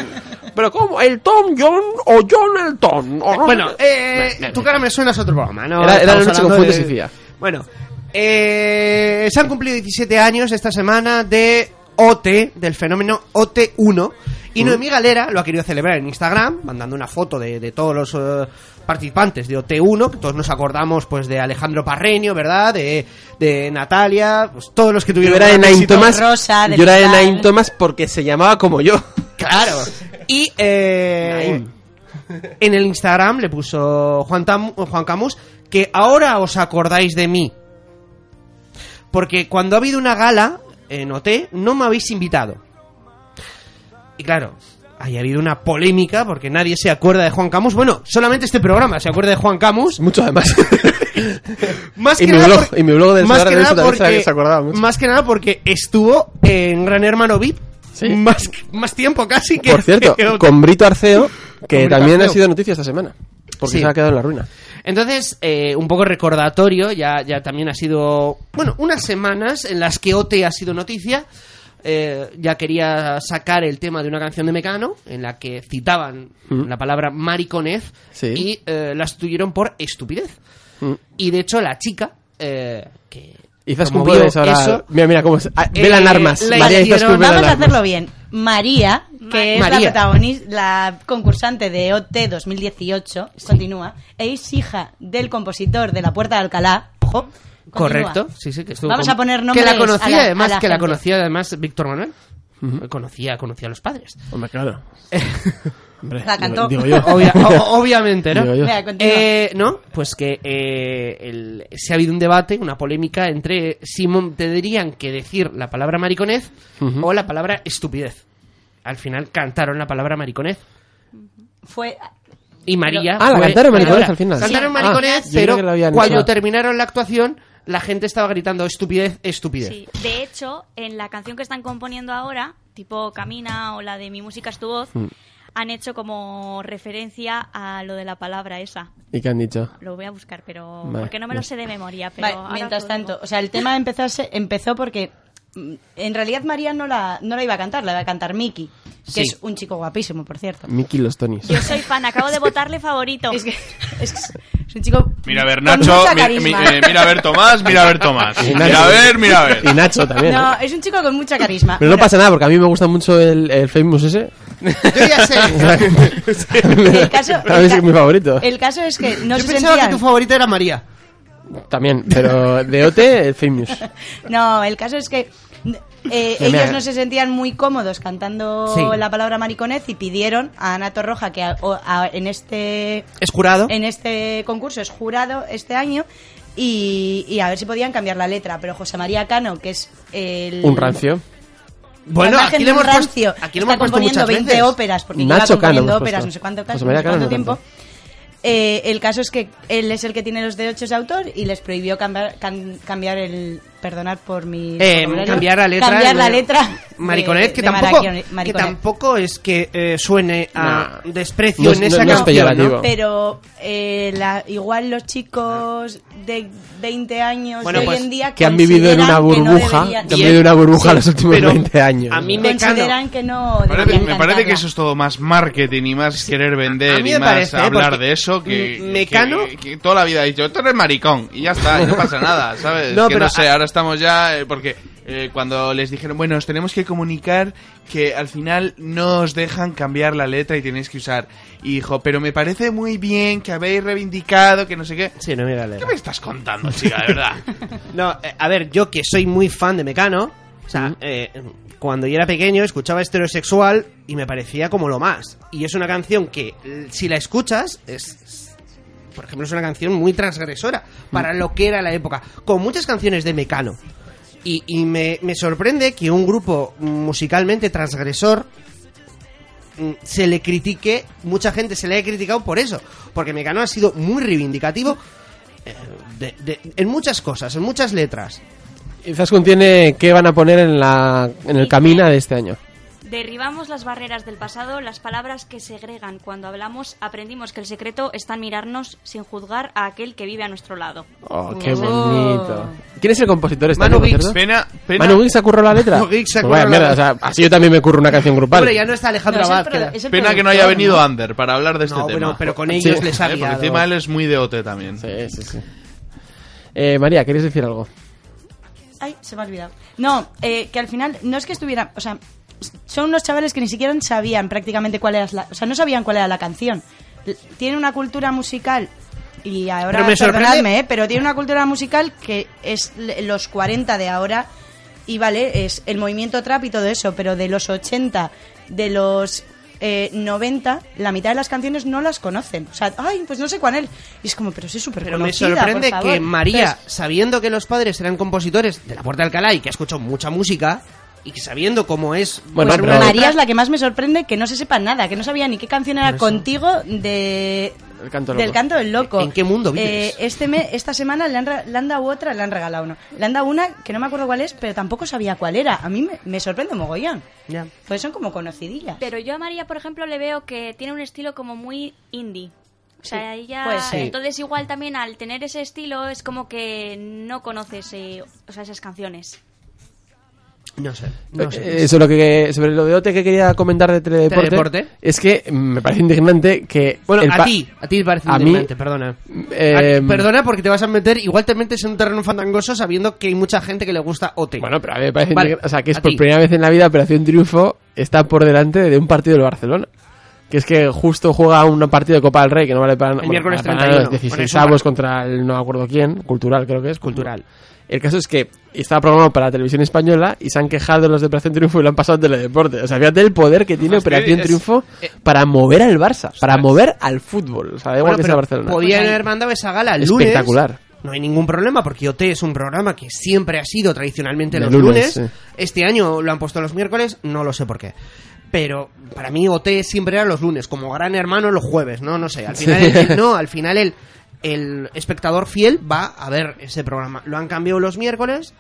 Pero ¿cómo? ¿El Tom John o John el Tom? O no
Bueno,
sé qué".
eh, tu cara me suena a otro programa, ¿no?
Era- era
Estamos
la noche
hablando
con Fuentes
de-
y Cía.
Bueno, eh, se han cumplido 17 años esta semana de OT, del fenómeno OT1. Y
Mm.
Noemí Galera lo ha querido celebrar en Instagram, mandando una foto de, de todos los eh, participantes de OT1, que todos nos acordamos pues de Alejandro Parreño, ¿verdad? De, de Natalia, pues todos los que
Yo
tuvieron
era de
gran
Nine
éxito.
Thomas.
Rosa, de
yo era de
Vidal.
Nine Thomas porque se llamaba como yo.
Claro. Y eh, en el Instagram le puso Juan, Tam- Juan Camus que ahora os acordáis de mí. Porque cuando ha habido una gala en OT no me habéis invitado. Y claro, ahí ha habido una polémica porque nadie se acuerda de Juan Camus. Bueno, solamente este programa se acuerda de Juan Camus.
Mucho además.
más
Y
que
mi
nada
blog-
por-
y mi blog del
más
Segar
que
de
nada
eso también se-
porque-
se acordaba mucho.
Más que nada porque estuvo en Gran Hermano VIP. Más, más tiempo casi que
Por cierto,
que OT.
con Brito Arceo, que
Brito
también
Arceo.
ha sido noticia esta semana. Porque
Sí.
se ha quedado en la ruina.
Entonces, eh, un poco recordatorio, ya, ya también ha sido, bueno, unas semanas en las que OT ha sido noticia. Eh, ya quería sacar el tema de una canción de Mecano, en la que citaban
Mm.
la palabra mariconez
Sí.
y eh, la sustituyeron por estupidez.
Mm.
Y de hecho, la chica eh, que
Y Zascun
promovió
Pérez ahora.
eso,
Mira, mira cómo. se- ah,
eh,
velan armas.
la
María
hicieron-
Izaskun velan
Vamos a
armas.
hacerlo bien. María, que es
María.
la protagonista, la concursante de OT 2018, continúa, e es hija del compositor de La Puerta de Alcalá. Ojo, continúa.
Correcto, sí, sí, que estuvo
Vamos
con-
a poner
Que
nombres
la
a
conocía
la-
además,
a la
que la
gente.
conocía además Víctor Manuel. Conocía, conocía a los padres.
Hombre, claro. Hombre,
La cantó.
digo- digo yo.
Obvia- o- obviamente, ¿no?
Digo yo.
Venga, continúa.
Eh, no, pues que eh, el- se ha habido un debate, una polémica entre si mon- tendrían que decir la palabra mariconez o la palabra estupidez. Al final cantaron la palabra mariconez.
Fue
Y María.
Ah, la
fue-
cantaron mariconez
Ahora,
al final.
Cantaron
Sí. Ah,
mariconez,
yo creo
pero
que la habían
cuando
hecho.
terminaron la actuación, la gente estaba gritando estupidez, estupidez.
Sí, de hecho, en la canción que están componiendo ahora, tipo Camina o la de Mi música es tu voz,
Mm.
han hecho como referencia a lo de la palabra esa.
¿Y qué han dicho?
Lo voy a buscar, pero
Vale,
porque no me lo
vale.
sé de memoria, pero
Vale,
ahora
mientras
os lo digo.
tanto, o sea, el tema empezó, a ser- empezó porque mm, en realidad María no la, no la iba a cantar, la iba a cantar Miki, que
Sí.
es un chico guapísimo, por cierto.
Miki y los Tonis.
Yo soy fan, acabo de votarle favorito.
Es que es, que es un chico
Mira a ver
con
Nacho,
mucha
mi-
carisma.
mi- eh, mira a ver Tomás, mira a ver Tomás.
Y
Mira
Nacho.
a ver, mira a ver.
Y Nacho también. ¿eh?
No, es un chico con mucha carisma.
Pero no
Bueno,
pasa nada, porque a mí me gusta mucho el, el Famous ese.
Yo ya sé.
El caso,
A mí es mi favorito.
el caso es que no
Yo
se
pensaba
sentían...
que tu favorita era María.
También, pero de OT, el Famous.
No, el caso es que eh,
Mira,
ellos
mira.
no se sentían muy cómodos cantando
Sí.
la palabra mariconez y pidieron a Ana Torroja, que a- o- a- en este
Es jurado.
en este concurso es jurado este año y, y a ver si podían cambiar la letra. Pero José María Cano, que es el...
Un rancio.
Bueno,
la imagen
aquí le
de un
hemos
rancio,
puesto, aquí le
está
hemos puesto
componiendo
muchas
20
veces.
óperas, porque
Nacho
lleva
Cano
componiendo
hemos
óperas
puesto.
no sé cuánto,
José María
no sé cuánto
Cano no
tiempo. Eh, el caso es que él es el que tiene los derechos de autor y les prohibió cambiar, can- cambiar el... Perdonad por mi...
Eh,
vocabulario.
cambiar la letra.
Cambiar la
de-
letra.
Mariconet,
de-
que,
de
tampoco,
Maraquione-
que
Mariconet.
tampoco es que eh, suene a desprecio
No es-
en
no-
esa
no es
canción.
peyorativo.
Pero eh, la- igual los chicos de 20 años
Bueno,
de
pues,
hoy en día
Que han vivido en una
consideran que no
burbuja.
deberían-
que han vivido en una burbuja los últimos
pero
20 años.
a mí me
consideran que no
Me parece-
deberían
me parece que
cantarla.
eso es todo más marketing y más querer vender
a mí
y
me
más
parece, ¿eh?
hablar
Porque
de eso que,
m- Mecano-
que- que toda la vida ha dicho, esto eres maricón y ya está, no pasa nada, ¿sabes?
No,
que
pero
no sé,
a-
ahora estamos ya eh, porque eh, cuando les dijeron, bueno, os tenemos que comunicar que al final no os dejan cambiar la letra y tenéis que usar hijo, pero me parece muy bien que habéis reivindicado que no sé qué.
Sí, no me iba a leer.
¿Qué me estás contando, chica, de verdad?
No, eh, a ver, yo que soy muy fan de Mecano, o sea, eh, cuando yo era pequeño escuchaba Heterosexual y me parecía como lo más. Y es una canción que, l- si la escuchas, es- es... Por ejemplo, es una canción muy transgresora para lo que era la época, con muchas canciones de Mecano. Y, y me, me sorprende que un grupo musicalmente transgresor mm, se le critique, mucha gente se le ha criticado por eso, porque Mecano ha sido muy reivindicativo eh, de- de- en muchas cosas, en muchas letras.
Quizás contiene qué van a poner en, la, en el camina de este año.
Derribamos las barreras del pasado, las palabras que segregan. Cuando hablamos, aprendimos que el secreto está en mirarnos sin juzgar a aquel que vive a nuestro lado.
Oh, qué bonito. ¿Quién es el compositor? ¿Está
Manu
por
Giggs.
cierto?
Pena- pena-
¿Manu Giggs se curró la letra?
Manu Giggs se
Pues
curró
vaya
la
mierda,
letra.
o sea, así yo también me curro una canción grupal.
Hombre, ya no está Alejandro
No, es el
Abad.
pro-
era-
es el
Pena que no haya venido Ander para hablar de este tema.
bueno, pero con ellos les ha
Eh, Porque
liado.
encima él es muy de OT también.
Sí, sí, sí. Eh, María, ¿querías decir algo?
Ay, se me ha olvidado. No, eh, que al final no es que estuvieran, o sea, son unos chavales que ni siquiera sabían prácticamente cuál era la, o sea, no sabían cuál era la canción. L- Tienen una cultura musical y ahora
Pero me sorprende-
perdonadme, eh, pero tienen una cultura musical que es l- los 40 de ahora y vale, es el movimiento trap y todo eso, pero de los 80, de los eh, 90, la mitad de las canciones no las conocen. O sea, ay, pues no sé cuál es. Y es como, pero sí súper
Pero me sorprende que María, sabiendo que los padres eran compositores de la Puerta de Alcalá y que ha escuchado mucha música, y que sabiendo cómo es...
Bueno,
buscar
pero-
una
Pues María
letra-
es la que más me sorprende que no se sepa nada, que no sabía ni qué canción era
Por eso.
contigo de
El canto
del canto del loco.
¿En qué mundo
Eh,
vives?
este me- esta semana le han, re- le han dado otra, le han regalado uno. Le han dado una que no me acuerdo cuál es, pero tampoco sabía cuál era. A mí me, me sorprende mogollón. Pues son como conocidillas.
Pero yo a María, por ejemplo, le veo que tiene un estilo como muy indie. O sea,
Sí,
ella...
puede ser.
Entonces igual también al tener ese estilo es como que no conoces eh, o sea, esas canciones.
No sé, no sé.
Eh, Eso lo que sobre lo de Ote que quería comentar de teledeporte,
Teledeporte.
es que mm, me parece indignante que
Bueno,
el
a
pa-
ti, a ti te parece
a mí-
indignante, perdona.
eh,
A- perdona porque te vas a meter, igual te metes en un terreno fandangoso sabiendo que hay mucha gente que le gusta OT.
Bueno, pero a mí me parece
Vale,
indignante, o sea, que es
a
por
ti.
primera vez en la vida Operación Triunfo está por delante de un partido del Barcelona. Que es que justo juega un partido de Copa del Rey que no vale para nada.
El miércoles
para nada,
31,
es 16
con eso
avos contra el no me acuerdo quién, cultural creo que es, cultural. El caso es que estaba programado para la televisión española y se han quejado los de Operación Triunfo y lo han pasado a Teledeporte. O sea, fíjate el poder que tiene
Pues Es que
Operación
es-
Triunfo
Eh,
para mover al Barça, para mover al fútbol. O sea, da igual
Bueno,
que sea
pero
Barcelona.
Podían haber mandado esa gala el lunes. Eh.
Espectacular.
No hay ningún problema porque OT es un programa que siempre ha sido tradicionalmente
De
los
lunes,
lunes.
sí.
Este año lo han puesto los miércoles, no lo sé por qué. Pero para mí OT siempre era los lunes, como gran hermano los jueves, ¿no? No sé, al final,
Sí.
el- no, al final el, el espectador fiel va a ver ese programa. Lo han cambiado los miércoles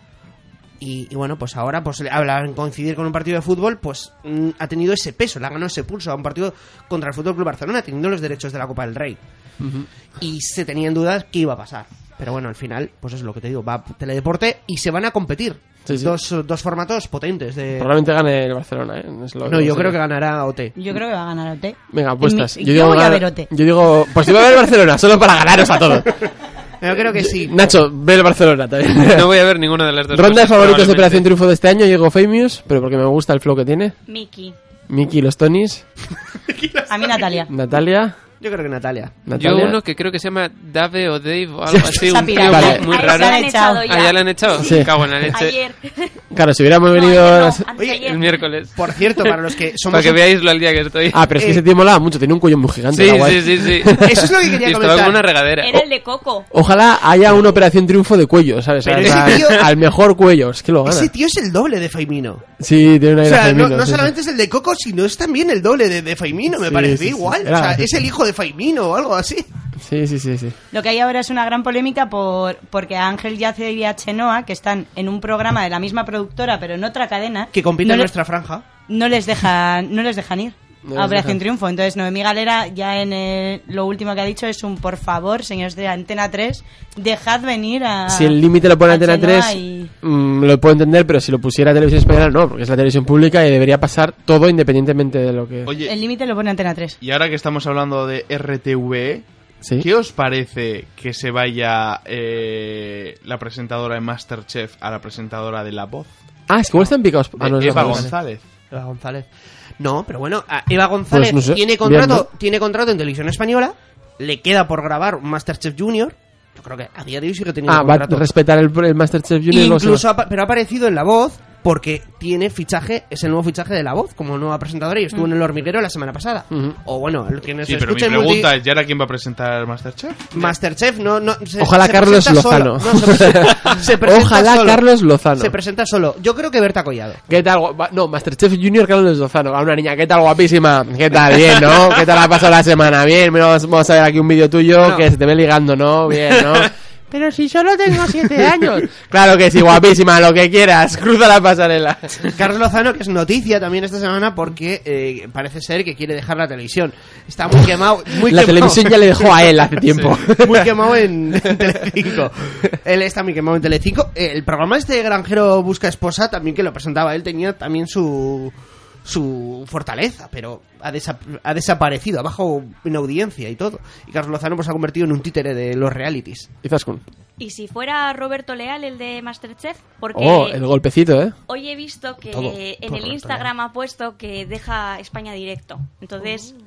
y, y bueno, pues ahora, pues hablar, coincidir con un partido de fútbol, pues mm, ha tenido ese peso, le ha ganado ese pulso a un partido contra el Fútbol Club Barcelona, teniendo los derechos de la Copa del Rey. Y se tenían dudas qué iba a pasar. Pero bueno, al final, pues es lo que te digo, va teledeporte y se van a competir.
Sí, sí.
Dos, dos formatos potentes de...
Probablemente gane el Barcelona, ¿eh? Es lo-
No, yo
sé.
creo que ganará OT.
Yo creo que va a ganar OT.
Venga, apuestas.
En mi- yo voy a
gana-
ver OT.
Yo digo, pues yo voy a ver Barcelona, solo para ganaros a todos.
Yo creo que sí.
Nacho, ve el Barcelona también.
No voy a ver ninguna de las dos.
Ronda de
cosas,
favoritos de
probablemente.
Operación Triunfo de este año, Diego Famous, pero porque me gusta el flow que tiene.
Miki.
Miki y los Tonis.
A mí Natalia.
Natalia.
Yo creo que Natalia.
Yo
Natalia.
uno que creo que se llama Dave o Dave o algo así, un tío
pirata.
muy,
Vale.
muy
A esa
raro.
la han echado
Ah,
ya.
ya la han echado.
Sí.
Cago en la leche.
Ayer.
Claro, si hubiéramos venido. las-
Anteayer.
El miércoles.
Por cierto, para los que somos...
Para que veáis lo al día que estoy.
Ah, pero es que
Eh.
ese tío molaba mucho, tiene un cuello muy gigante.
Sí,
era guay.
sí, sí, sí.
Eso es lo que quería
Y estaba
comentar.
como una regadera.
Era el de Coco.
Ojalá haya una operación triunfo de cuello, ¿sabes?
Pero
al,
ese tío-
al mejor cuello, es que lo gana.
Ese tío es el doble de Faimino.
Oh, Sí, tiene una
O
idea
sea, no,
femenina,
no
sí, sí.
solamente es el de Coco, sino es también el doble de, de Faimino, me
Sí,
parece
sí, sí.
igual.
Era
o sea,
gracioso.
es el hijo de Faimino o algo así.
Sí, sí, sí, sí.
Lo que hay ahora es una gran polémica por porque a Ángel Yace y a Chenoa, que están en un programa de la misma productora pero en otra cadena,
Que compite
no
en
le-
nuestra franja.
no les dejan no les dejan ir
No les
a Operación
dejan.
Triunfo. Entonces, Noemí Galera ya en el- lo último que ha dicho es un por favor, señores de Antena 3, dejad venir a
Si el límite lo pone
a
Antena
Chenoa
3,
y-
mm, lo puedo entender, pero si lo pusiera Televisión Española, no, porque es la televisión pública y debería pasar todo independientemente de lo que.
Oye,
el límite lo pone Antena 3.
y ahora que estamos hablando de RTVE,
Sí.
¿qué os parece que se vaya eh, la presentadora de Masterchef a la presentadora de La Voz?
Ah, es que igual están picados. Ah,
De
no, es la
Eva
Voz.
González.
Eva González. No, pero bueno, a Eva González
Pues no sé,
tiene,
bien,
contrato,
¿no?
tiene contrato en televisión española. Le queda por grabar un Masterchef Junior. Yo creo que a día de hoy sigue teniendo
Ah, va a
contrato.
respetar el, el Masterchef Junior. y luego se va.
Incluso, ha pa- pero ha aparecido en La Voz porque tiene fichaje, es el nuevo fichaje de La Voz como nueva presentadora y estuvo en El Hormiguero la semana pasada.
Mm. Ujú.
O bueno, lo tienes
Sí, pero mi
escucha en multi-
pregunta es, ¿y ahora quién va a presentar Masterchef?
Masterchef no, no se-
Ojalá
se
Carlos
presenta
Lozano.
solo. No, se presenta- se presenta
Ojalá
solo.
Carlos Lozano.
Se presenta solo. Yo creo que Berta Collado.
¿Qué tal? guapa? No, Masterchef Junior Carlos Lozano. A una niña, ¿qué tal guapísima? ¿Qué tal? Bien, ¿no? ¿Qué tal ha pasado la semana? Bien, mira, vamos, vamos a ver aquí un vídeo tuyo
No.
que se te ve ligando, ¿no? Bien, ¿no?
Pero si solo tengo siete años.
Claro que sí, guapísima, lo que quieras. Cruza la pasarela.
Carlos Lozano, que es noticia también esta semana porque eh, parece ser que quiere dejar la televisión. Está muy quemado. Muy
La
quemado.
televisión ya le dejó a él hace tiempo.
muy quemado en, en Telecinco. Él está muy quemado en Telecinco. Eh, El programa este de Granjero Busca Esposa, también que lo presentaba él, tenía también su su fortaleza, pero ha, desa- ha desaparecido, ha bajado en audiencia y todo. Y Carlos Lozano pues ha convertido en un títere de los realities.
Y Zascun.
Y si fuera Roberto Leal, el de Masterchef, porque
Oh, el golpecito, ¿eh?
hoy he visto que
Todo,
en
todo
el
Roberto
Instagram ha puesto que deja España directo. Entonces,
Oh.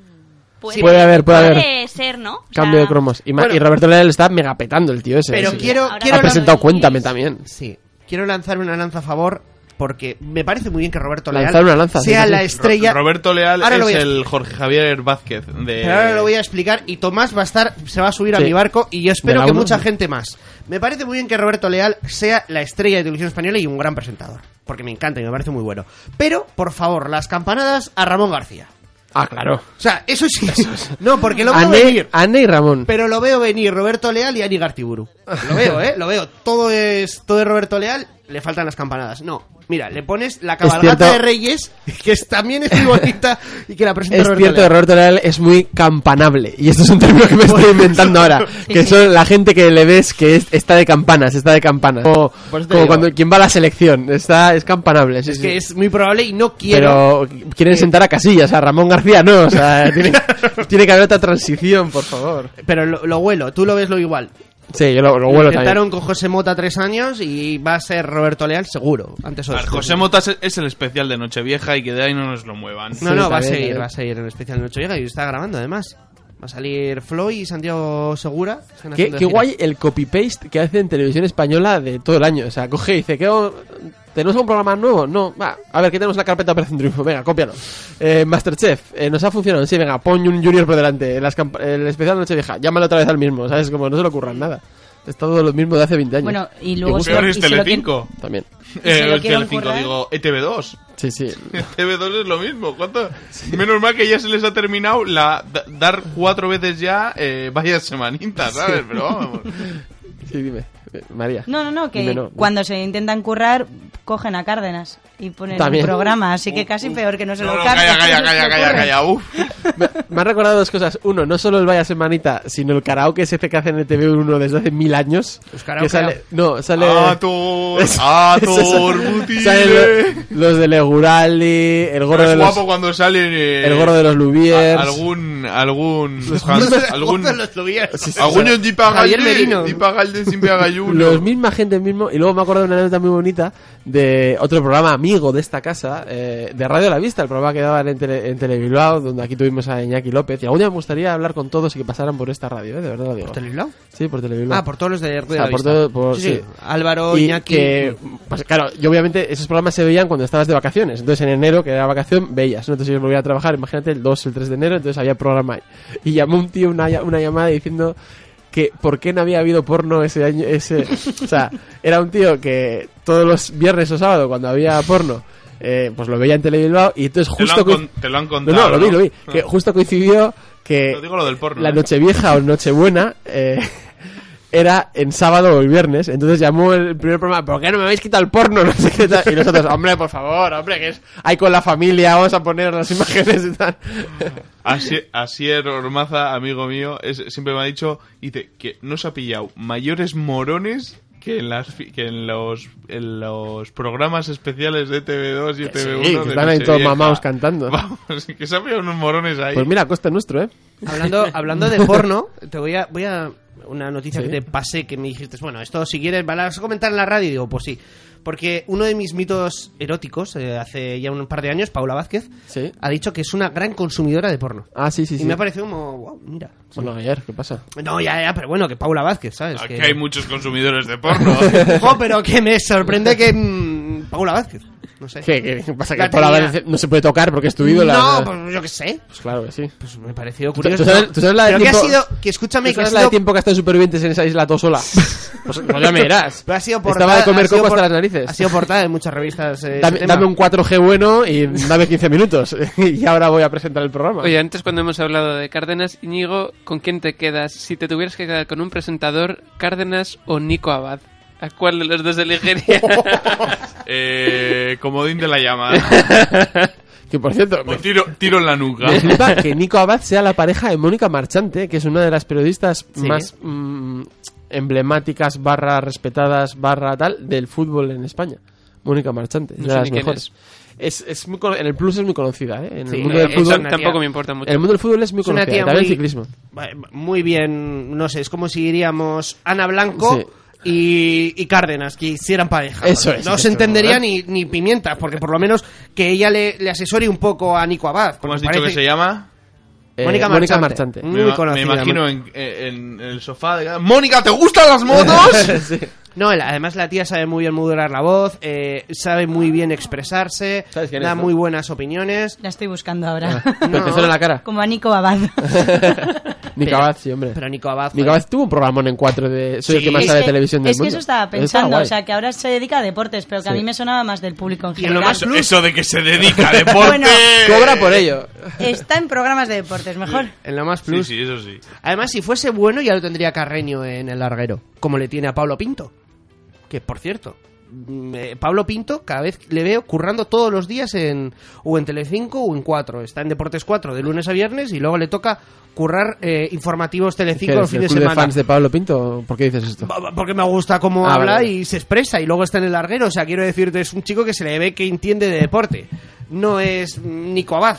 pues,
Sí, puede haber, puede haber.
ser, ¿no? O
Cambio
sea,
de cromos. Y, ma-
Bueno.
y Roberto Leal está mega petando el tío ese.
Pero
sí.
quiero-
Ha
quiero
presentado Cuéntame también.
Sí. Quiero lanzar una lanza a favor porque me parece muy bien que Roberto Leal
Lanzar una lanza,
sea
sí,
la
sí.
estrella.
Ro- Roberto Leal
Ahora lo voy
es
a-
el Jorge Javier Vázquez de...
Pero ahora lo voy a explicar y Tomás va a estar, se va a subir a
Sí.
mi barco y yo
¿De
espero
la
que
uno?
mucha gente más. Me parece muy bien que Roberto Leal sea la estrella de televisión española y un gran presentador, porque me encanta y me parece muy bueno. Pero, por favor, las campanadas a Ramón García.
Ah, claro.
O sea, eso sí. No, porque lo veo
Anne,
venir.
Anne y Ramón.
Pero lo veo venir Roberto Leal y Ani Gartiburu. Lo veo, ¿eh? Lo veo. Todo es, todo es Roberto Leal, le faltan las campanadas. No, mira, le pones la cabalgata
cierto.
de Reyes, que es- también es muy bonita y que la presenta
Es
Roberto
cierto,
Leal.
Roberto Leal es muy campanable. Y esto es un término que me estoy inventando ahora. Que son la gente que le ves que es- está de campanas, está de campanas. Como,
Por eso te
como
digo.
cuando quien va a la selección, está, es campanable. sí,
Es
sí.
que es muy probable y no quiero.
Pero quieren sentar a casillas, a Ramón García no, o sea, tiene, tiene que haber otra transición, por favor.
Pero, lo, lo huelo, tú lo ves lo igual.
Sí, yo lo,
Lo
lo huelo
intentaron
también.
con José Mota tres años y va a ser Roberto Leal seguro. Antes o
A ver,
después.
José Motas es- es el especial de Nochevieja y que de ahí no nos lo muevan.
No, no, va a seguir, va a seguir en el especial de Nochevieja y está grabando además. Va a salir Floy y Santiago Segura. Están
Qué,
haciendo
qué
gira.
guay el copy-paste que hace en televisión española de todo el año. O sea, coge y dice, ¿qué, vamos- ¿tenemos algún programa nuevo? No, va, a ver, que tenemos la carpeta Operación Triunfo, venga, cópialo. Eh, Masterchef, eh, nos ha funcionado, sí, venga, pon un junior por delante, las camp- el especial de Nochevieja, llámalo otra vez al mismo, ¿sabes? Como no se le ocurran nada. Es todo lo mismo de hace 20 años.
Bueno, y luego
se lo- Peor es y se lo Este Telecinco. quieren-
También.
Eh, el Telecinco, digo, E ETV2.
Sí, sí.
ETV2 es lo mismo. ¿cuánto? Menos mal que ya se les ha terminado la da- dar cuatro veces ya eh, vaya semanita, ¿sabes?
Sí.
Pero vamos.
Sí, dime, eh, María.
No, no, no, que
Dime no.
cuando se intentan currar, cogen a Cárdenas y ponen
También.
un programa, así que casi peor que no se
Uh, No,
lo
no,
cambien.
calla, calla, calla, calla, calla. Uf.
Me ha recordado dos cosas. Uno, no solo el Vaya Semanita, sino el karaoke ese que hacen en el TV1 desde hace mil años.
karaoke.
que sale, no, sale...
Ator,
Eso-
Ator,
eso-
Butile.
salen lo- los de Legurali, el gordo
es
de los...
guapo cuando sale eh,
el gorro de los Lumiers.
a- algún algún algún
Sí, sí,
algún
sí.
Di Pagalde,
Javier Merino.
Di Pagalde sin Pagayuno.
Los misma gente mismo. Y luego me acuerdo de una anécdota muy bonita de otro programa amigo de esta casa, eh, de Radio La Vista, el programa que daban en, Tele, en Telebilbao, donde aquí tuvimos a Iñaki López. Y algún día me gustaría hablar con todos y que pasaran por esta radio, eh, de verdad lo digo. ¿Por
Telebilbao?
Sí, por Telebilbao.
Ah, por todos los de
O
Radio
sea,
La
por
Vista.
todo- por-
Sí, sí.
sí.
Álvaro,
Y
Iñaki.
que, pues, claro, yo obviamente esos programas se veían cuando estabas de vacaciones. Entonces en enero, que era vacación, veías. ¿no? Entonces yo volvía a trabajar, imagínate, el 2 o el 3 de enero, entonces había programa ahí. Y llamó un tío una, ll- una llamada diciendo que por qué no había habido porno ese año. Ese, o sea, era un tío que todos los viernes o sábado, cuando había porno, eh, pues lo veía en Telebilbao y entonces
Te lo,
justo...
han
coinc-
con- te lo han
no,
contado.
no, lo vi,
¿no? Ah.
lo vi. Que justo coincidió que
Lo digo lo del porno.
la
¿eh?
Nochevieja o Nochebuena eh, era en sábado o el viernes. Entonces llamó el primer programa, ¿por qué no me habéis quitado el porno? No sé qué tal. Y nosotros, hombre, por favor, hombre, que es ahí con la familia, vamos a poner las imágenes y tal.
Así, así es, Ormaza, amigo mío, es- siempre me ha dicho, dice, que no se ha pillado mayores morones que en, las, fi- que en, los, en los programas especiales de TV2 y TV1.
Sí, que
de
están ahí todos
Nochevieja".
mamados cantando.
Vamos, que se han pillado unos morones ahí.
Pues mira, coste nuestro, ¿eh?
Hablando, hablando de porno, te voy a, voy a una noticia
Sí.
que te pasé que me dijiste, bueno, esto si quieres, ¿me la ¿vas a comentar en la radio? Y digo, pues sí. Porque uno de mis mitos eróticos, eh, hace ya un par de años, Paula Vázquez, ha dicho que es una gran consumidora de porno.
Ah, sí, sí,
y
sí.
me ha parecido como, wow, mira.
Bueno, ayer, ¿qué pasa?
No, ya, ya, pero bueno, que Paula Vázquez, ¿sabes?
Aquí
Que-
hay muchos consumidores de porno.
Ojo, pero que me sorprende que... mm, Paula Vázquez. No sé.
¿Qué, qué- qué pasa? Que
La
por
tenía.
haber- no se puede tocar porque es tu ídola.
No, pues yo qué sé.
Pues claro que sí. Pues
me pareció
¿Tú,
curioso,
sabes,
¿no?
tú sabes la de
Pero que ha
tiempo,
sido- que escúchame,
¿tú
que ha
sabes la
sido-
de tiempo que ha estado supervivientes en esa isla todo sola? Pues no ya me dirás.
Pero ha sido portada,
Estaba de comer
ha sido
coco hasta
por-
las narices.
Ha sido portada en muchas revistas. eh,
Dame,
ese tema.
dame un 4G bueno y dame 15 minutos. y ahora voy a presentar el programa.
Oye, antes cuando hemos hablado de Cárdenas, Íñigo, ¿con quién te quedas? Si te tuvieras que quedar con un presentador, Cárdenas o Nico Abad. ¿A cuál de los dos elegirías?
Eh, comodín de la llama.
que por cierto,
O tiro, tiro en la nuca.
Me flipa que Nico Abad sea la pareja de Mónica Marchante, que es una de las periodistas
Sí.
más mm, emblemáticas, barra respetadas, barra tal, del fútbol en España. Mónica Marchante,
No
de
sé
las
ni quién
mejores. Es, es muy cono- en el plus es muy conocida, ¿eh? En
Sí,
el mundo
eh,
del
es
fútbol.
una tía- Tampoco me importa mucho.
En el mundo del fútbol es muy
Es una
conocida,
tía
y también el
muy-
ciclismo.
Eh, Muy bien, no sé, es como si diríamos Ana Blanco
Sí.
y, y Cárdenas, que hicieran pareja.
Eso
¿no?
es,
No se
eso es,
entendería
¿verdad?
ni, ni pimienta, porque por lo menos que ella le, le asesore un poco a Nico Abad.
¿Cómo has
porque
dicho que
parece-
se llama?
Eh, Mónica Mónica Marchante. Marchante. Muy
Me ima-
conocida,
Me imagino
muy-
en, en el sofá de... ¡Mónica, ¿te gustan las motos?
No, el- además la tía sabe muy bien modular la voz, eh, sabe muy bien expresarse, da
quién es, no? Pues
muy buenas opiniones.
La estoy buscando ahora.
Pero te suena la cara.
Como a Nico Abad.
Nico
Pero-
Abad, sí, hombre.
Pero Nico Abad.
Nico Abad tuvo un programón en 4 de... Soy el
Sí.
que más
Es
sabe de
que-
televisión del
es que
mundo.
eso estaba
Estaba
pensando,
guay.
o sea, que ahora se dedica a deportes, pero que a
Sí.
mí me sonaba más del público en
Eso-
general.
Eso de que se dedica a deporte.
Bueno.
Cobra por ello.
Está en programas de deportes, mejor.
En lo más
Sí,
plus.
sí, eso sí.
Además, si fuese bueno, ya lo tendría Carreño en el larguero, como le tiene a Pablo Pinto. Que, por cierto, mm, eh, Pablo Pinto cada vez le veo currando todos los días en o en Telecinco o en 4. Está en Deportes 4 de lunes a viernes y luego le toca currar eh, informativos
¿Qué
Telecinco
eres,
los fines
¿El
de
club de
semana.
fans de Pablo Pinto? ¿Por qué dices esto?
Pa- pa- Porque me gusta cómo
Ah,
habla
vale.
y se expresa y luego está en el larguero. O sea, quiero decirte, es un chico que se le ve que entiende de deporte. No es mm, Nico Abad.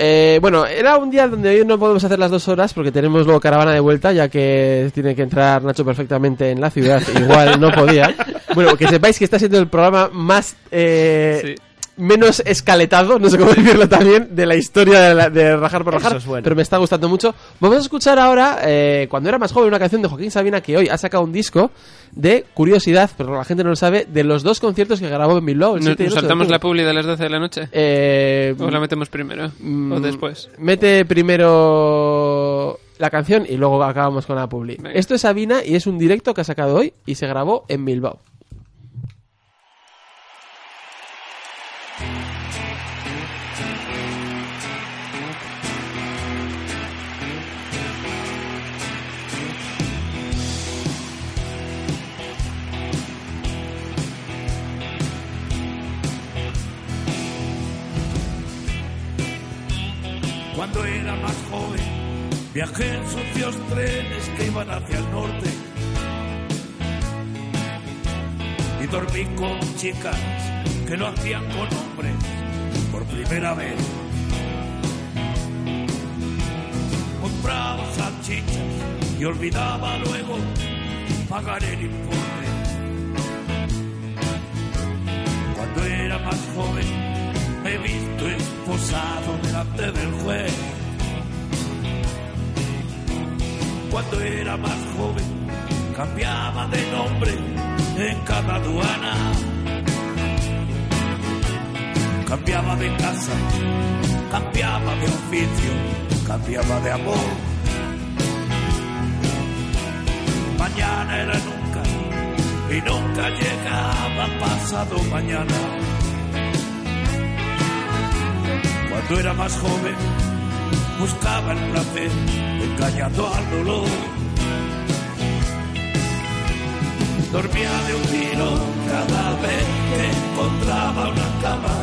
Eh, bueno, era un día donde hoy no podemos hacer las dos horas porque tenemos luego caravana de vuelta, ya que tiene que entrar Nacho perfectamente en la ciudad. Igual no podía. Bueno, que sepáis que está siendo el programa más. eh, Menos escaletado, no sé cómo decirlo también, de la historia de, la- de Rajar por
Eso
Rajar,
es bueno.
pero me está gustando mucho. Vamos a escuchar ahora, eh, cuando era más joven, una canción de Joaquín Sabina que hoy ha sacado un disco de curiosidad, pero la gente no lo sabe, de los dos conciertos que grabó en Bilbao. el
¿Nos,
7 y el 8
nos
de
saltamos
octubre.
la publi de las 12 de la noche?
Eh,
¿O la metemos primero? ¿O
Mm,
después?
Mete primero la canción y luego acabamos con la publi. Esto es Sabina y es un directo que ha sacado hoy y se grabó en Bilbao.
Cuando era más joven, viajé en sucios trenes que iban hacia el norte. Y dormí con chicas que lo hacían con hombres por primera vez. Compraba salchichas y olvidaba luego pagar el importe. Cuando era más joven, me he visto esposado delante del juez. Cuando era más joven, cambiaba de nombre en cada aduana. Cambiaba de casa, cambiaba de oficio, cambiaba de amor. Mañana era nunca y nunca llegaba pasado mañana. Cuando era más joven, buscaba el placer, engañando al dolor. Dormía de un tiro cada vez que encontraba una cama.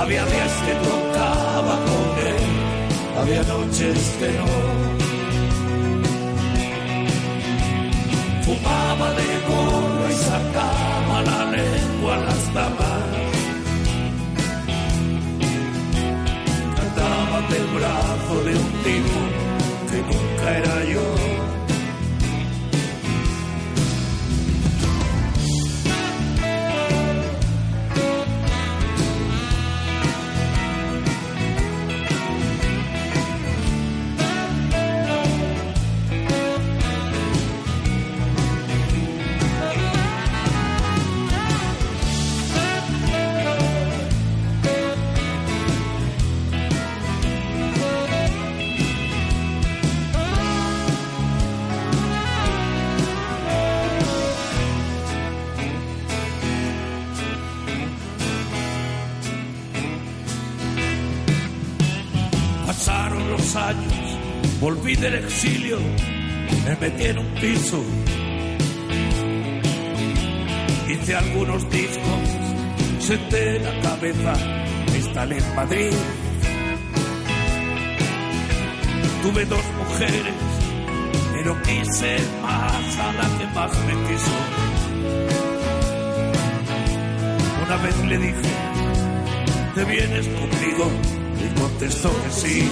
Había días que tocaba con él, había noches que no. fumaba de gorro y sacaba la lengua a las damas. Cantaba del brazo de un tipo que nunca era yo. los años, volví del exilio, me metí en un piso. Hice algunos discos, senté la cabeza, me instalé en Madrid. Tuve dos mujeres, pero quise más a la que más me quiso. Una vez le dije, ¿te vienes conmigo? Y contestó que sí.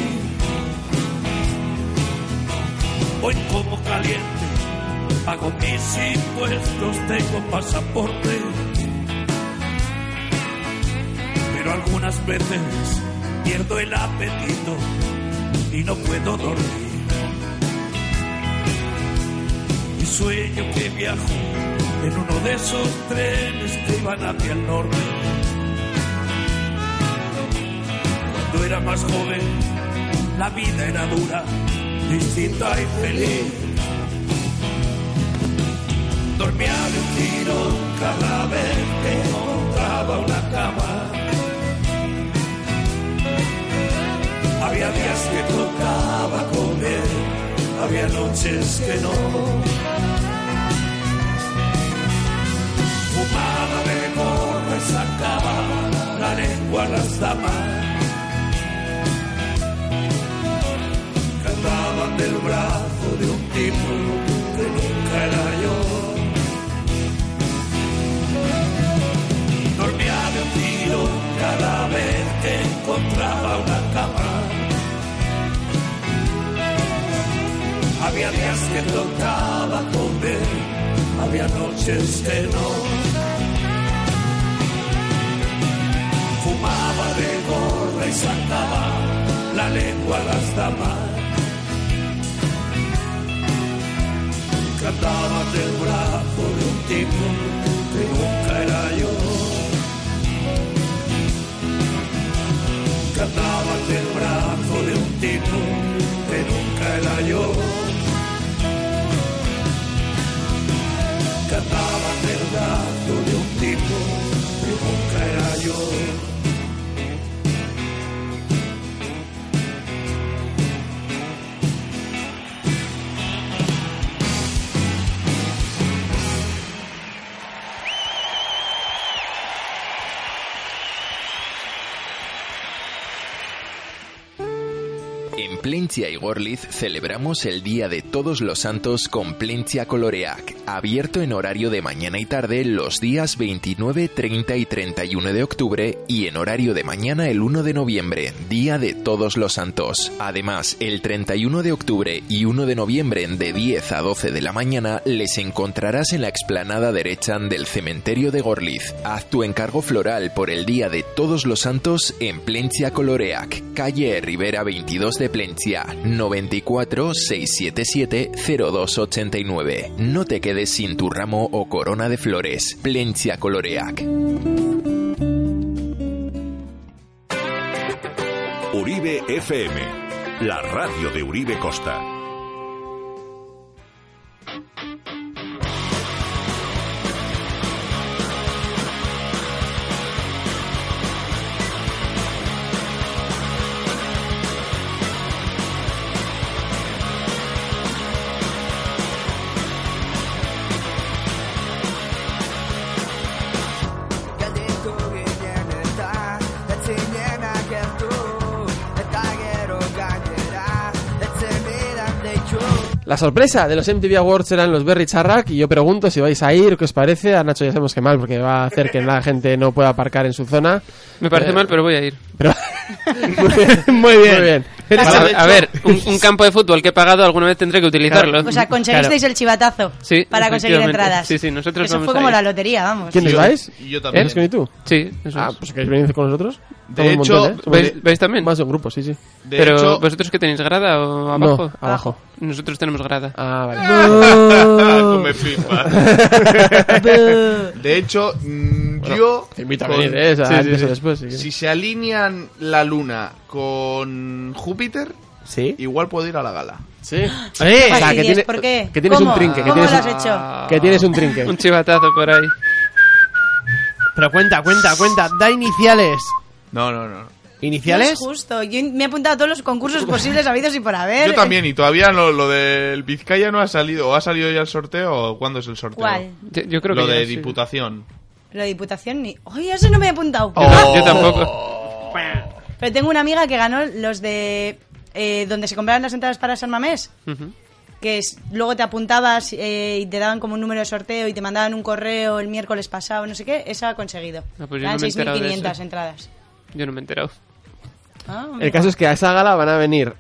Hoy como caliente, pago mis impuestos, tengo pasaporte. Pero algunas veces pierdo el apetito y no puedo dormir. Y sueño que viajo en uno de esos trenes que iban hacia el norte. Cuando era más joven, la vida era dura, distinta y feliz. Dormía de un tiro cada vez que encontraba una cama. Había días que tocaba comer, había noches que no. Fumaba de porra y sacaba la lengua a las damas. Cantaban del brazo de un tipo que nunca era yo. Dormía de un tiro cada vez que encontraba una cama. Había días que tocaba comer, había noches que no. Fumaba de gorra y sacaba la lengua a las damas. Cantaba del brazo de un tipo que nunca era yo. Cantaba del brazo de un tipo que nunca era yo. cantaba del brazo de un tipo que nunca era yo.
En Plencia y Gorliz celebramos el Día de Todos los Santos con Plencia Coloreac, abierto en horario de mañana y tarde los días 29, 30 y 31 de octubre y en horario de mañana el 1 de noviembre, Día de Todos los Santos. Además, el 31 de octubre y 1 de noviembre de 10 a 12 de la mañana les encontrarás en la explanada derecha del cementerio de Gorliz. Haz tu encargo floral por el Día de Todos los Santos en Plencia Coloreac, calle Rivera 22 de Plencia, 94 677 0289. No te quedes sin tu ramo o corona de flores. Plencia Coloreac.
Uribe FM, la radio de Uribe Costa.
La sorpresa de los MTV Awards eran los Berry Charrac y yo pregunto si vais a ir, qué os parece. A Nacho ya sabemos que mal porque va a hacer que la gente no pueda aparcar en su zona.
Me parece
Eh,
mal, pero voy a ir.
pero- muy bien. Muy bien.
Para- a ver, un, un campo de fútbol que he pagado alguna vez tendré que utilizarlo.
O sea, conseguisteis el chivatazo
Sí,
para conseguir
efectivamente.
entradas.
Sí, sí, nosotros
Eso
vamos
fue
a
como
ir.
la lotería, vamos.
¿Quiénes vais?
y yo también.
¿Erskine y tú?
Sí, eso
Ah,
es.
pues queréis venir con nosotros.
De
Somos un
hecho,
montón, ¿eh? Somos
¿veis-
de-
¿Veis también?
Más de un grupo, sí, sí.
De
pero
hecho-
vosotros que tenéis grada o
No,
abajo?
abajo.
Nosotros tenemos grada.
Ah, vale.
Come pipas. de hecho, mm,
Bueno,
yo.
te invito a venir, eh, o sea, antes o después, si quieres.
Si se alinean la luna con Júpiter, igual puedo ir a la gala.
Sí.
Eh, o sea, que tiene- ¿por qué? que tienes un ¿Cómo? trinque, que ¿Cómo tienes lo un- has hecho?
que tienes un trinque.
un chivatazo por ahí.
Pero cuenta, cuenta, cuenta. Da iniciales.
No, no, no.
¿Iniciales?
No es justo. Yo me he apuntado a todos los concursos posibles habidos y por haber.
Yo también, y todavía no- lo del Vizcaya no ha salido. ¿O ha salido ya el sorteo o cuándo es el sorteo?
¿Cuál?
Yo, yo creo
lo
que
de
ya, sí.
Diputación.
Lo de Diputación ni. ¡Ay, eso no me he apuntado!
Oh. Yo tampoco.
Pero tengo una amiga que ganó los de. eh, donde se compraban las entradas para San Mamés. Que es- luego te apuntabas eh, y te daban como un número de sorteo y te mandaban un correo el miércoles pasado, no sé qué. Eso ha conseguido.
Ah, pues yo
Eran
no me he enterado de
6.500
eso.
entradas.
Yo no me he enterado.
Ah,
El caso es que a esa gala van a venir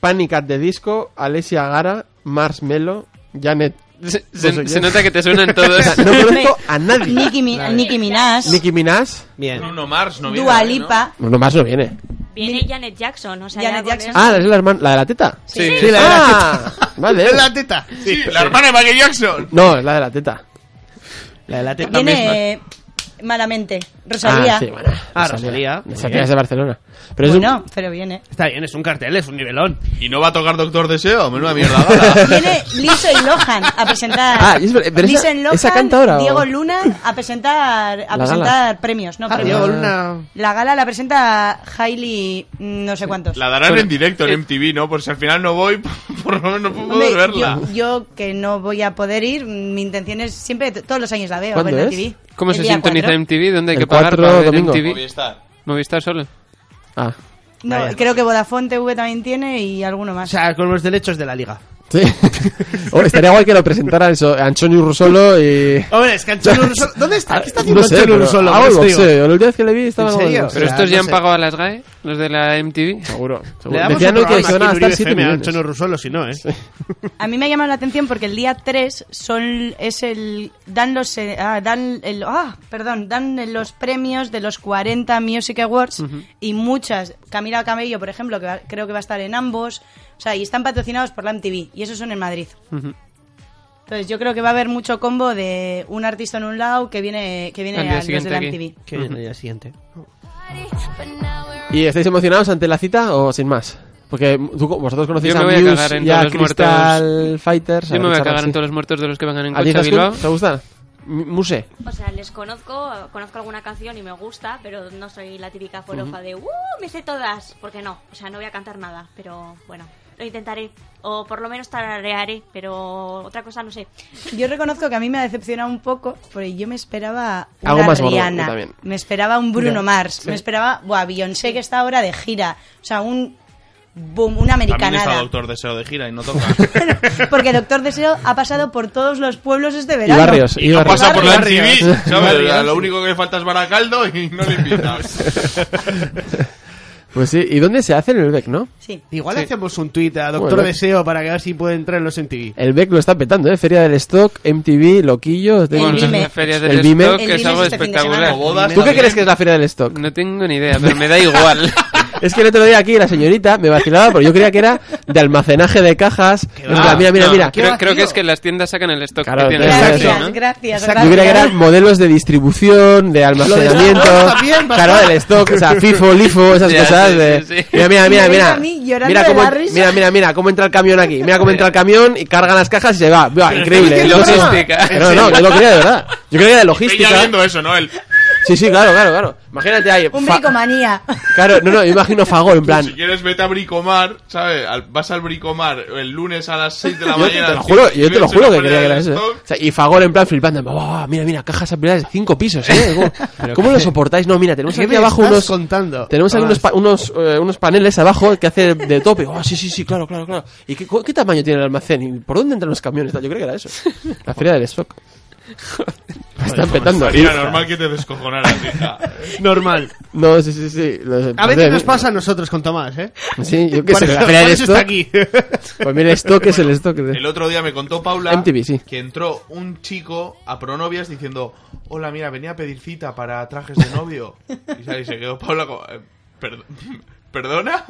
Panic at the Disco, Alessia Gara, Marshmello, Janet. Pues
Se- se- se nota que te suenan todos.
O sea, no conozco a nadie.
Nicki, Mi- Nicki Minaj,
Nicki Minaj.
Bien.
Bruno Mars no viene.
Dua Lipa.
No más no viene.
Viene Janet Jackson, o sea,
Janet
ya con
Jackson.
eso-
Ah, la, la, hermana- la de la teta.
Sí. Sí,
la de la
Ah, Vale. pues
la teta.
Eh,
Sí, la hermana de Michael Jackson.
No, es la de la teta.
La de la teta.
Viene eh, malamente. Rosalía.
Ah, sí, bueno.
Ah, Rosalía.
Esa
Muy
tía
bien.
es de Barcelona. Pero es un-
Bueno, pero viene.
Está bien, es un cartel, es un nivelón.
Y no va a tocar Doctor Deseo, menuda mierda gala.
Viene Lison Lohan a presentar.
Ah, y es ver- pero esa-
Lindsay Lohan,
¿esa canta ahora o-
Diego Luna a presentar, a
La
presentar premios, no
Ah,
premios.
Diego Luna.
La gala la presenta Hailey, mm, no sé cuántos.
La darán en directo
eh,
en MTV, ¿no? Por si al final no voy, por lo menos no puedo
Hombre,
verla.
Yo, yo que no voy a poder ir, mi intención es siempre, t- todos los años la veo,
¿Cuándo
en la
es?
TV.
¿Cómo
El
se
día
sintoniza
cuatro.
MTV? ¿Dónde hay
El
que pagar
cuatro
para ver
domingo.
MTV?
Movistar.
Movistar solo.
Ah,
No,
Vaya.
creo que Vodafone TV también tiene y alguno
O
más.
sea, con los derechos de la liga.
sí. Oh, estaría guay que lo presentara eso, Antonio Rusolo y.
Hombre, es que Antonio Ursola- ¿Dónde está? ¿Qué está haciendo
Ah, no sé,
Antonio
pero
Ursola?
hago el
Pues, tío,
boxeo. La última vez que le vi estaba
¿En
con el
serio?
boxeo.
¿Pero
sea,
estos ya
no
han
sé.
pagado a las GAE? ¿Los de la MTV?
Seguro, seguro.
Le damos
Decían
un
hoy que
programa
se
aquí
van a
en
gastar
Uribe
7
FM a
millones.
Antonio Ursola, si no, ¿eh?
A mí me ha llamado la atención porque el día 3 son, es el, dan los eh, ah, dan el, ah, perdón, dan los premios de los 40 Music Awards y muchas, Camila Cabello, por ejemplo, que va- creo que va a estar en ambos, o sea, y están patrocinados por la MTV y esos son en Madrid.
Ujú.
Entonces, yo creo que va a haber mucho combo de un artista en un lado que viene que viene
Al día
a los de
siguiente
la
aquí.
MTV.
Que viene el día siguiente.
¿Y estáis emocionados ante la cita o sin más? Porque tú- vosotros conocéis
Yo
a
me voy a
Muse
cagar en
y a
todos los
Crystal Fighters.
Yo me voy a cagar en
todos
todos los muertos de los que vengan en
¿A ti,
coche a
Zascun,
Bilbao.
¿Te gusta? M- Muse.
O sea, les conozco, conozco alguna canción y me gusta, pero no soy la típica forofa de ¡Uh! Me sé todas. Porque no, o sea, no voy a cantar nada, pero bueno, lo intentaré. O por lo menos tararearé, pero otra cosa no sé.
Yo reconozco que a mí me ha decepcionado un poco, porque yo me esperaba una
Algo más gordo,
Rihanna,
yo también.
me esperaba un Bruno
Ya,
Mars, me esperaba, buah, Beyoncé que está ahora de gira, o sea, un boom, una
También está
americanada.
Doctor Deseo de gira y no toca.
Porque Doctor Deseo ha pasado por todos los pueblos este
Y
verano.
barrios.
Y no
barrios.
pasa por la
Barrios.
MTV, ¿sabes?
Barrios,
Lo
sí.
único que le falta es Baracaldo y no le invitas.
Pues sí. ¿Y dónde se hace? En el BEC, ¿no?
Sí.
Igual
Sí.
hacemos un tuit a Doctor
Bueno.
Deseo para que a ver si puede entrar en los MTV.
El BEC lo está petando, ¿eh? Feria del Stock, MTV, Loquillo... tengo-
Bueno,
Vime.
la feria del
El Vime.
stock
El
que es
Vime
algo
es este fin de
espectacular.
semana. O
¿Tú
bodas
qué
También.
crees que es la Feria del Stock?
No tengo ni idea, pero me da igual.
Es que el otro día aquí la señorita me vacilaba porque yo creía que era de almacenaje de cajas. En
va.
plan, mira, mira,
No,
mira.
creo,
vacío.
creo que es que las tiendas sacan el stock
Claro, eh.
que tienen.
exacto.
Gracias,
¿no?
gracias,
Yo creía que
gracias.
eran modelos de distribución, de almacenamiento,
Lo de stock también, bastante.
claro, del stock, o sea, FIFO, LIFO, esas
Ya,
cosas.
sí,
de-
sí, sí.
Mira, mira,
Me
mira,
veis
mira.
a mí llorando
Mira
de
cómo,
la risa.
mira, mira, mira, cómo entra el camión aquí. Mira cómo entra el camión y cargan las cajas y se va. Buah, increíble.
Y
No sé-
logística.
No, no, yo lo creía de verdad. Yo creía de
Estoy ya
logística.
viendo eso, ¿no? El-
Sí, sí, claro, claro, claro. Imagínate ahí.
Un
fa-
bricomanía.
Claro, no, no, yo imagino Fagol, en plan.
Si quieres, vete a Bricomar, ¿sabes? Al- vas al Bricomar el lunes a las 6 de la
Yo te,
mañana.
lo juro, yo te lo juro que
Tienes
creía que
una
era eso. ¿eh?
stock.
O sea, y Fagor en plan flipando. "Buah, mira, mira, cajas ampliadas de cinco pisos, ¿eh? ¿Cómo, cómo lo soportáis? No, mira, tenemos
¿Qué
aquí
me
abajo
estás
unos...
contando? Ah,
Tenemos ahí
Tomás.
unos, pa- unos, eh, unos paneles abajo que hace de tope. Oh, sí, sí, sí, claro, claro, claro. ¿Y qué, cu- qué tamaño tiene el almacén? ¿Y por dónde entran los camiones? Yo creo que era eso. La feria del stock. La están petando.
pues, Sería normal que te descojonaras, hija.
Normal.
No, sí, sí, sí. Los-
A veces nos pasa a nosotros con Tomás, ¿eh?
Sí, yo qué sé.
Por
La
eso-
feria
por
del
eso está
stock.
aquí.
Pues mira, el stock es el stock. de-
El otro día me contó Paula
MTV, sí.
que entró un chico a pronovias diciendo: Hola, mira, venía a pedir cita para trajes de novio. Y se- y se quedó Paula como. "Eh, perd- ¿Perdona?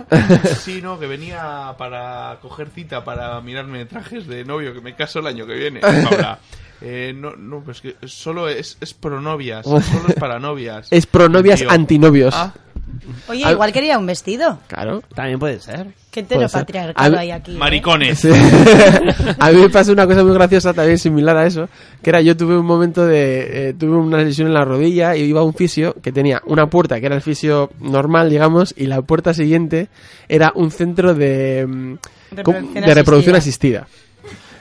Sí, no, que venía para coger cita para mirarme trajes de novio, que me caso el año que viene. Paula, "Eh, no, no, pues que solo es, es pronovias, solo es para novias.
Es pronovias
Tío,
antinovios.
Ah,
Oye,
Al-
igual quería un vestido.
Claro, también puede ser.
Qué
Puede ser.
heteropatriarcado
A mí-
hay aquí. ¿eh?
Maricones.
Sí. a mí me pasó una cosa muy graciosa también similar a eso, que era yo tuve un momento de eh, tuve una lesión en la rodilla y iba a un fisio que tenía una puerta que era el fisio normal, digamos, y la puerta siguiente era un centro de mm, com-
Reproducción
de reproducción
asistida.
asistida.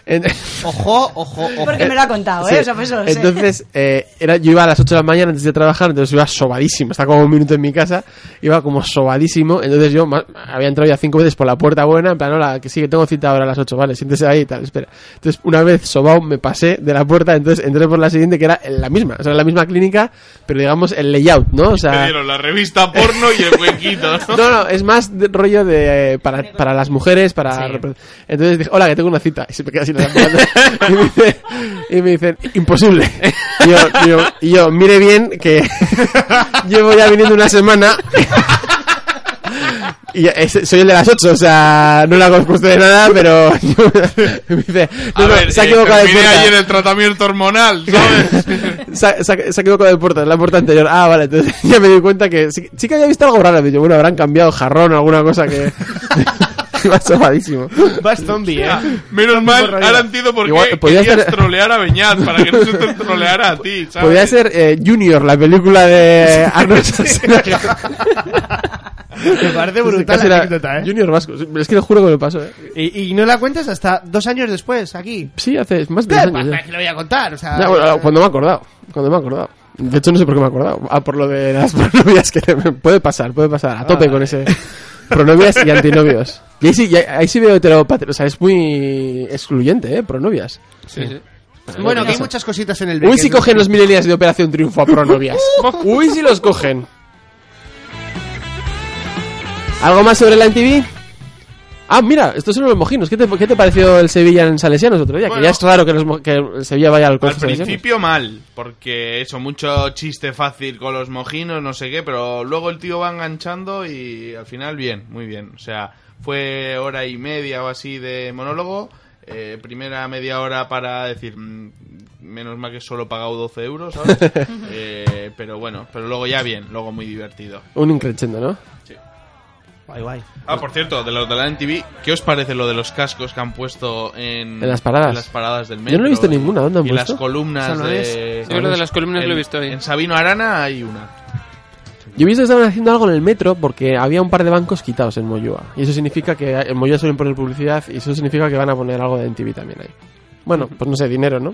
En-
Ojo, ojo, ojo.
Porque me lo ha contado, ¿eh?
Sí.
O sea, pues eso lo sé.
entonces, eh, era, yo iba a las 8 de la mañana antes de trabajar, entonces iba sobadísimo. Estaba como un minuto en mi casa, iba como sobadísimo. Entonces yo ma- había entrado ya cinco veces por la puerta buena, en plan, hola, que sí, que tengo cita ahora a las 8, vale, siéntese ahí y tal, espera. Entonces, una vez sobao, me pasé de la puerta, entonces entré por la siguiente, que era en la misma, o sea, en la misma clínica, pero digamos el layout, ¿no? O
Me
sea.
dieron la revista porno y el huequito. ¿no?
No, no, es más de- rollo de eh, para, para las mujeres, para repre- entonces dije, hola, que tengo una cita y se me queda así la mirando. y, me dice, y me dicen, imposible. Y yo, y yo- y yo, mire bien que llevo ya viniendo una semana y es- soy el de las 8, o sea, no la conozco a usted de nada, pero yo- me dice,
A
"No, no,
ver,
se ha
eh,
equivocado de
terminé
puerta".
ayer el tratamiento hormonal, ¿sabes?
se, ha- se ha- se ha equivocado de puerta, es la puerta anterior. Ah, vale, entonces ya me di cuenta que sí, sí que había visto algo raro. Digo, bueno, habrán cambiado jarrón o alguna cosa que. Iba sobadísimo.
Vas zombie, ¿eh? Menos mal, ahora entiendo por
Igual,
qué
podía
querías
ser-
trolear a Beñat para que no se te troleara a ti, ¿sabes?
Podría ser eh, Junior, la película de Arnold Schwarzenegger.
Me parece brutal
Casi
la
era
anécdota, ¿eh?
Junior Vasco. Es que lo juro que me pasó, ¿eh?
Y, y no la cuentas hasta dos años después, aquí.
Sí, hace más de
¿Qué?
diez años ya.
¿Para qué lo voy a contar? O sea,
Ya, bueno, cuando me he acordado. Cuando me he acordado. De hecho, no sé por qué me he acordado. Ah, por lo de las pronovias que me- puede pasar, puede pasar. A tope con ese. Pronovias y antinovios. Y ahí sí, y ahí- ahí sí veo heteropatria. O sea, es muy excluyente, ¿eh? Pronovias.
Sí, sí.
Pues bueno, que hay muchas cositas en el
Uy, si
si
cogen los milenias de Operación Triunfo a pronovias. Uy, si los cogen. ¿Algo más sobre la MTV? Ah, mira, estos son los mojinos. ¿Qué te, qué te pareció el Sevilla en Salesianos otro día? que
Bueno.
ya es raro que, los mo- que el Sevilla vaya al
Al
colegio Salesianos.
principio mal, porque eso, mucho chiste fácil con los mojinos, no sé qué, pero luego el tío va enganchando y al final bien, muy bien. O sea, fue hora y media o así de monólogo, eh, primera media hora para decir, mm, menos mal que solo he pagado 12 euros, ¿sabes? Eh, pero bueno, pero luego ya bien, luego muy divertido.
Un increchendo, ¿no?
Guay, guay.
Ah, por cierto, de los de la NTV, ¿qué os parece lo de los cascos que han puesto en,
En las paradas.
en las paradas del
Yo
metro?
no he visto
y-
ninguna, ¿dónde han
y
puesto?
las columnas
Solo
de...
es- Yo lo de
las columnas
en-
lo he visto hoy.
En Sabino Arana hay una.
Yo he visto que estaban haciendo algo en el metro porque había un par de bancos quitados en Moyúa. Y eso significa que en Moyúa suelen poner publicidad y eso significa que van a poner algo de NTV también ahí. Bueno, pues no sé, dinero, ¿no?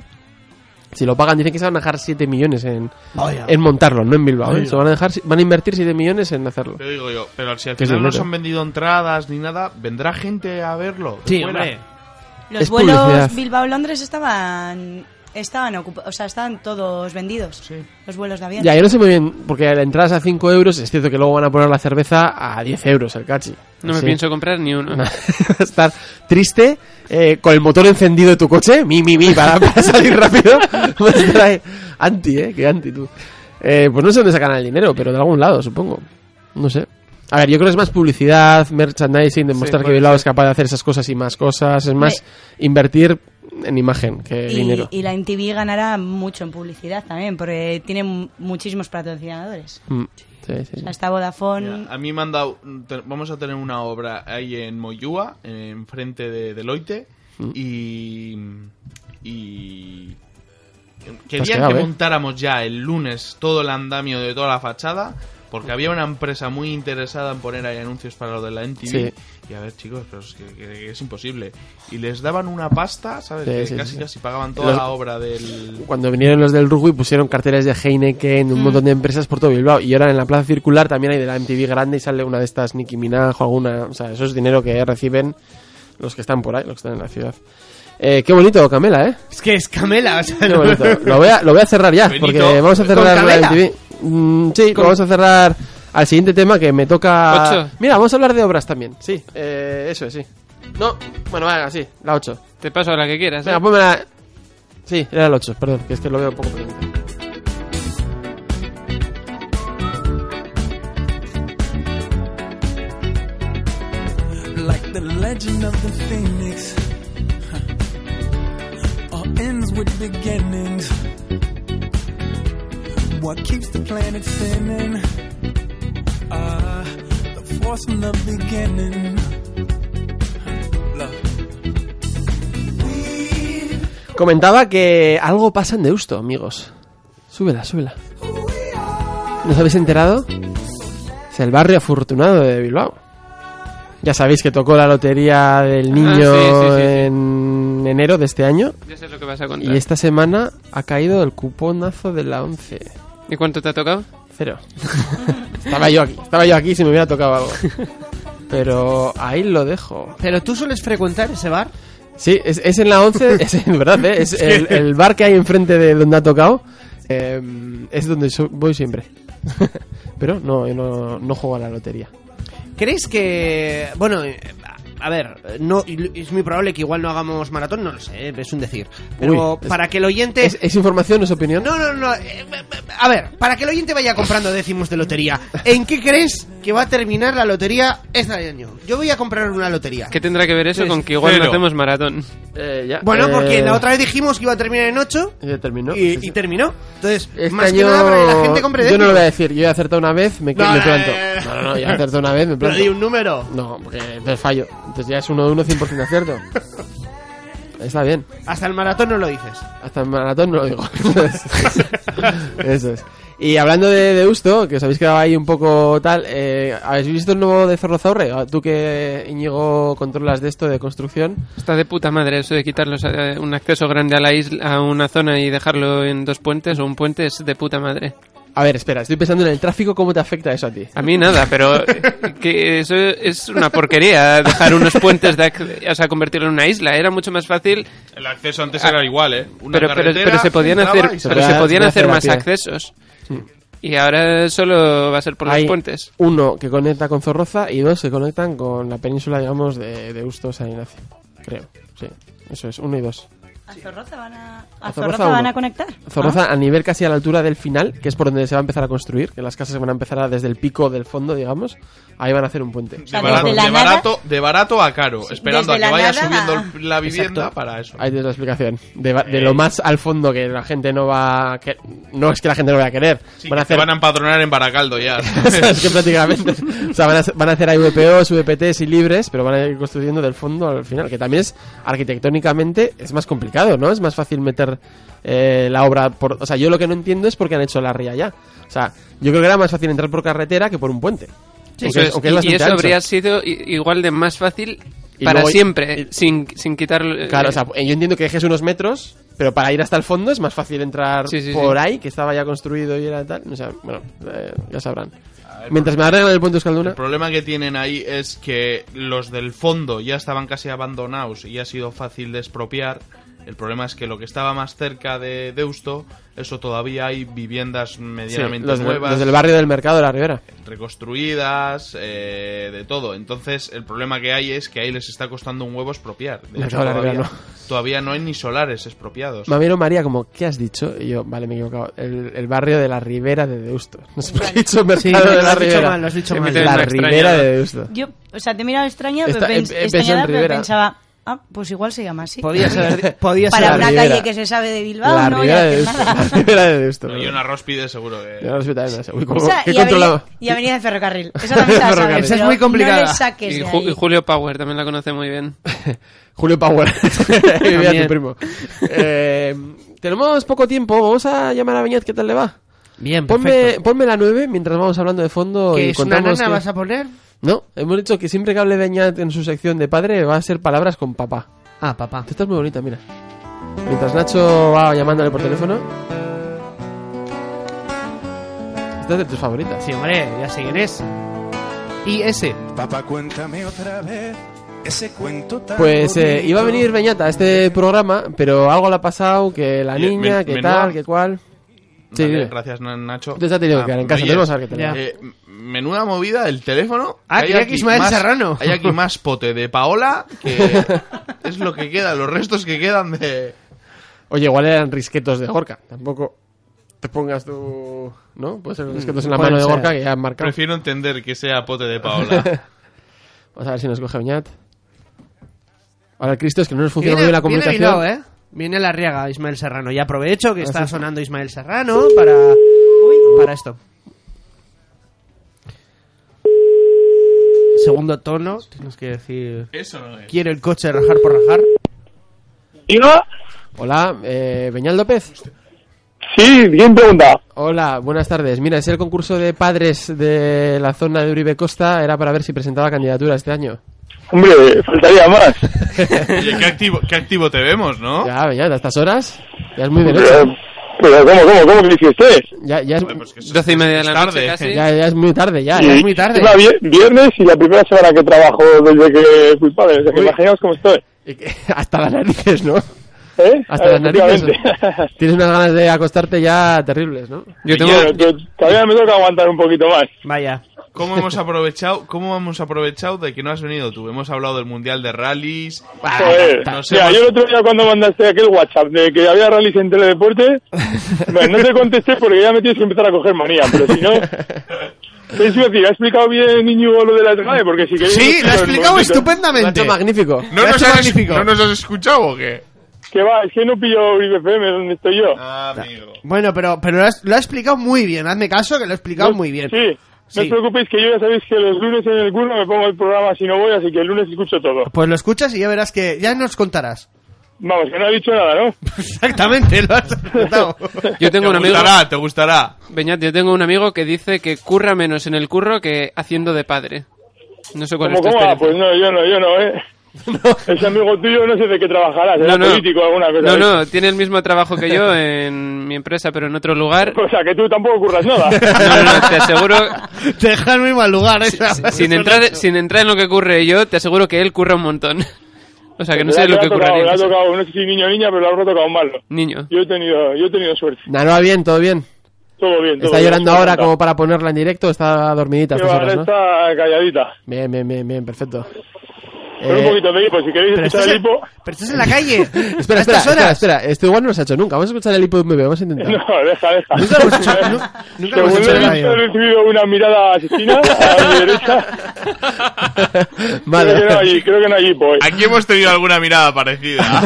Si lo pagan, dicen que se van a dejar 7 millones en,
Vaya.
en montarlo, no en Bilbao. ¿eh?
Vaya.
Se van a, dejar, van a invertir 7 millones en hacerlo.
Te digo yo, pero si al
Que es
final no
dinero.
se han vendido entradas ni nada, ¿vendrá gente a verlo? de
Sí,
fuera?
hombre.
Los
Es
vuelos
publicidad.
Bilbao-Londres estaban estaban ocupa- o sea, estaban todos vendidos. Los vuelos de avión.
Ya, yo no sé muy bien, porque la entrada es a 5 euros, es cierto que luego van a poner la cerveza a 10 euros, el cachi.
No me
Así.
pienso comprar ni uno.
estar triste eh, con el motor encendido de tu coche, mi, mi, mi, para, para salir rápido. Vas a estar ahí. Anti, eh, que anti tú. Eh, pues no sé dónde sacan el dinero, pero de algún lado, supongo. No sé. A ver, yo creo que es más publicidad, merchandising, demostrar que
puede
Bilbao es capaz de hacer esas cosas y más cosas. Es más, invertir en imagen que
Y,
dinero.
y la MTV ganará mucho en publicidad también, porque tiene mu- muchísimos patrocinadores.
Mm, sí, sí,
O
sí.
sea, está Vodafone.
A mí me han dado. te- Vamos a tener una obra ahí en Moyúa, en frente de Deloitte.
Mm.
Y. Y. Querían
quedado,
que
¿eh?
montáramos ya el lunes todo el andamio de toda la fachada. Porque había una empresa muy interesada en poner ahí anuncios para lo de la NTV.
Sí.
Y a ver, chicos, pero es que, que es imposible. Y les daban una pasta, ¿sabes?
Sí,
Que
sí,
casi
sí, sí.
casi pagaban toda
Los-
la obra del.
Cuando vinieron los del rugby pusieron carteles de Heineken, un montón de empresas por todo Bilbao. Y ahora en la plaza circular también hay de la MTV grande y sale una de estas Nicki Minaj o alguna. O sea, eso es dinero que reciben los que están por ahí, los que están en la ciudad. Eh, qué bonito, Camela, ¿eh?
Es que es Camela, o sea,
Qué
no-
bonito. Lo voy a, lo voy a cerrar ya,
Benito.
porque vamos a cerrar
¿Con
la
Camela?
MTV. Mm, sí,
Con-
vamos a cerrar al siguiente tema que me toca.
Ocho.
Mira, vamos a hablar de obras también. Sí, eh, eso es, sí. No, bueno, vaya, sí, la 8.
Te paso la que quieras. ¿eh?
Venga, ponme la. Sí, era el 8, perdón, que es que lo veo un poco pequeño.
like the legend of the phoenix. huh. All ends with beginnings. What keeps the planet spinning? Uh, was in the beginning. Love.
Comentaba que algo pasa en Deusto, amigos. Súbela, súbela. ¿Nos habéis enterado? Es el barrio afortunado de Bilbao. Ya sabéis que tocó la lotería del niño
Ah, sí, sí, sí, sí.
en enero de este año.
Ya sé lo que vas a contar.
Y esta semana ha caído el cuponazo de la 11.
¿Y cuánto te ha tocado?
Cero. Estaba yo aquí, estaba yo aquí si me hubiera tocado algo. Pero ahí lo dejo.
¿Pero tú sueles frecuentar ese bar?
Sí, es, es en la 11, es en verdad, ¿eh? es el, el bar que hay enfrente de donde ha tocado. eh, es donde so- voy siempre. Pero no, no, no juego a la lotería.
¿Crees que.? Bueno, eh, a ver, no, es muy probable que igual no hagamos maratón, no lo sé, es un decir. Pero
Uy, es-
para que el oyente.
¿Es, es información, no es opinión?
No, no, no. eh, A ver, para que el oyente vaya comprando décimos de lotería, ¿en qué crees que va a terminar la lotería este año? Yo voy a comprar una lotería.
¿Qué tendrá que ver eso
Tres,
con que igual
cero.
no hacemos maratón?
Bueno, porque la otra vez dijimos que iba a terminar en 8
Eh, Ya terminó.
y,
Sí, sí.
y terminó. Entonces,
Este
más que
año-
nada para que la gente compre
Yo no
décimos.
lo voy a decir, yo he acertado una vez, me,
No,
me
no,
planto.
no, no,
No, no, no, yo he acertado una vez, me
Pero
planto.
di un número.
No, porque entonces fallo. Entonces ya es uno de uno, 100% acierto. Está bien.
Hasta el maratón no lo dices.
Hasta el maratón no lo digo. Eso es. Y hablando de, de Deusto, que os habéis quedado ahí un poco tal, eh, ¿habéis visto el nuevo de Zorrozaurre? Tú que Íñigo controlas de esto de construcción.
Está de puta madre eso de quitarlos eh, un acceso grande a la isla, a una zona y dejarlo en dos puentes o un puente es de puta madre.
A ver, espera, estoy pensando en el tráfico, ¿cómo te afecta eso a ti?
A mí nada, pero eh, que eso es una porquería dejar unos puentes de ac- o sea convertirlo en una isla, era mucho más fácil. Ah,
El acceso antes era igual, ¿eh? Una
pero, pero,
carretera,
pero se podían
entraba
hacer
y se
pero
iba.
se podían
se
hacer
hace la
más
pie.
accesos. Y ahora solo va a ser por
Hay
los puentes.
Uno que conecta con Zorroza y dos que conectan con la península, digamos, de, de Deusto, San Ignacio. Creo, sí. Eso es, uno y dos.
¿A Zorroza van a, a
A
Zorroza
uno.
van a conectar?
Zorroza a nivel casi a la altura del final, que es por donde se va a empezar a construir, que las casas se van a empezar a- desde el pico del fondo, digamos. Ahí van a hacer un puente.
De barato, de, barato, de barato a caro, esperando a
desde la
que vaya
nada
subiendo
a-
el- la vivienda para eso.
Ahí tienes la explicación. De, ba-
Eh.
de lo más al fondo que la gente no va a que- No es que la gente no vaya a querer.
Sí,
van a
que
hacer...
te van a empadronar en Baracaldo ya.
es que prácticamente. O sea, van a, van a hacer IVPOs, VPTs y libres, pero van a ir construyendo del fondo al final. Que también es arquitectónicamente es más complicado, ¿no? Es más fácil meter eh, la obra por. O sea, yo lo que no entiendo es por qué han hecho la ría ya. O sea, yo creo que era más fácil entrar por carretera que por un puente. Aunque
Eso
es-
es,
aunque es
y- y
bastante
eso
ancho.
habría sido i- igual de más fácil
Y
para
luego-
siempre, sin, sin quitar... eh,
Claro, o sea, eh, yo entiendo que dejes unos metros, pero para ir hasta el fondo es más fácil entrar
Sí, sí,
por
sí.
ahí, que estaba ya construido y era tal. O sea, bueno, eh, ya sabrán. Mientras me arreglan el puente Euskalduna,
El problema que tienen ahí es que los del fondo ya estaban casi abandonados y ha sido fácil de expropiar. El problema es que lo que estaba más cerca de Deusto, eso todavía hay viviendas
sí,
medianamente
los, de-
nuevas.
los del barrio del mercado de la Ribera.
reconstruidas, eh, de todo. Entonces, el problema que hay es que ahí les está costando un huevo expropiar. De
Me
hecho,
acabo de
todavía,
arreglar,
todavía no hay ni solares expropiados.
Me vieron María como, ¿qué has dicho? Y yo, vale, me he equivocado. El, el barrio de la Ribera de Deusto. No sé por qué he dicho mercado
Sí,
de
lo
la
has dicho
Ribera.
mal, lo has dicho
Eh,
mal.
me La
Me
Ribera
extraña.
de Deusto.
Yo, o sea, te he mirado extraña, pero,
Está-
pens-
eh, eh,
extrañada,
pensó en
pero
Rivera.
pensaba, ah, pues igual se llama así.
Podía ser- podía ser
Para
la
una
Ribera.
calle que se sabe de Bilbao,
La
no voy
Ribera
a
de
decir
Deusto. La
nada.
Ribera de Deusto.
No, y una róspide seguro eh. que...
Yo no respeto a nadie. Uy, ¿cómo-
Esa
¿Qué
y, avenida,
controlaba?
y avenida de ferrocarril. Esa también la sabes,
Ferrocarril. Esa es
pero
muy complicada.
No le saques
Y,
de
Ju-
ahí.
y Julio Power también la conoce muy bien.
Julio Power. Vivía
También.
tu primo. Eh, tenemos poco tiempo. Vamos a llamar a Beñat. ¿Qué tal le va?
Bien,
Ponme, ponme la 9 mientras vamos hablando de fondo.
¿Que
y
es una
contamos
nana
que-
vas a poner?
No, hemos dicho que siempre que hable Beñat en su sección de padre va a ser palabras con papá.
Ah, papá.
Tú estás muy bonita, mira. Mientras Nacho va llamándole por teléfono. Esta es de tus favoritas.
Sí, hombre, ya sé quién es. Y ese.
Papá, cuéntame otra vez ese cuento tan
Pues eh,
bonito.
iba a venir Beñata a este programa, pero algo le ha pasado, que la
Y- men-
niña, que
menuda-
tal, que cual. Sí,
Vale,
dime.
gracias, Na- Nacho.
Entonces ya te digo que en
¿me
casa,
oyes?
tenemos a ver qué tal.
Eh, m- menuda movida el teléfono.
Ah,
Hay
creía que
aquí
Ismael
más-
Serrano.
Hay aquí más pote de Paola que es lo que queda, los restos que quedan de...
Oye, igual eran risquetos de Gorka. Tampoco te pongas tu. ¿No? Puede ser los risquetos en la
Pueden
mano de
ser.
Gorka que ya han marcado.
Mm. Prefiero entender que sea pote de Paola.
Vamos a ver si nos coge Beñat. Ahora, Cristo, es que no nos funciona muy bien
viene,
la
viene
comunicación. Ah,
hilado, ¿eh? Viene la riega Ismael Serrano. Y aprovecho que está sonando Ismael Serrano para, para esto. segundo ¿eh? tono, tienes que decir...
Eso eh. no es.
Quiero el coche rajar por rajar.
Hola, eh, Beñal López.
Sí, bien pregunta.
Hola, buenas tardes. Mira, es el concurso de padres de la zona de Uribe Costa. Era para ver si presentaba candidatura este año.
Hombre, faltaría más.
Oye, qué activo, qué activo te vemos, ¿no?
Ya, Ah, Beñal, a estas horas. Ya es muy
Pero,
derecho.
pero ¿cómo, cómo, cómo que dice usted?
Ya, ya es,
Doce y media de la
tarde.
noche casi.
Ya, ya es muy tarde, ya,
Y
ya es muy tarde.
encima vie- viernes y la primera semana que trabajo desde que fui padre. O sea, que imaginaos cómo estoy.
Hasta las narices, ¿no?
¿Eh?
Hasta las narices.
Efectivamente.
Tienes unas ganas de acostarte ya terribles, ¿no?
Bueno, que Todavía me toca aguantar un poquito más.
Vaya.
¿Cómo hemos aprovechado, cómo hemos aprovechado de que no has venido tú? Hemos hablado del mundial de rallies.
Joder,
nos
mira,
hemos-
yo el otro día cuando mandaste aquel WhatsApp de que había rallies en Teledeporte, bueno, no te contesté porque ya me tienes que empezar a coger manía, pero si no... Es decir, ha explicado bien Íñigo lo de las redes, porque si queréis...
Sí, lo ha explicado
Lo
estupendamente.
ha hecho magnífico.
Lo
¿No
ha
nos,
hecho
has,
magnífico.
¿No nos has escuchado o qué?
Que va, es que no pillo Uribe FM donde estoy yo.
Ah,
Bueno, pero, pero lo, has- lo ha explicado muy bien. Hazme caso que lo ha explicado muy bien.
Sí, no os
Sí.
preocupéis que yo ya sabéis que los lunes en el curso me pongo el programa si no voy, así que el lunes escucho todo.
Pues lo escuchas y ya verás que ya nos contarás.
Vamos, que no ha dicho nada, ¿no?
Exactamente, lo has acertado.
Yo tengo
te
un amigo.
gustará, te gustará.
Beñat, yo tengo un amigo que dice que curra menos en el curro que haciendo de padre. No sé cuál
¿Cómo,
es tu
cómo? Ah,
experiencia.
pues no, yo no, yo no, ¿eh? Ese amigo tuyo no sé de qué trabajará, será
No, no.
político o alguna cosa.
No,
¿eh?
no, tiene el mismo trabajo que yo en mi empresa, pero en otro lugar.
O sea, que tú tampoco curras nada.
No, no, te aseguro,
Te deja en muy mal lugar, ¿eh?
sin entrar, sin entrar en lo que curre yo, te aseguro que él curra un montón. O sea, que no sé
Le ha-
lo
le
que
ha tocado- le
curraría.
ha tocado, no sé si niño o niña, pero lo ha tocado malo.
Niño.
Yo he tenido, yo he tenido suerte.
Nanoa, bien, todo bien.
Todo bien, todo
Está
bien.
llorando ahora
Está-
como para ponerla en directo, está dormidita a
Sí,
estas
ahora
horas, ¿no?
está calladita.
Bien, bien, bien, bien, perfecto.
Pero un
Eh,
poquito de hipo, si queréis
Pero
escuchar
estás
el
en,
hipo...
pero estás en la calle.
Espera,
¿A
espera,
estas
espera,
horas?
espera, esto igual no lo has hecho nunca. Vamos a escuchar el hipo de un bebé, vamos a intentar.
No, deja, deja.
Nunca lo hemos hecho, nu- nunca lo hemos
Según
hecho en
he
la
visto, he
radio.
recibido una mirada asesina a mi derecha. Creo que no hay, creo que no hay hipo. ¿eh?
Aquí hemos tenido alguna mirada parecida.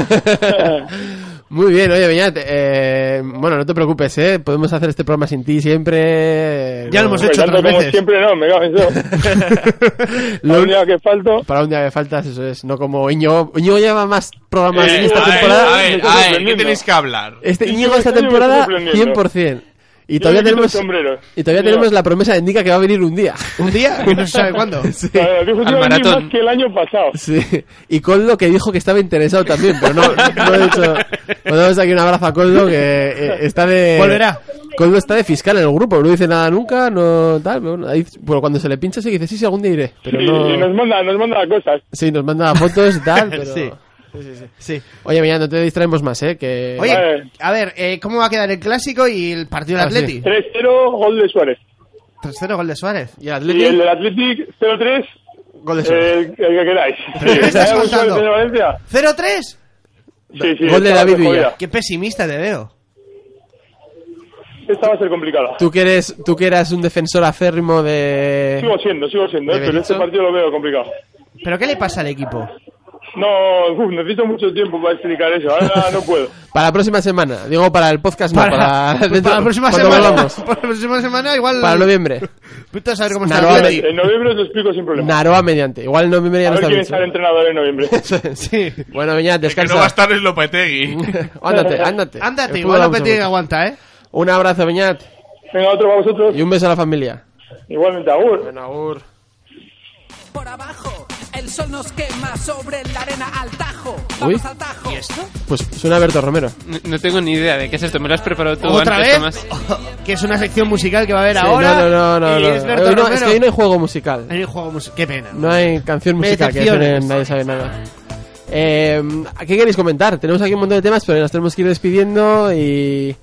Muy bien, oye, Beñat, eh, bueno, no te preocupes, ¿eh? Podemos hacer este programa sin ti siempre. eh,
Ya lo
no.
hemos hecho
Pues Tanto
otras
como
veces.
siempre no, me cago en eso.
Lo
Un
único-
día que falto...
Para un día de faltas, eso es. No como Íñigo. Íñigo lleva más programas
Eh,
en esta
a ver,
temporada.
a ver, a ver, ¿qué tenéis que hablar?
Este
Íñigo
Íñigo esta
está llevando
temporada
sorprendiendo.
100%. Y
Yo
todavía
me quito
tenemos
el sombrero.
y todavía
Mira.
tenemos la promesa de Indica que va a venir un día.
Un día, que no se sabe cuándo.
Claro, dijo que iba
Al
a venir
maratón.
más que el año pasado.
Sí. Y Coldo que dijo que estaba interesado también, pero no, no he hecho. Mandamos aquí un abrazo a Coldo que eh, está de
Volverá.
Coldo está de fiscal en el grupo, no dice nada nunca, no tal, pero bueno, ahí- bueno, cuando se le pincha sí que dice, "Sí, sí, algún día iré", pero
Y, y
no
nos manda, nos manda cosas.
Sí, nos manda fotos y tal, pero
Sí. Sí.
Oye, mira, no te distraemos más, eh, que
Oye,
Vale.
a ver, eh, ¿cómo va a quedar el clásico y el partido del
Ah, sí.
Atleti?
3-0, gol de Suárez.
3-0 gol de Suárez.
y el Atleti,
Y el del Athletic, 0-3,
gol de Suárez.
el, el que queráis. ¿eh?
¿Pero qué me estás
¿Hay algún Suárez
contando?
en Valencia?
¿0-3?
Sí, sí,
Gol de
esta va a
David
ser
Villa.
jodida.
Qué pesimista te veo.
Esta va a ser complicada.
Tú que eres tú que eras un defensor acérrimo de
Sigo siendo, sigo siendo,
¿De
eh, pero este
Benito?
partido lo veo complicado.
¿Pero qué le pasa al equipo?
No, uf, necesito mucho tiempo para explicar eso. Ahora no puedo.
para la próxima semana, digo para el podcast, no, para,
pues
dentro-
para la próxima
cuando
semana.
volvamos.
Para la próxima semana igual.
para noviembre.
Vete a saber cómo está
Naroa
el Atleti.
En noviembre os lo explico sin problema.
Naroa mediante. Igual no me
a
ya no
ver
está
quién
dicho.
está el entrenador en noviembre.
Sí.
Bueno, Beñat,
El que no va a
descansa.
estar es Lopetegui.
ándate, ándate.
Ándate,
El
igual la
fútbol da mucho
Atleti
gusto.
aguanta, ¿eh?
Un abrazo, Beñat.
Venga, otro para vosotros.
Y un beso a la familia.
Igualmente, agur.
Por abajo, el sol nos quema sobre la arena al tajo.
Uy.
al tajo.
Pues suena a Berto Romero.
No, no tengo ni idea de qué es esto. Me lo has preparado tú
¿Otra
antes,
vez?
Tomás.
que es una sección musical que va a haber
Sí,
ahora.
no, no, no, no.
Y
no.
es Berto
Hoy no,
Romero.
es que hoy no hay juego musical.
Hay juego mus- Qué pena.
No hay canción
Me
musical que
decepcionas.
suene, nadie sabe nada. Eh, ¿Qué queréis comentar? Tenemos aquí un montón de temas, pero nos tenemos que ir despidiendo y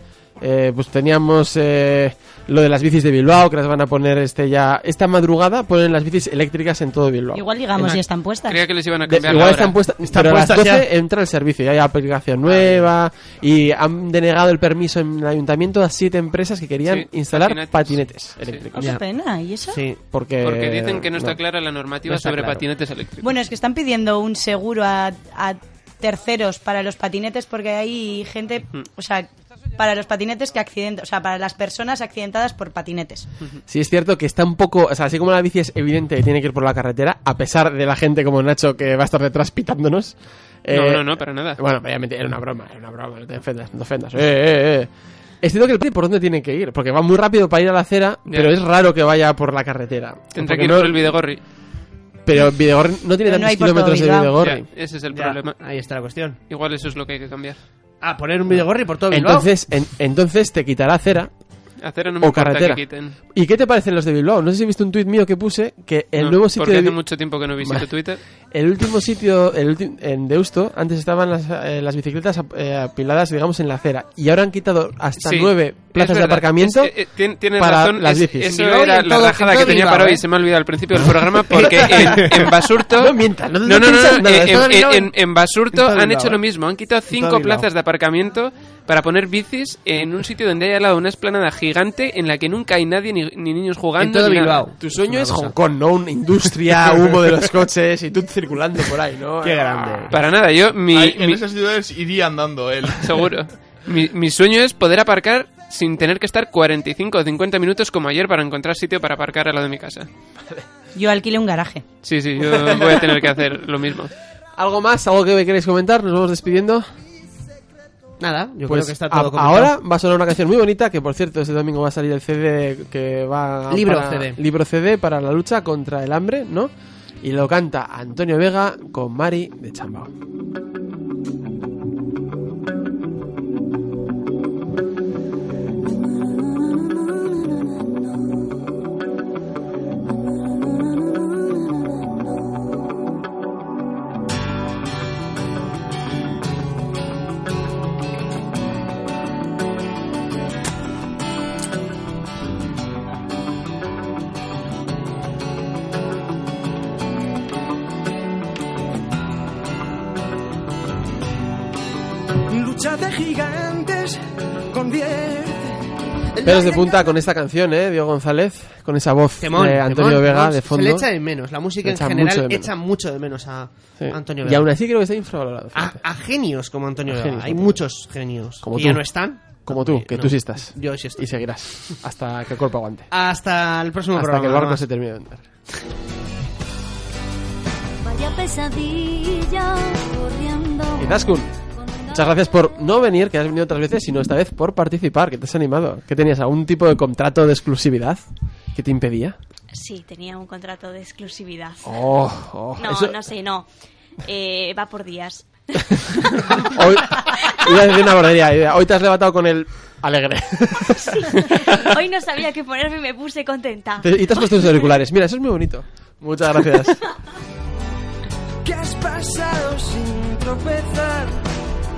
eh, pues teníamos eh, lo de las bicis de Bilbao, que las van a poner este ya esta madrugada, ponen las bicis eléctricas en todo Bilbao.
Igual llegamos
y
y están puestas.
Creía que les iban a
De-
cambiar
igual
la
están
hora.
puestas,
Están
pero a
puestas
las 12
ya.
entra el servicio, ya hay aplicación nueva y han denegado el permiso en el ayuntamiento a siete empresas que querían
Sí,
instalar patinetes,
patinetes.
eléctricos.
Oh, qué pena, ¿y eso?
Sí.
Porque,
Porque dicen que no está clara la
No
normativa
está
sobre
claro.
patinetes eléctricos.
Bueno, es que están pidiendo un seguro a, a terceros para los patinetes porque hay gente, o sea, para los patinetes que accident o sea, para las personas accidentadas por patinetes.
Sí, es cierto que está un poco. O sea, así como la bici es evidente que tiene que ir por la carretera, a pesar de la gente como Nacho que va a estar detrás pitándonos.
No, no, no, para nada.
Eh, Bueno, obviamente era una broma, era una broma, no te ofendas, no te ofendas. Eh, eh, eh. Es cierto que el pie por dónde tiene que ir, porque va muy rápido para ir a la acera,
Ya.
pero es raro que vaya por la carretera.
Tendrá
Porque
que ir
no-
por el Videgorri.
Pero Videgorri no tiene tantos kilómetros de Videgorri.
Ya, ese es el
Ya,
problema.
Ahí está la cuestión.
Igual eso es lo que hay que cambiar.
Ah, poner un videogorri por todo Bilbao.
Entonces, en- entonces te quitará acera.
Acera no me
o
importa
carretera.
que quiten.
¿Y qué te parecen los de Bilbao? No sé si viste un tuit mío que puse que el
No,
nuevo sitio
porque
de
hace
Bi-
mucho tiempo que no visito Twitter.
El último sitio el ulti- en Deusto, antes estaban las, eh, las bicicletas ap- eh, apiladas, digamos, en la acera. Y ahora han quitado hasta
Sí,
nueve
es
plazas de
verdad.
aparcamiento
Es- eh, tien- tienes
para
razón,
las
es-
bicis.
eso era la rajada que tenía
¿eh?
para hoy. Se me ha olvidado al principio del programa porque en, en Basurto.
No mientas, no- no
no, no,
piensas nada,
en-
en todo
en,
Bilbao,
en- en
en
Basurto
todo
han
Bilbao,
hecho
eh.
lo mismo. Han quitado cinco
Bilbao.
plazas de aparcamiento para poner bicis en un sitio donde hay al lado una esplanada gigante en la que nunca hay nadie ni, ni niños jugando.
todo
ni nada.
Bilbao. Tu sueño es Hong Kong, no una industria, humo de los coches y tú circulando por ahí, ¿no?
Qué
grande.
Para Pues nada, yo mi,
Ahí, en
mi-
esas ciudades iría andando él.
seguro. Mi, mi sueño es poder aparcar sin tener que estar 45 o 50 minutos como ayer para encontrar sitio para aparcar al lado de mi casa.
Yo alquilé un garaje.
Sí, sí, yo voy a tener que hacer lo mismo.
¿Algo más? ¿Algo que queréis comentar? Nos vamos despidiendo.
Nada, yo
Pues
creo que está
a-
todo comentado.
ahora va a sonar una canción muy bonita que por cierto este domingo va a salir el CD que va
Libro
para-
CD.
libro CD para la lucha contra el hambre, ¿no? Y lo canta Antonio Vega con Mari de Chambao.
Lucha de gigantes con diez.
Pero es de punta con esta canción, ¿eh? Diego González, con esa voz
Temón,
de eh, Antonio
temón,
Vega
temón.
de fondo.
Se le echa de menos. La música
Le
en
echa
general
mucho de menos.
echa mucho de menos a
Sí.
a Antonio
Y
Vega.
aún así creo que está infravalorado.
a, a genios como Antonio
A
Vega.
genios
Hay
como
muchos genios
Como
que
tú.
ya no están. Eh,
Como tú, que
no.
tú sí estás.
Yo sí estoy.
Y seguirás hasta que el cuerpo aguante.
Hasta el próximo
hasta
programa.
que el
nada
barco
más.
se termine de andar.
Vaya pesadilla corriendo.
Y Daskun, muchas gracias por no venir, que has venido otras veces, sino esta vez por participar, que te has animado. ¿Qué tenías? ¿Algún tipo de contrato de exclusividad que te impedía?
Sí, tenía un contrato de exclusividad.
Oh, oh,
no,
eso-
no sé, no. Eh, va por días.
Hoy, iba a decir una bordería, iba- hoy te has levantado con el alegre.
Hoy no sabía qué ponerme y me puse contenta.
Te- y te has puesto tus auriculares. Mira, eso es muy bonito. Muchas gracias.
¿Qué has pasado sin tropezar?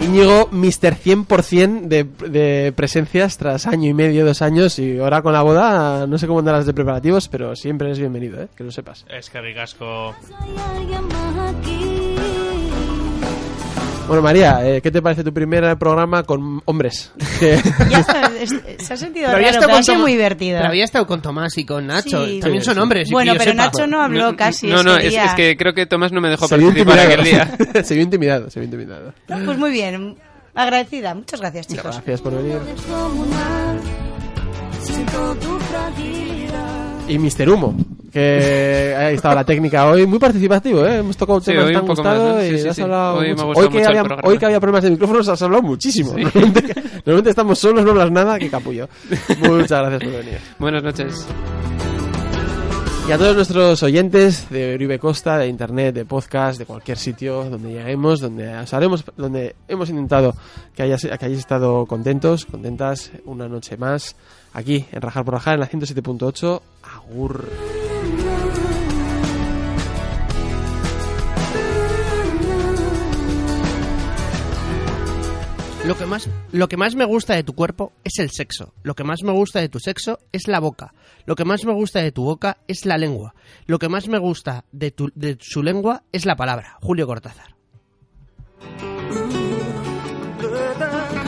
Íñigo, Mr. 100% de, de presencias tras año y medio, dos años, y ahora con la boda, no sé cómo andarás de preparativos, pero siempre eres bienvenido, ¿eh? que lo sepas.
Es que ricasco.
Alguien más aquí.
Bueno, María, eh, ¿qué te parece tu primer programa con hombres? Que-
Ya está, es- se ha sentido
Pero había
raro,
estado
pero ha
con
sido
Toma-
muy divertido.
Pero había estado con Tomás y con Nacho.
Sí.
También
Sí,
son
sí.
hombres. y
Bueno,
que yo
pero
sepa.
Nacho no habló casi
No,
ese
no, es,
día.
es que Eh, creo que Tomás no me dejó
se vio
participar aquel día.
intimidado. se vio intimidado, se vio intimidado.
No, Pues muy bien, agradecida. Muchas gracias, chicos.
Gracias por venir.
Descomunal. Siento tu fragilidad.
Y Mr. Humo, que ha estado la técnica hoy, muy participativo, ¿eh? hemos tocado
Sí,
temas
hoy
que te
un
han
poco más,
gustado
¿no? Sí,
y
sí,
has
sí.
hablado
Hoy me ha
mucho.
gustado
que
mucho el
había,
programa.
hoy que había problemas de micrófonos has hablado muchísimo. Normalmente, normalmente estamos solos, no hablas nada, que capullo. Muchas gracias por venir.
Buenas noches.
Y a todos nuestros oyentes de Uribe Costa, de internet, de podcast, de cualquier sitio donde lleguemos, donde os haremos, donde hemos intentado que hayáis, que hayáis estado contentos, contentas una noche más, aquí en Rajar por Rajar, en la 107.8, Agur.
Lo que, más, lo que más me gusta de tu cuerpo es el sexo. Lo que más me gusta de tu sexo es la boca. Lo que más me gusta de tu boca es la lengua. Lo que más me gusta de, tu- de su lengua es la palabra. Julio Cortázar.
Verdad.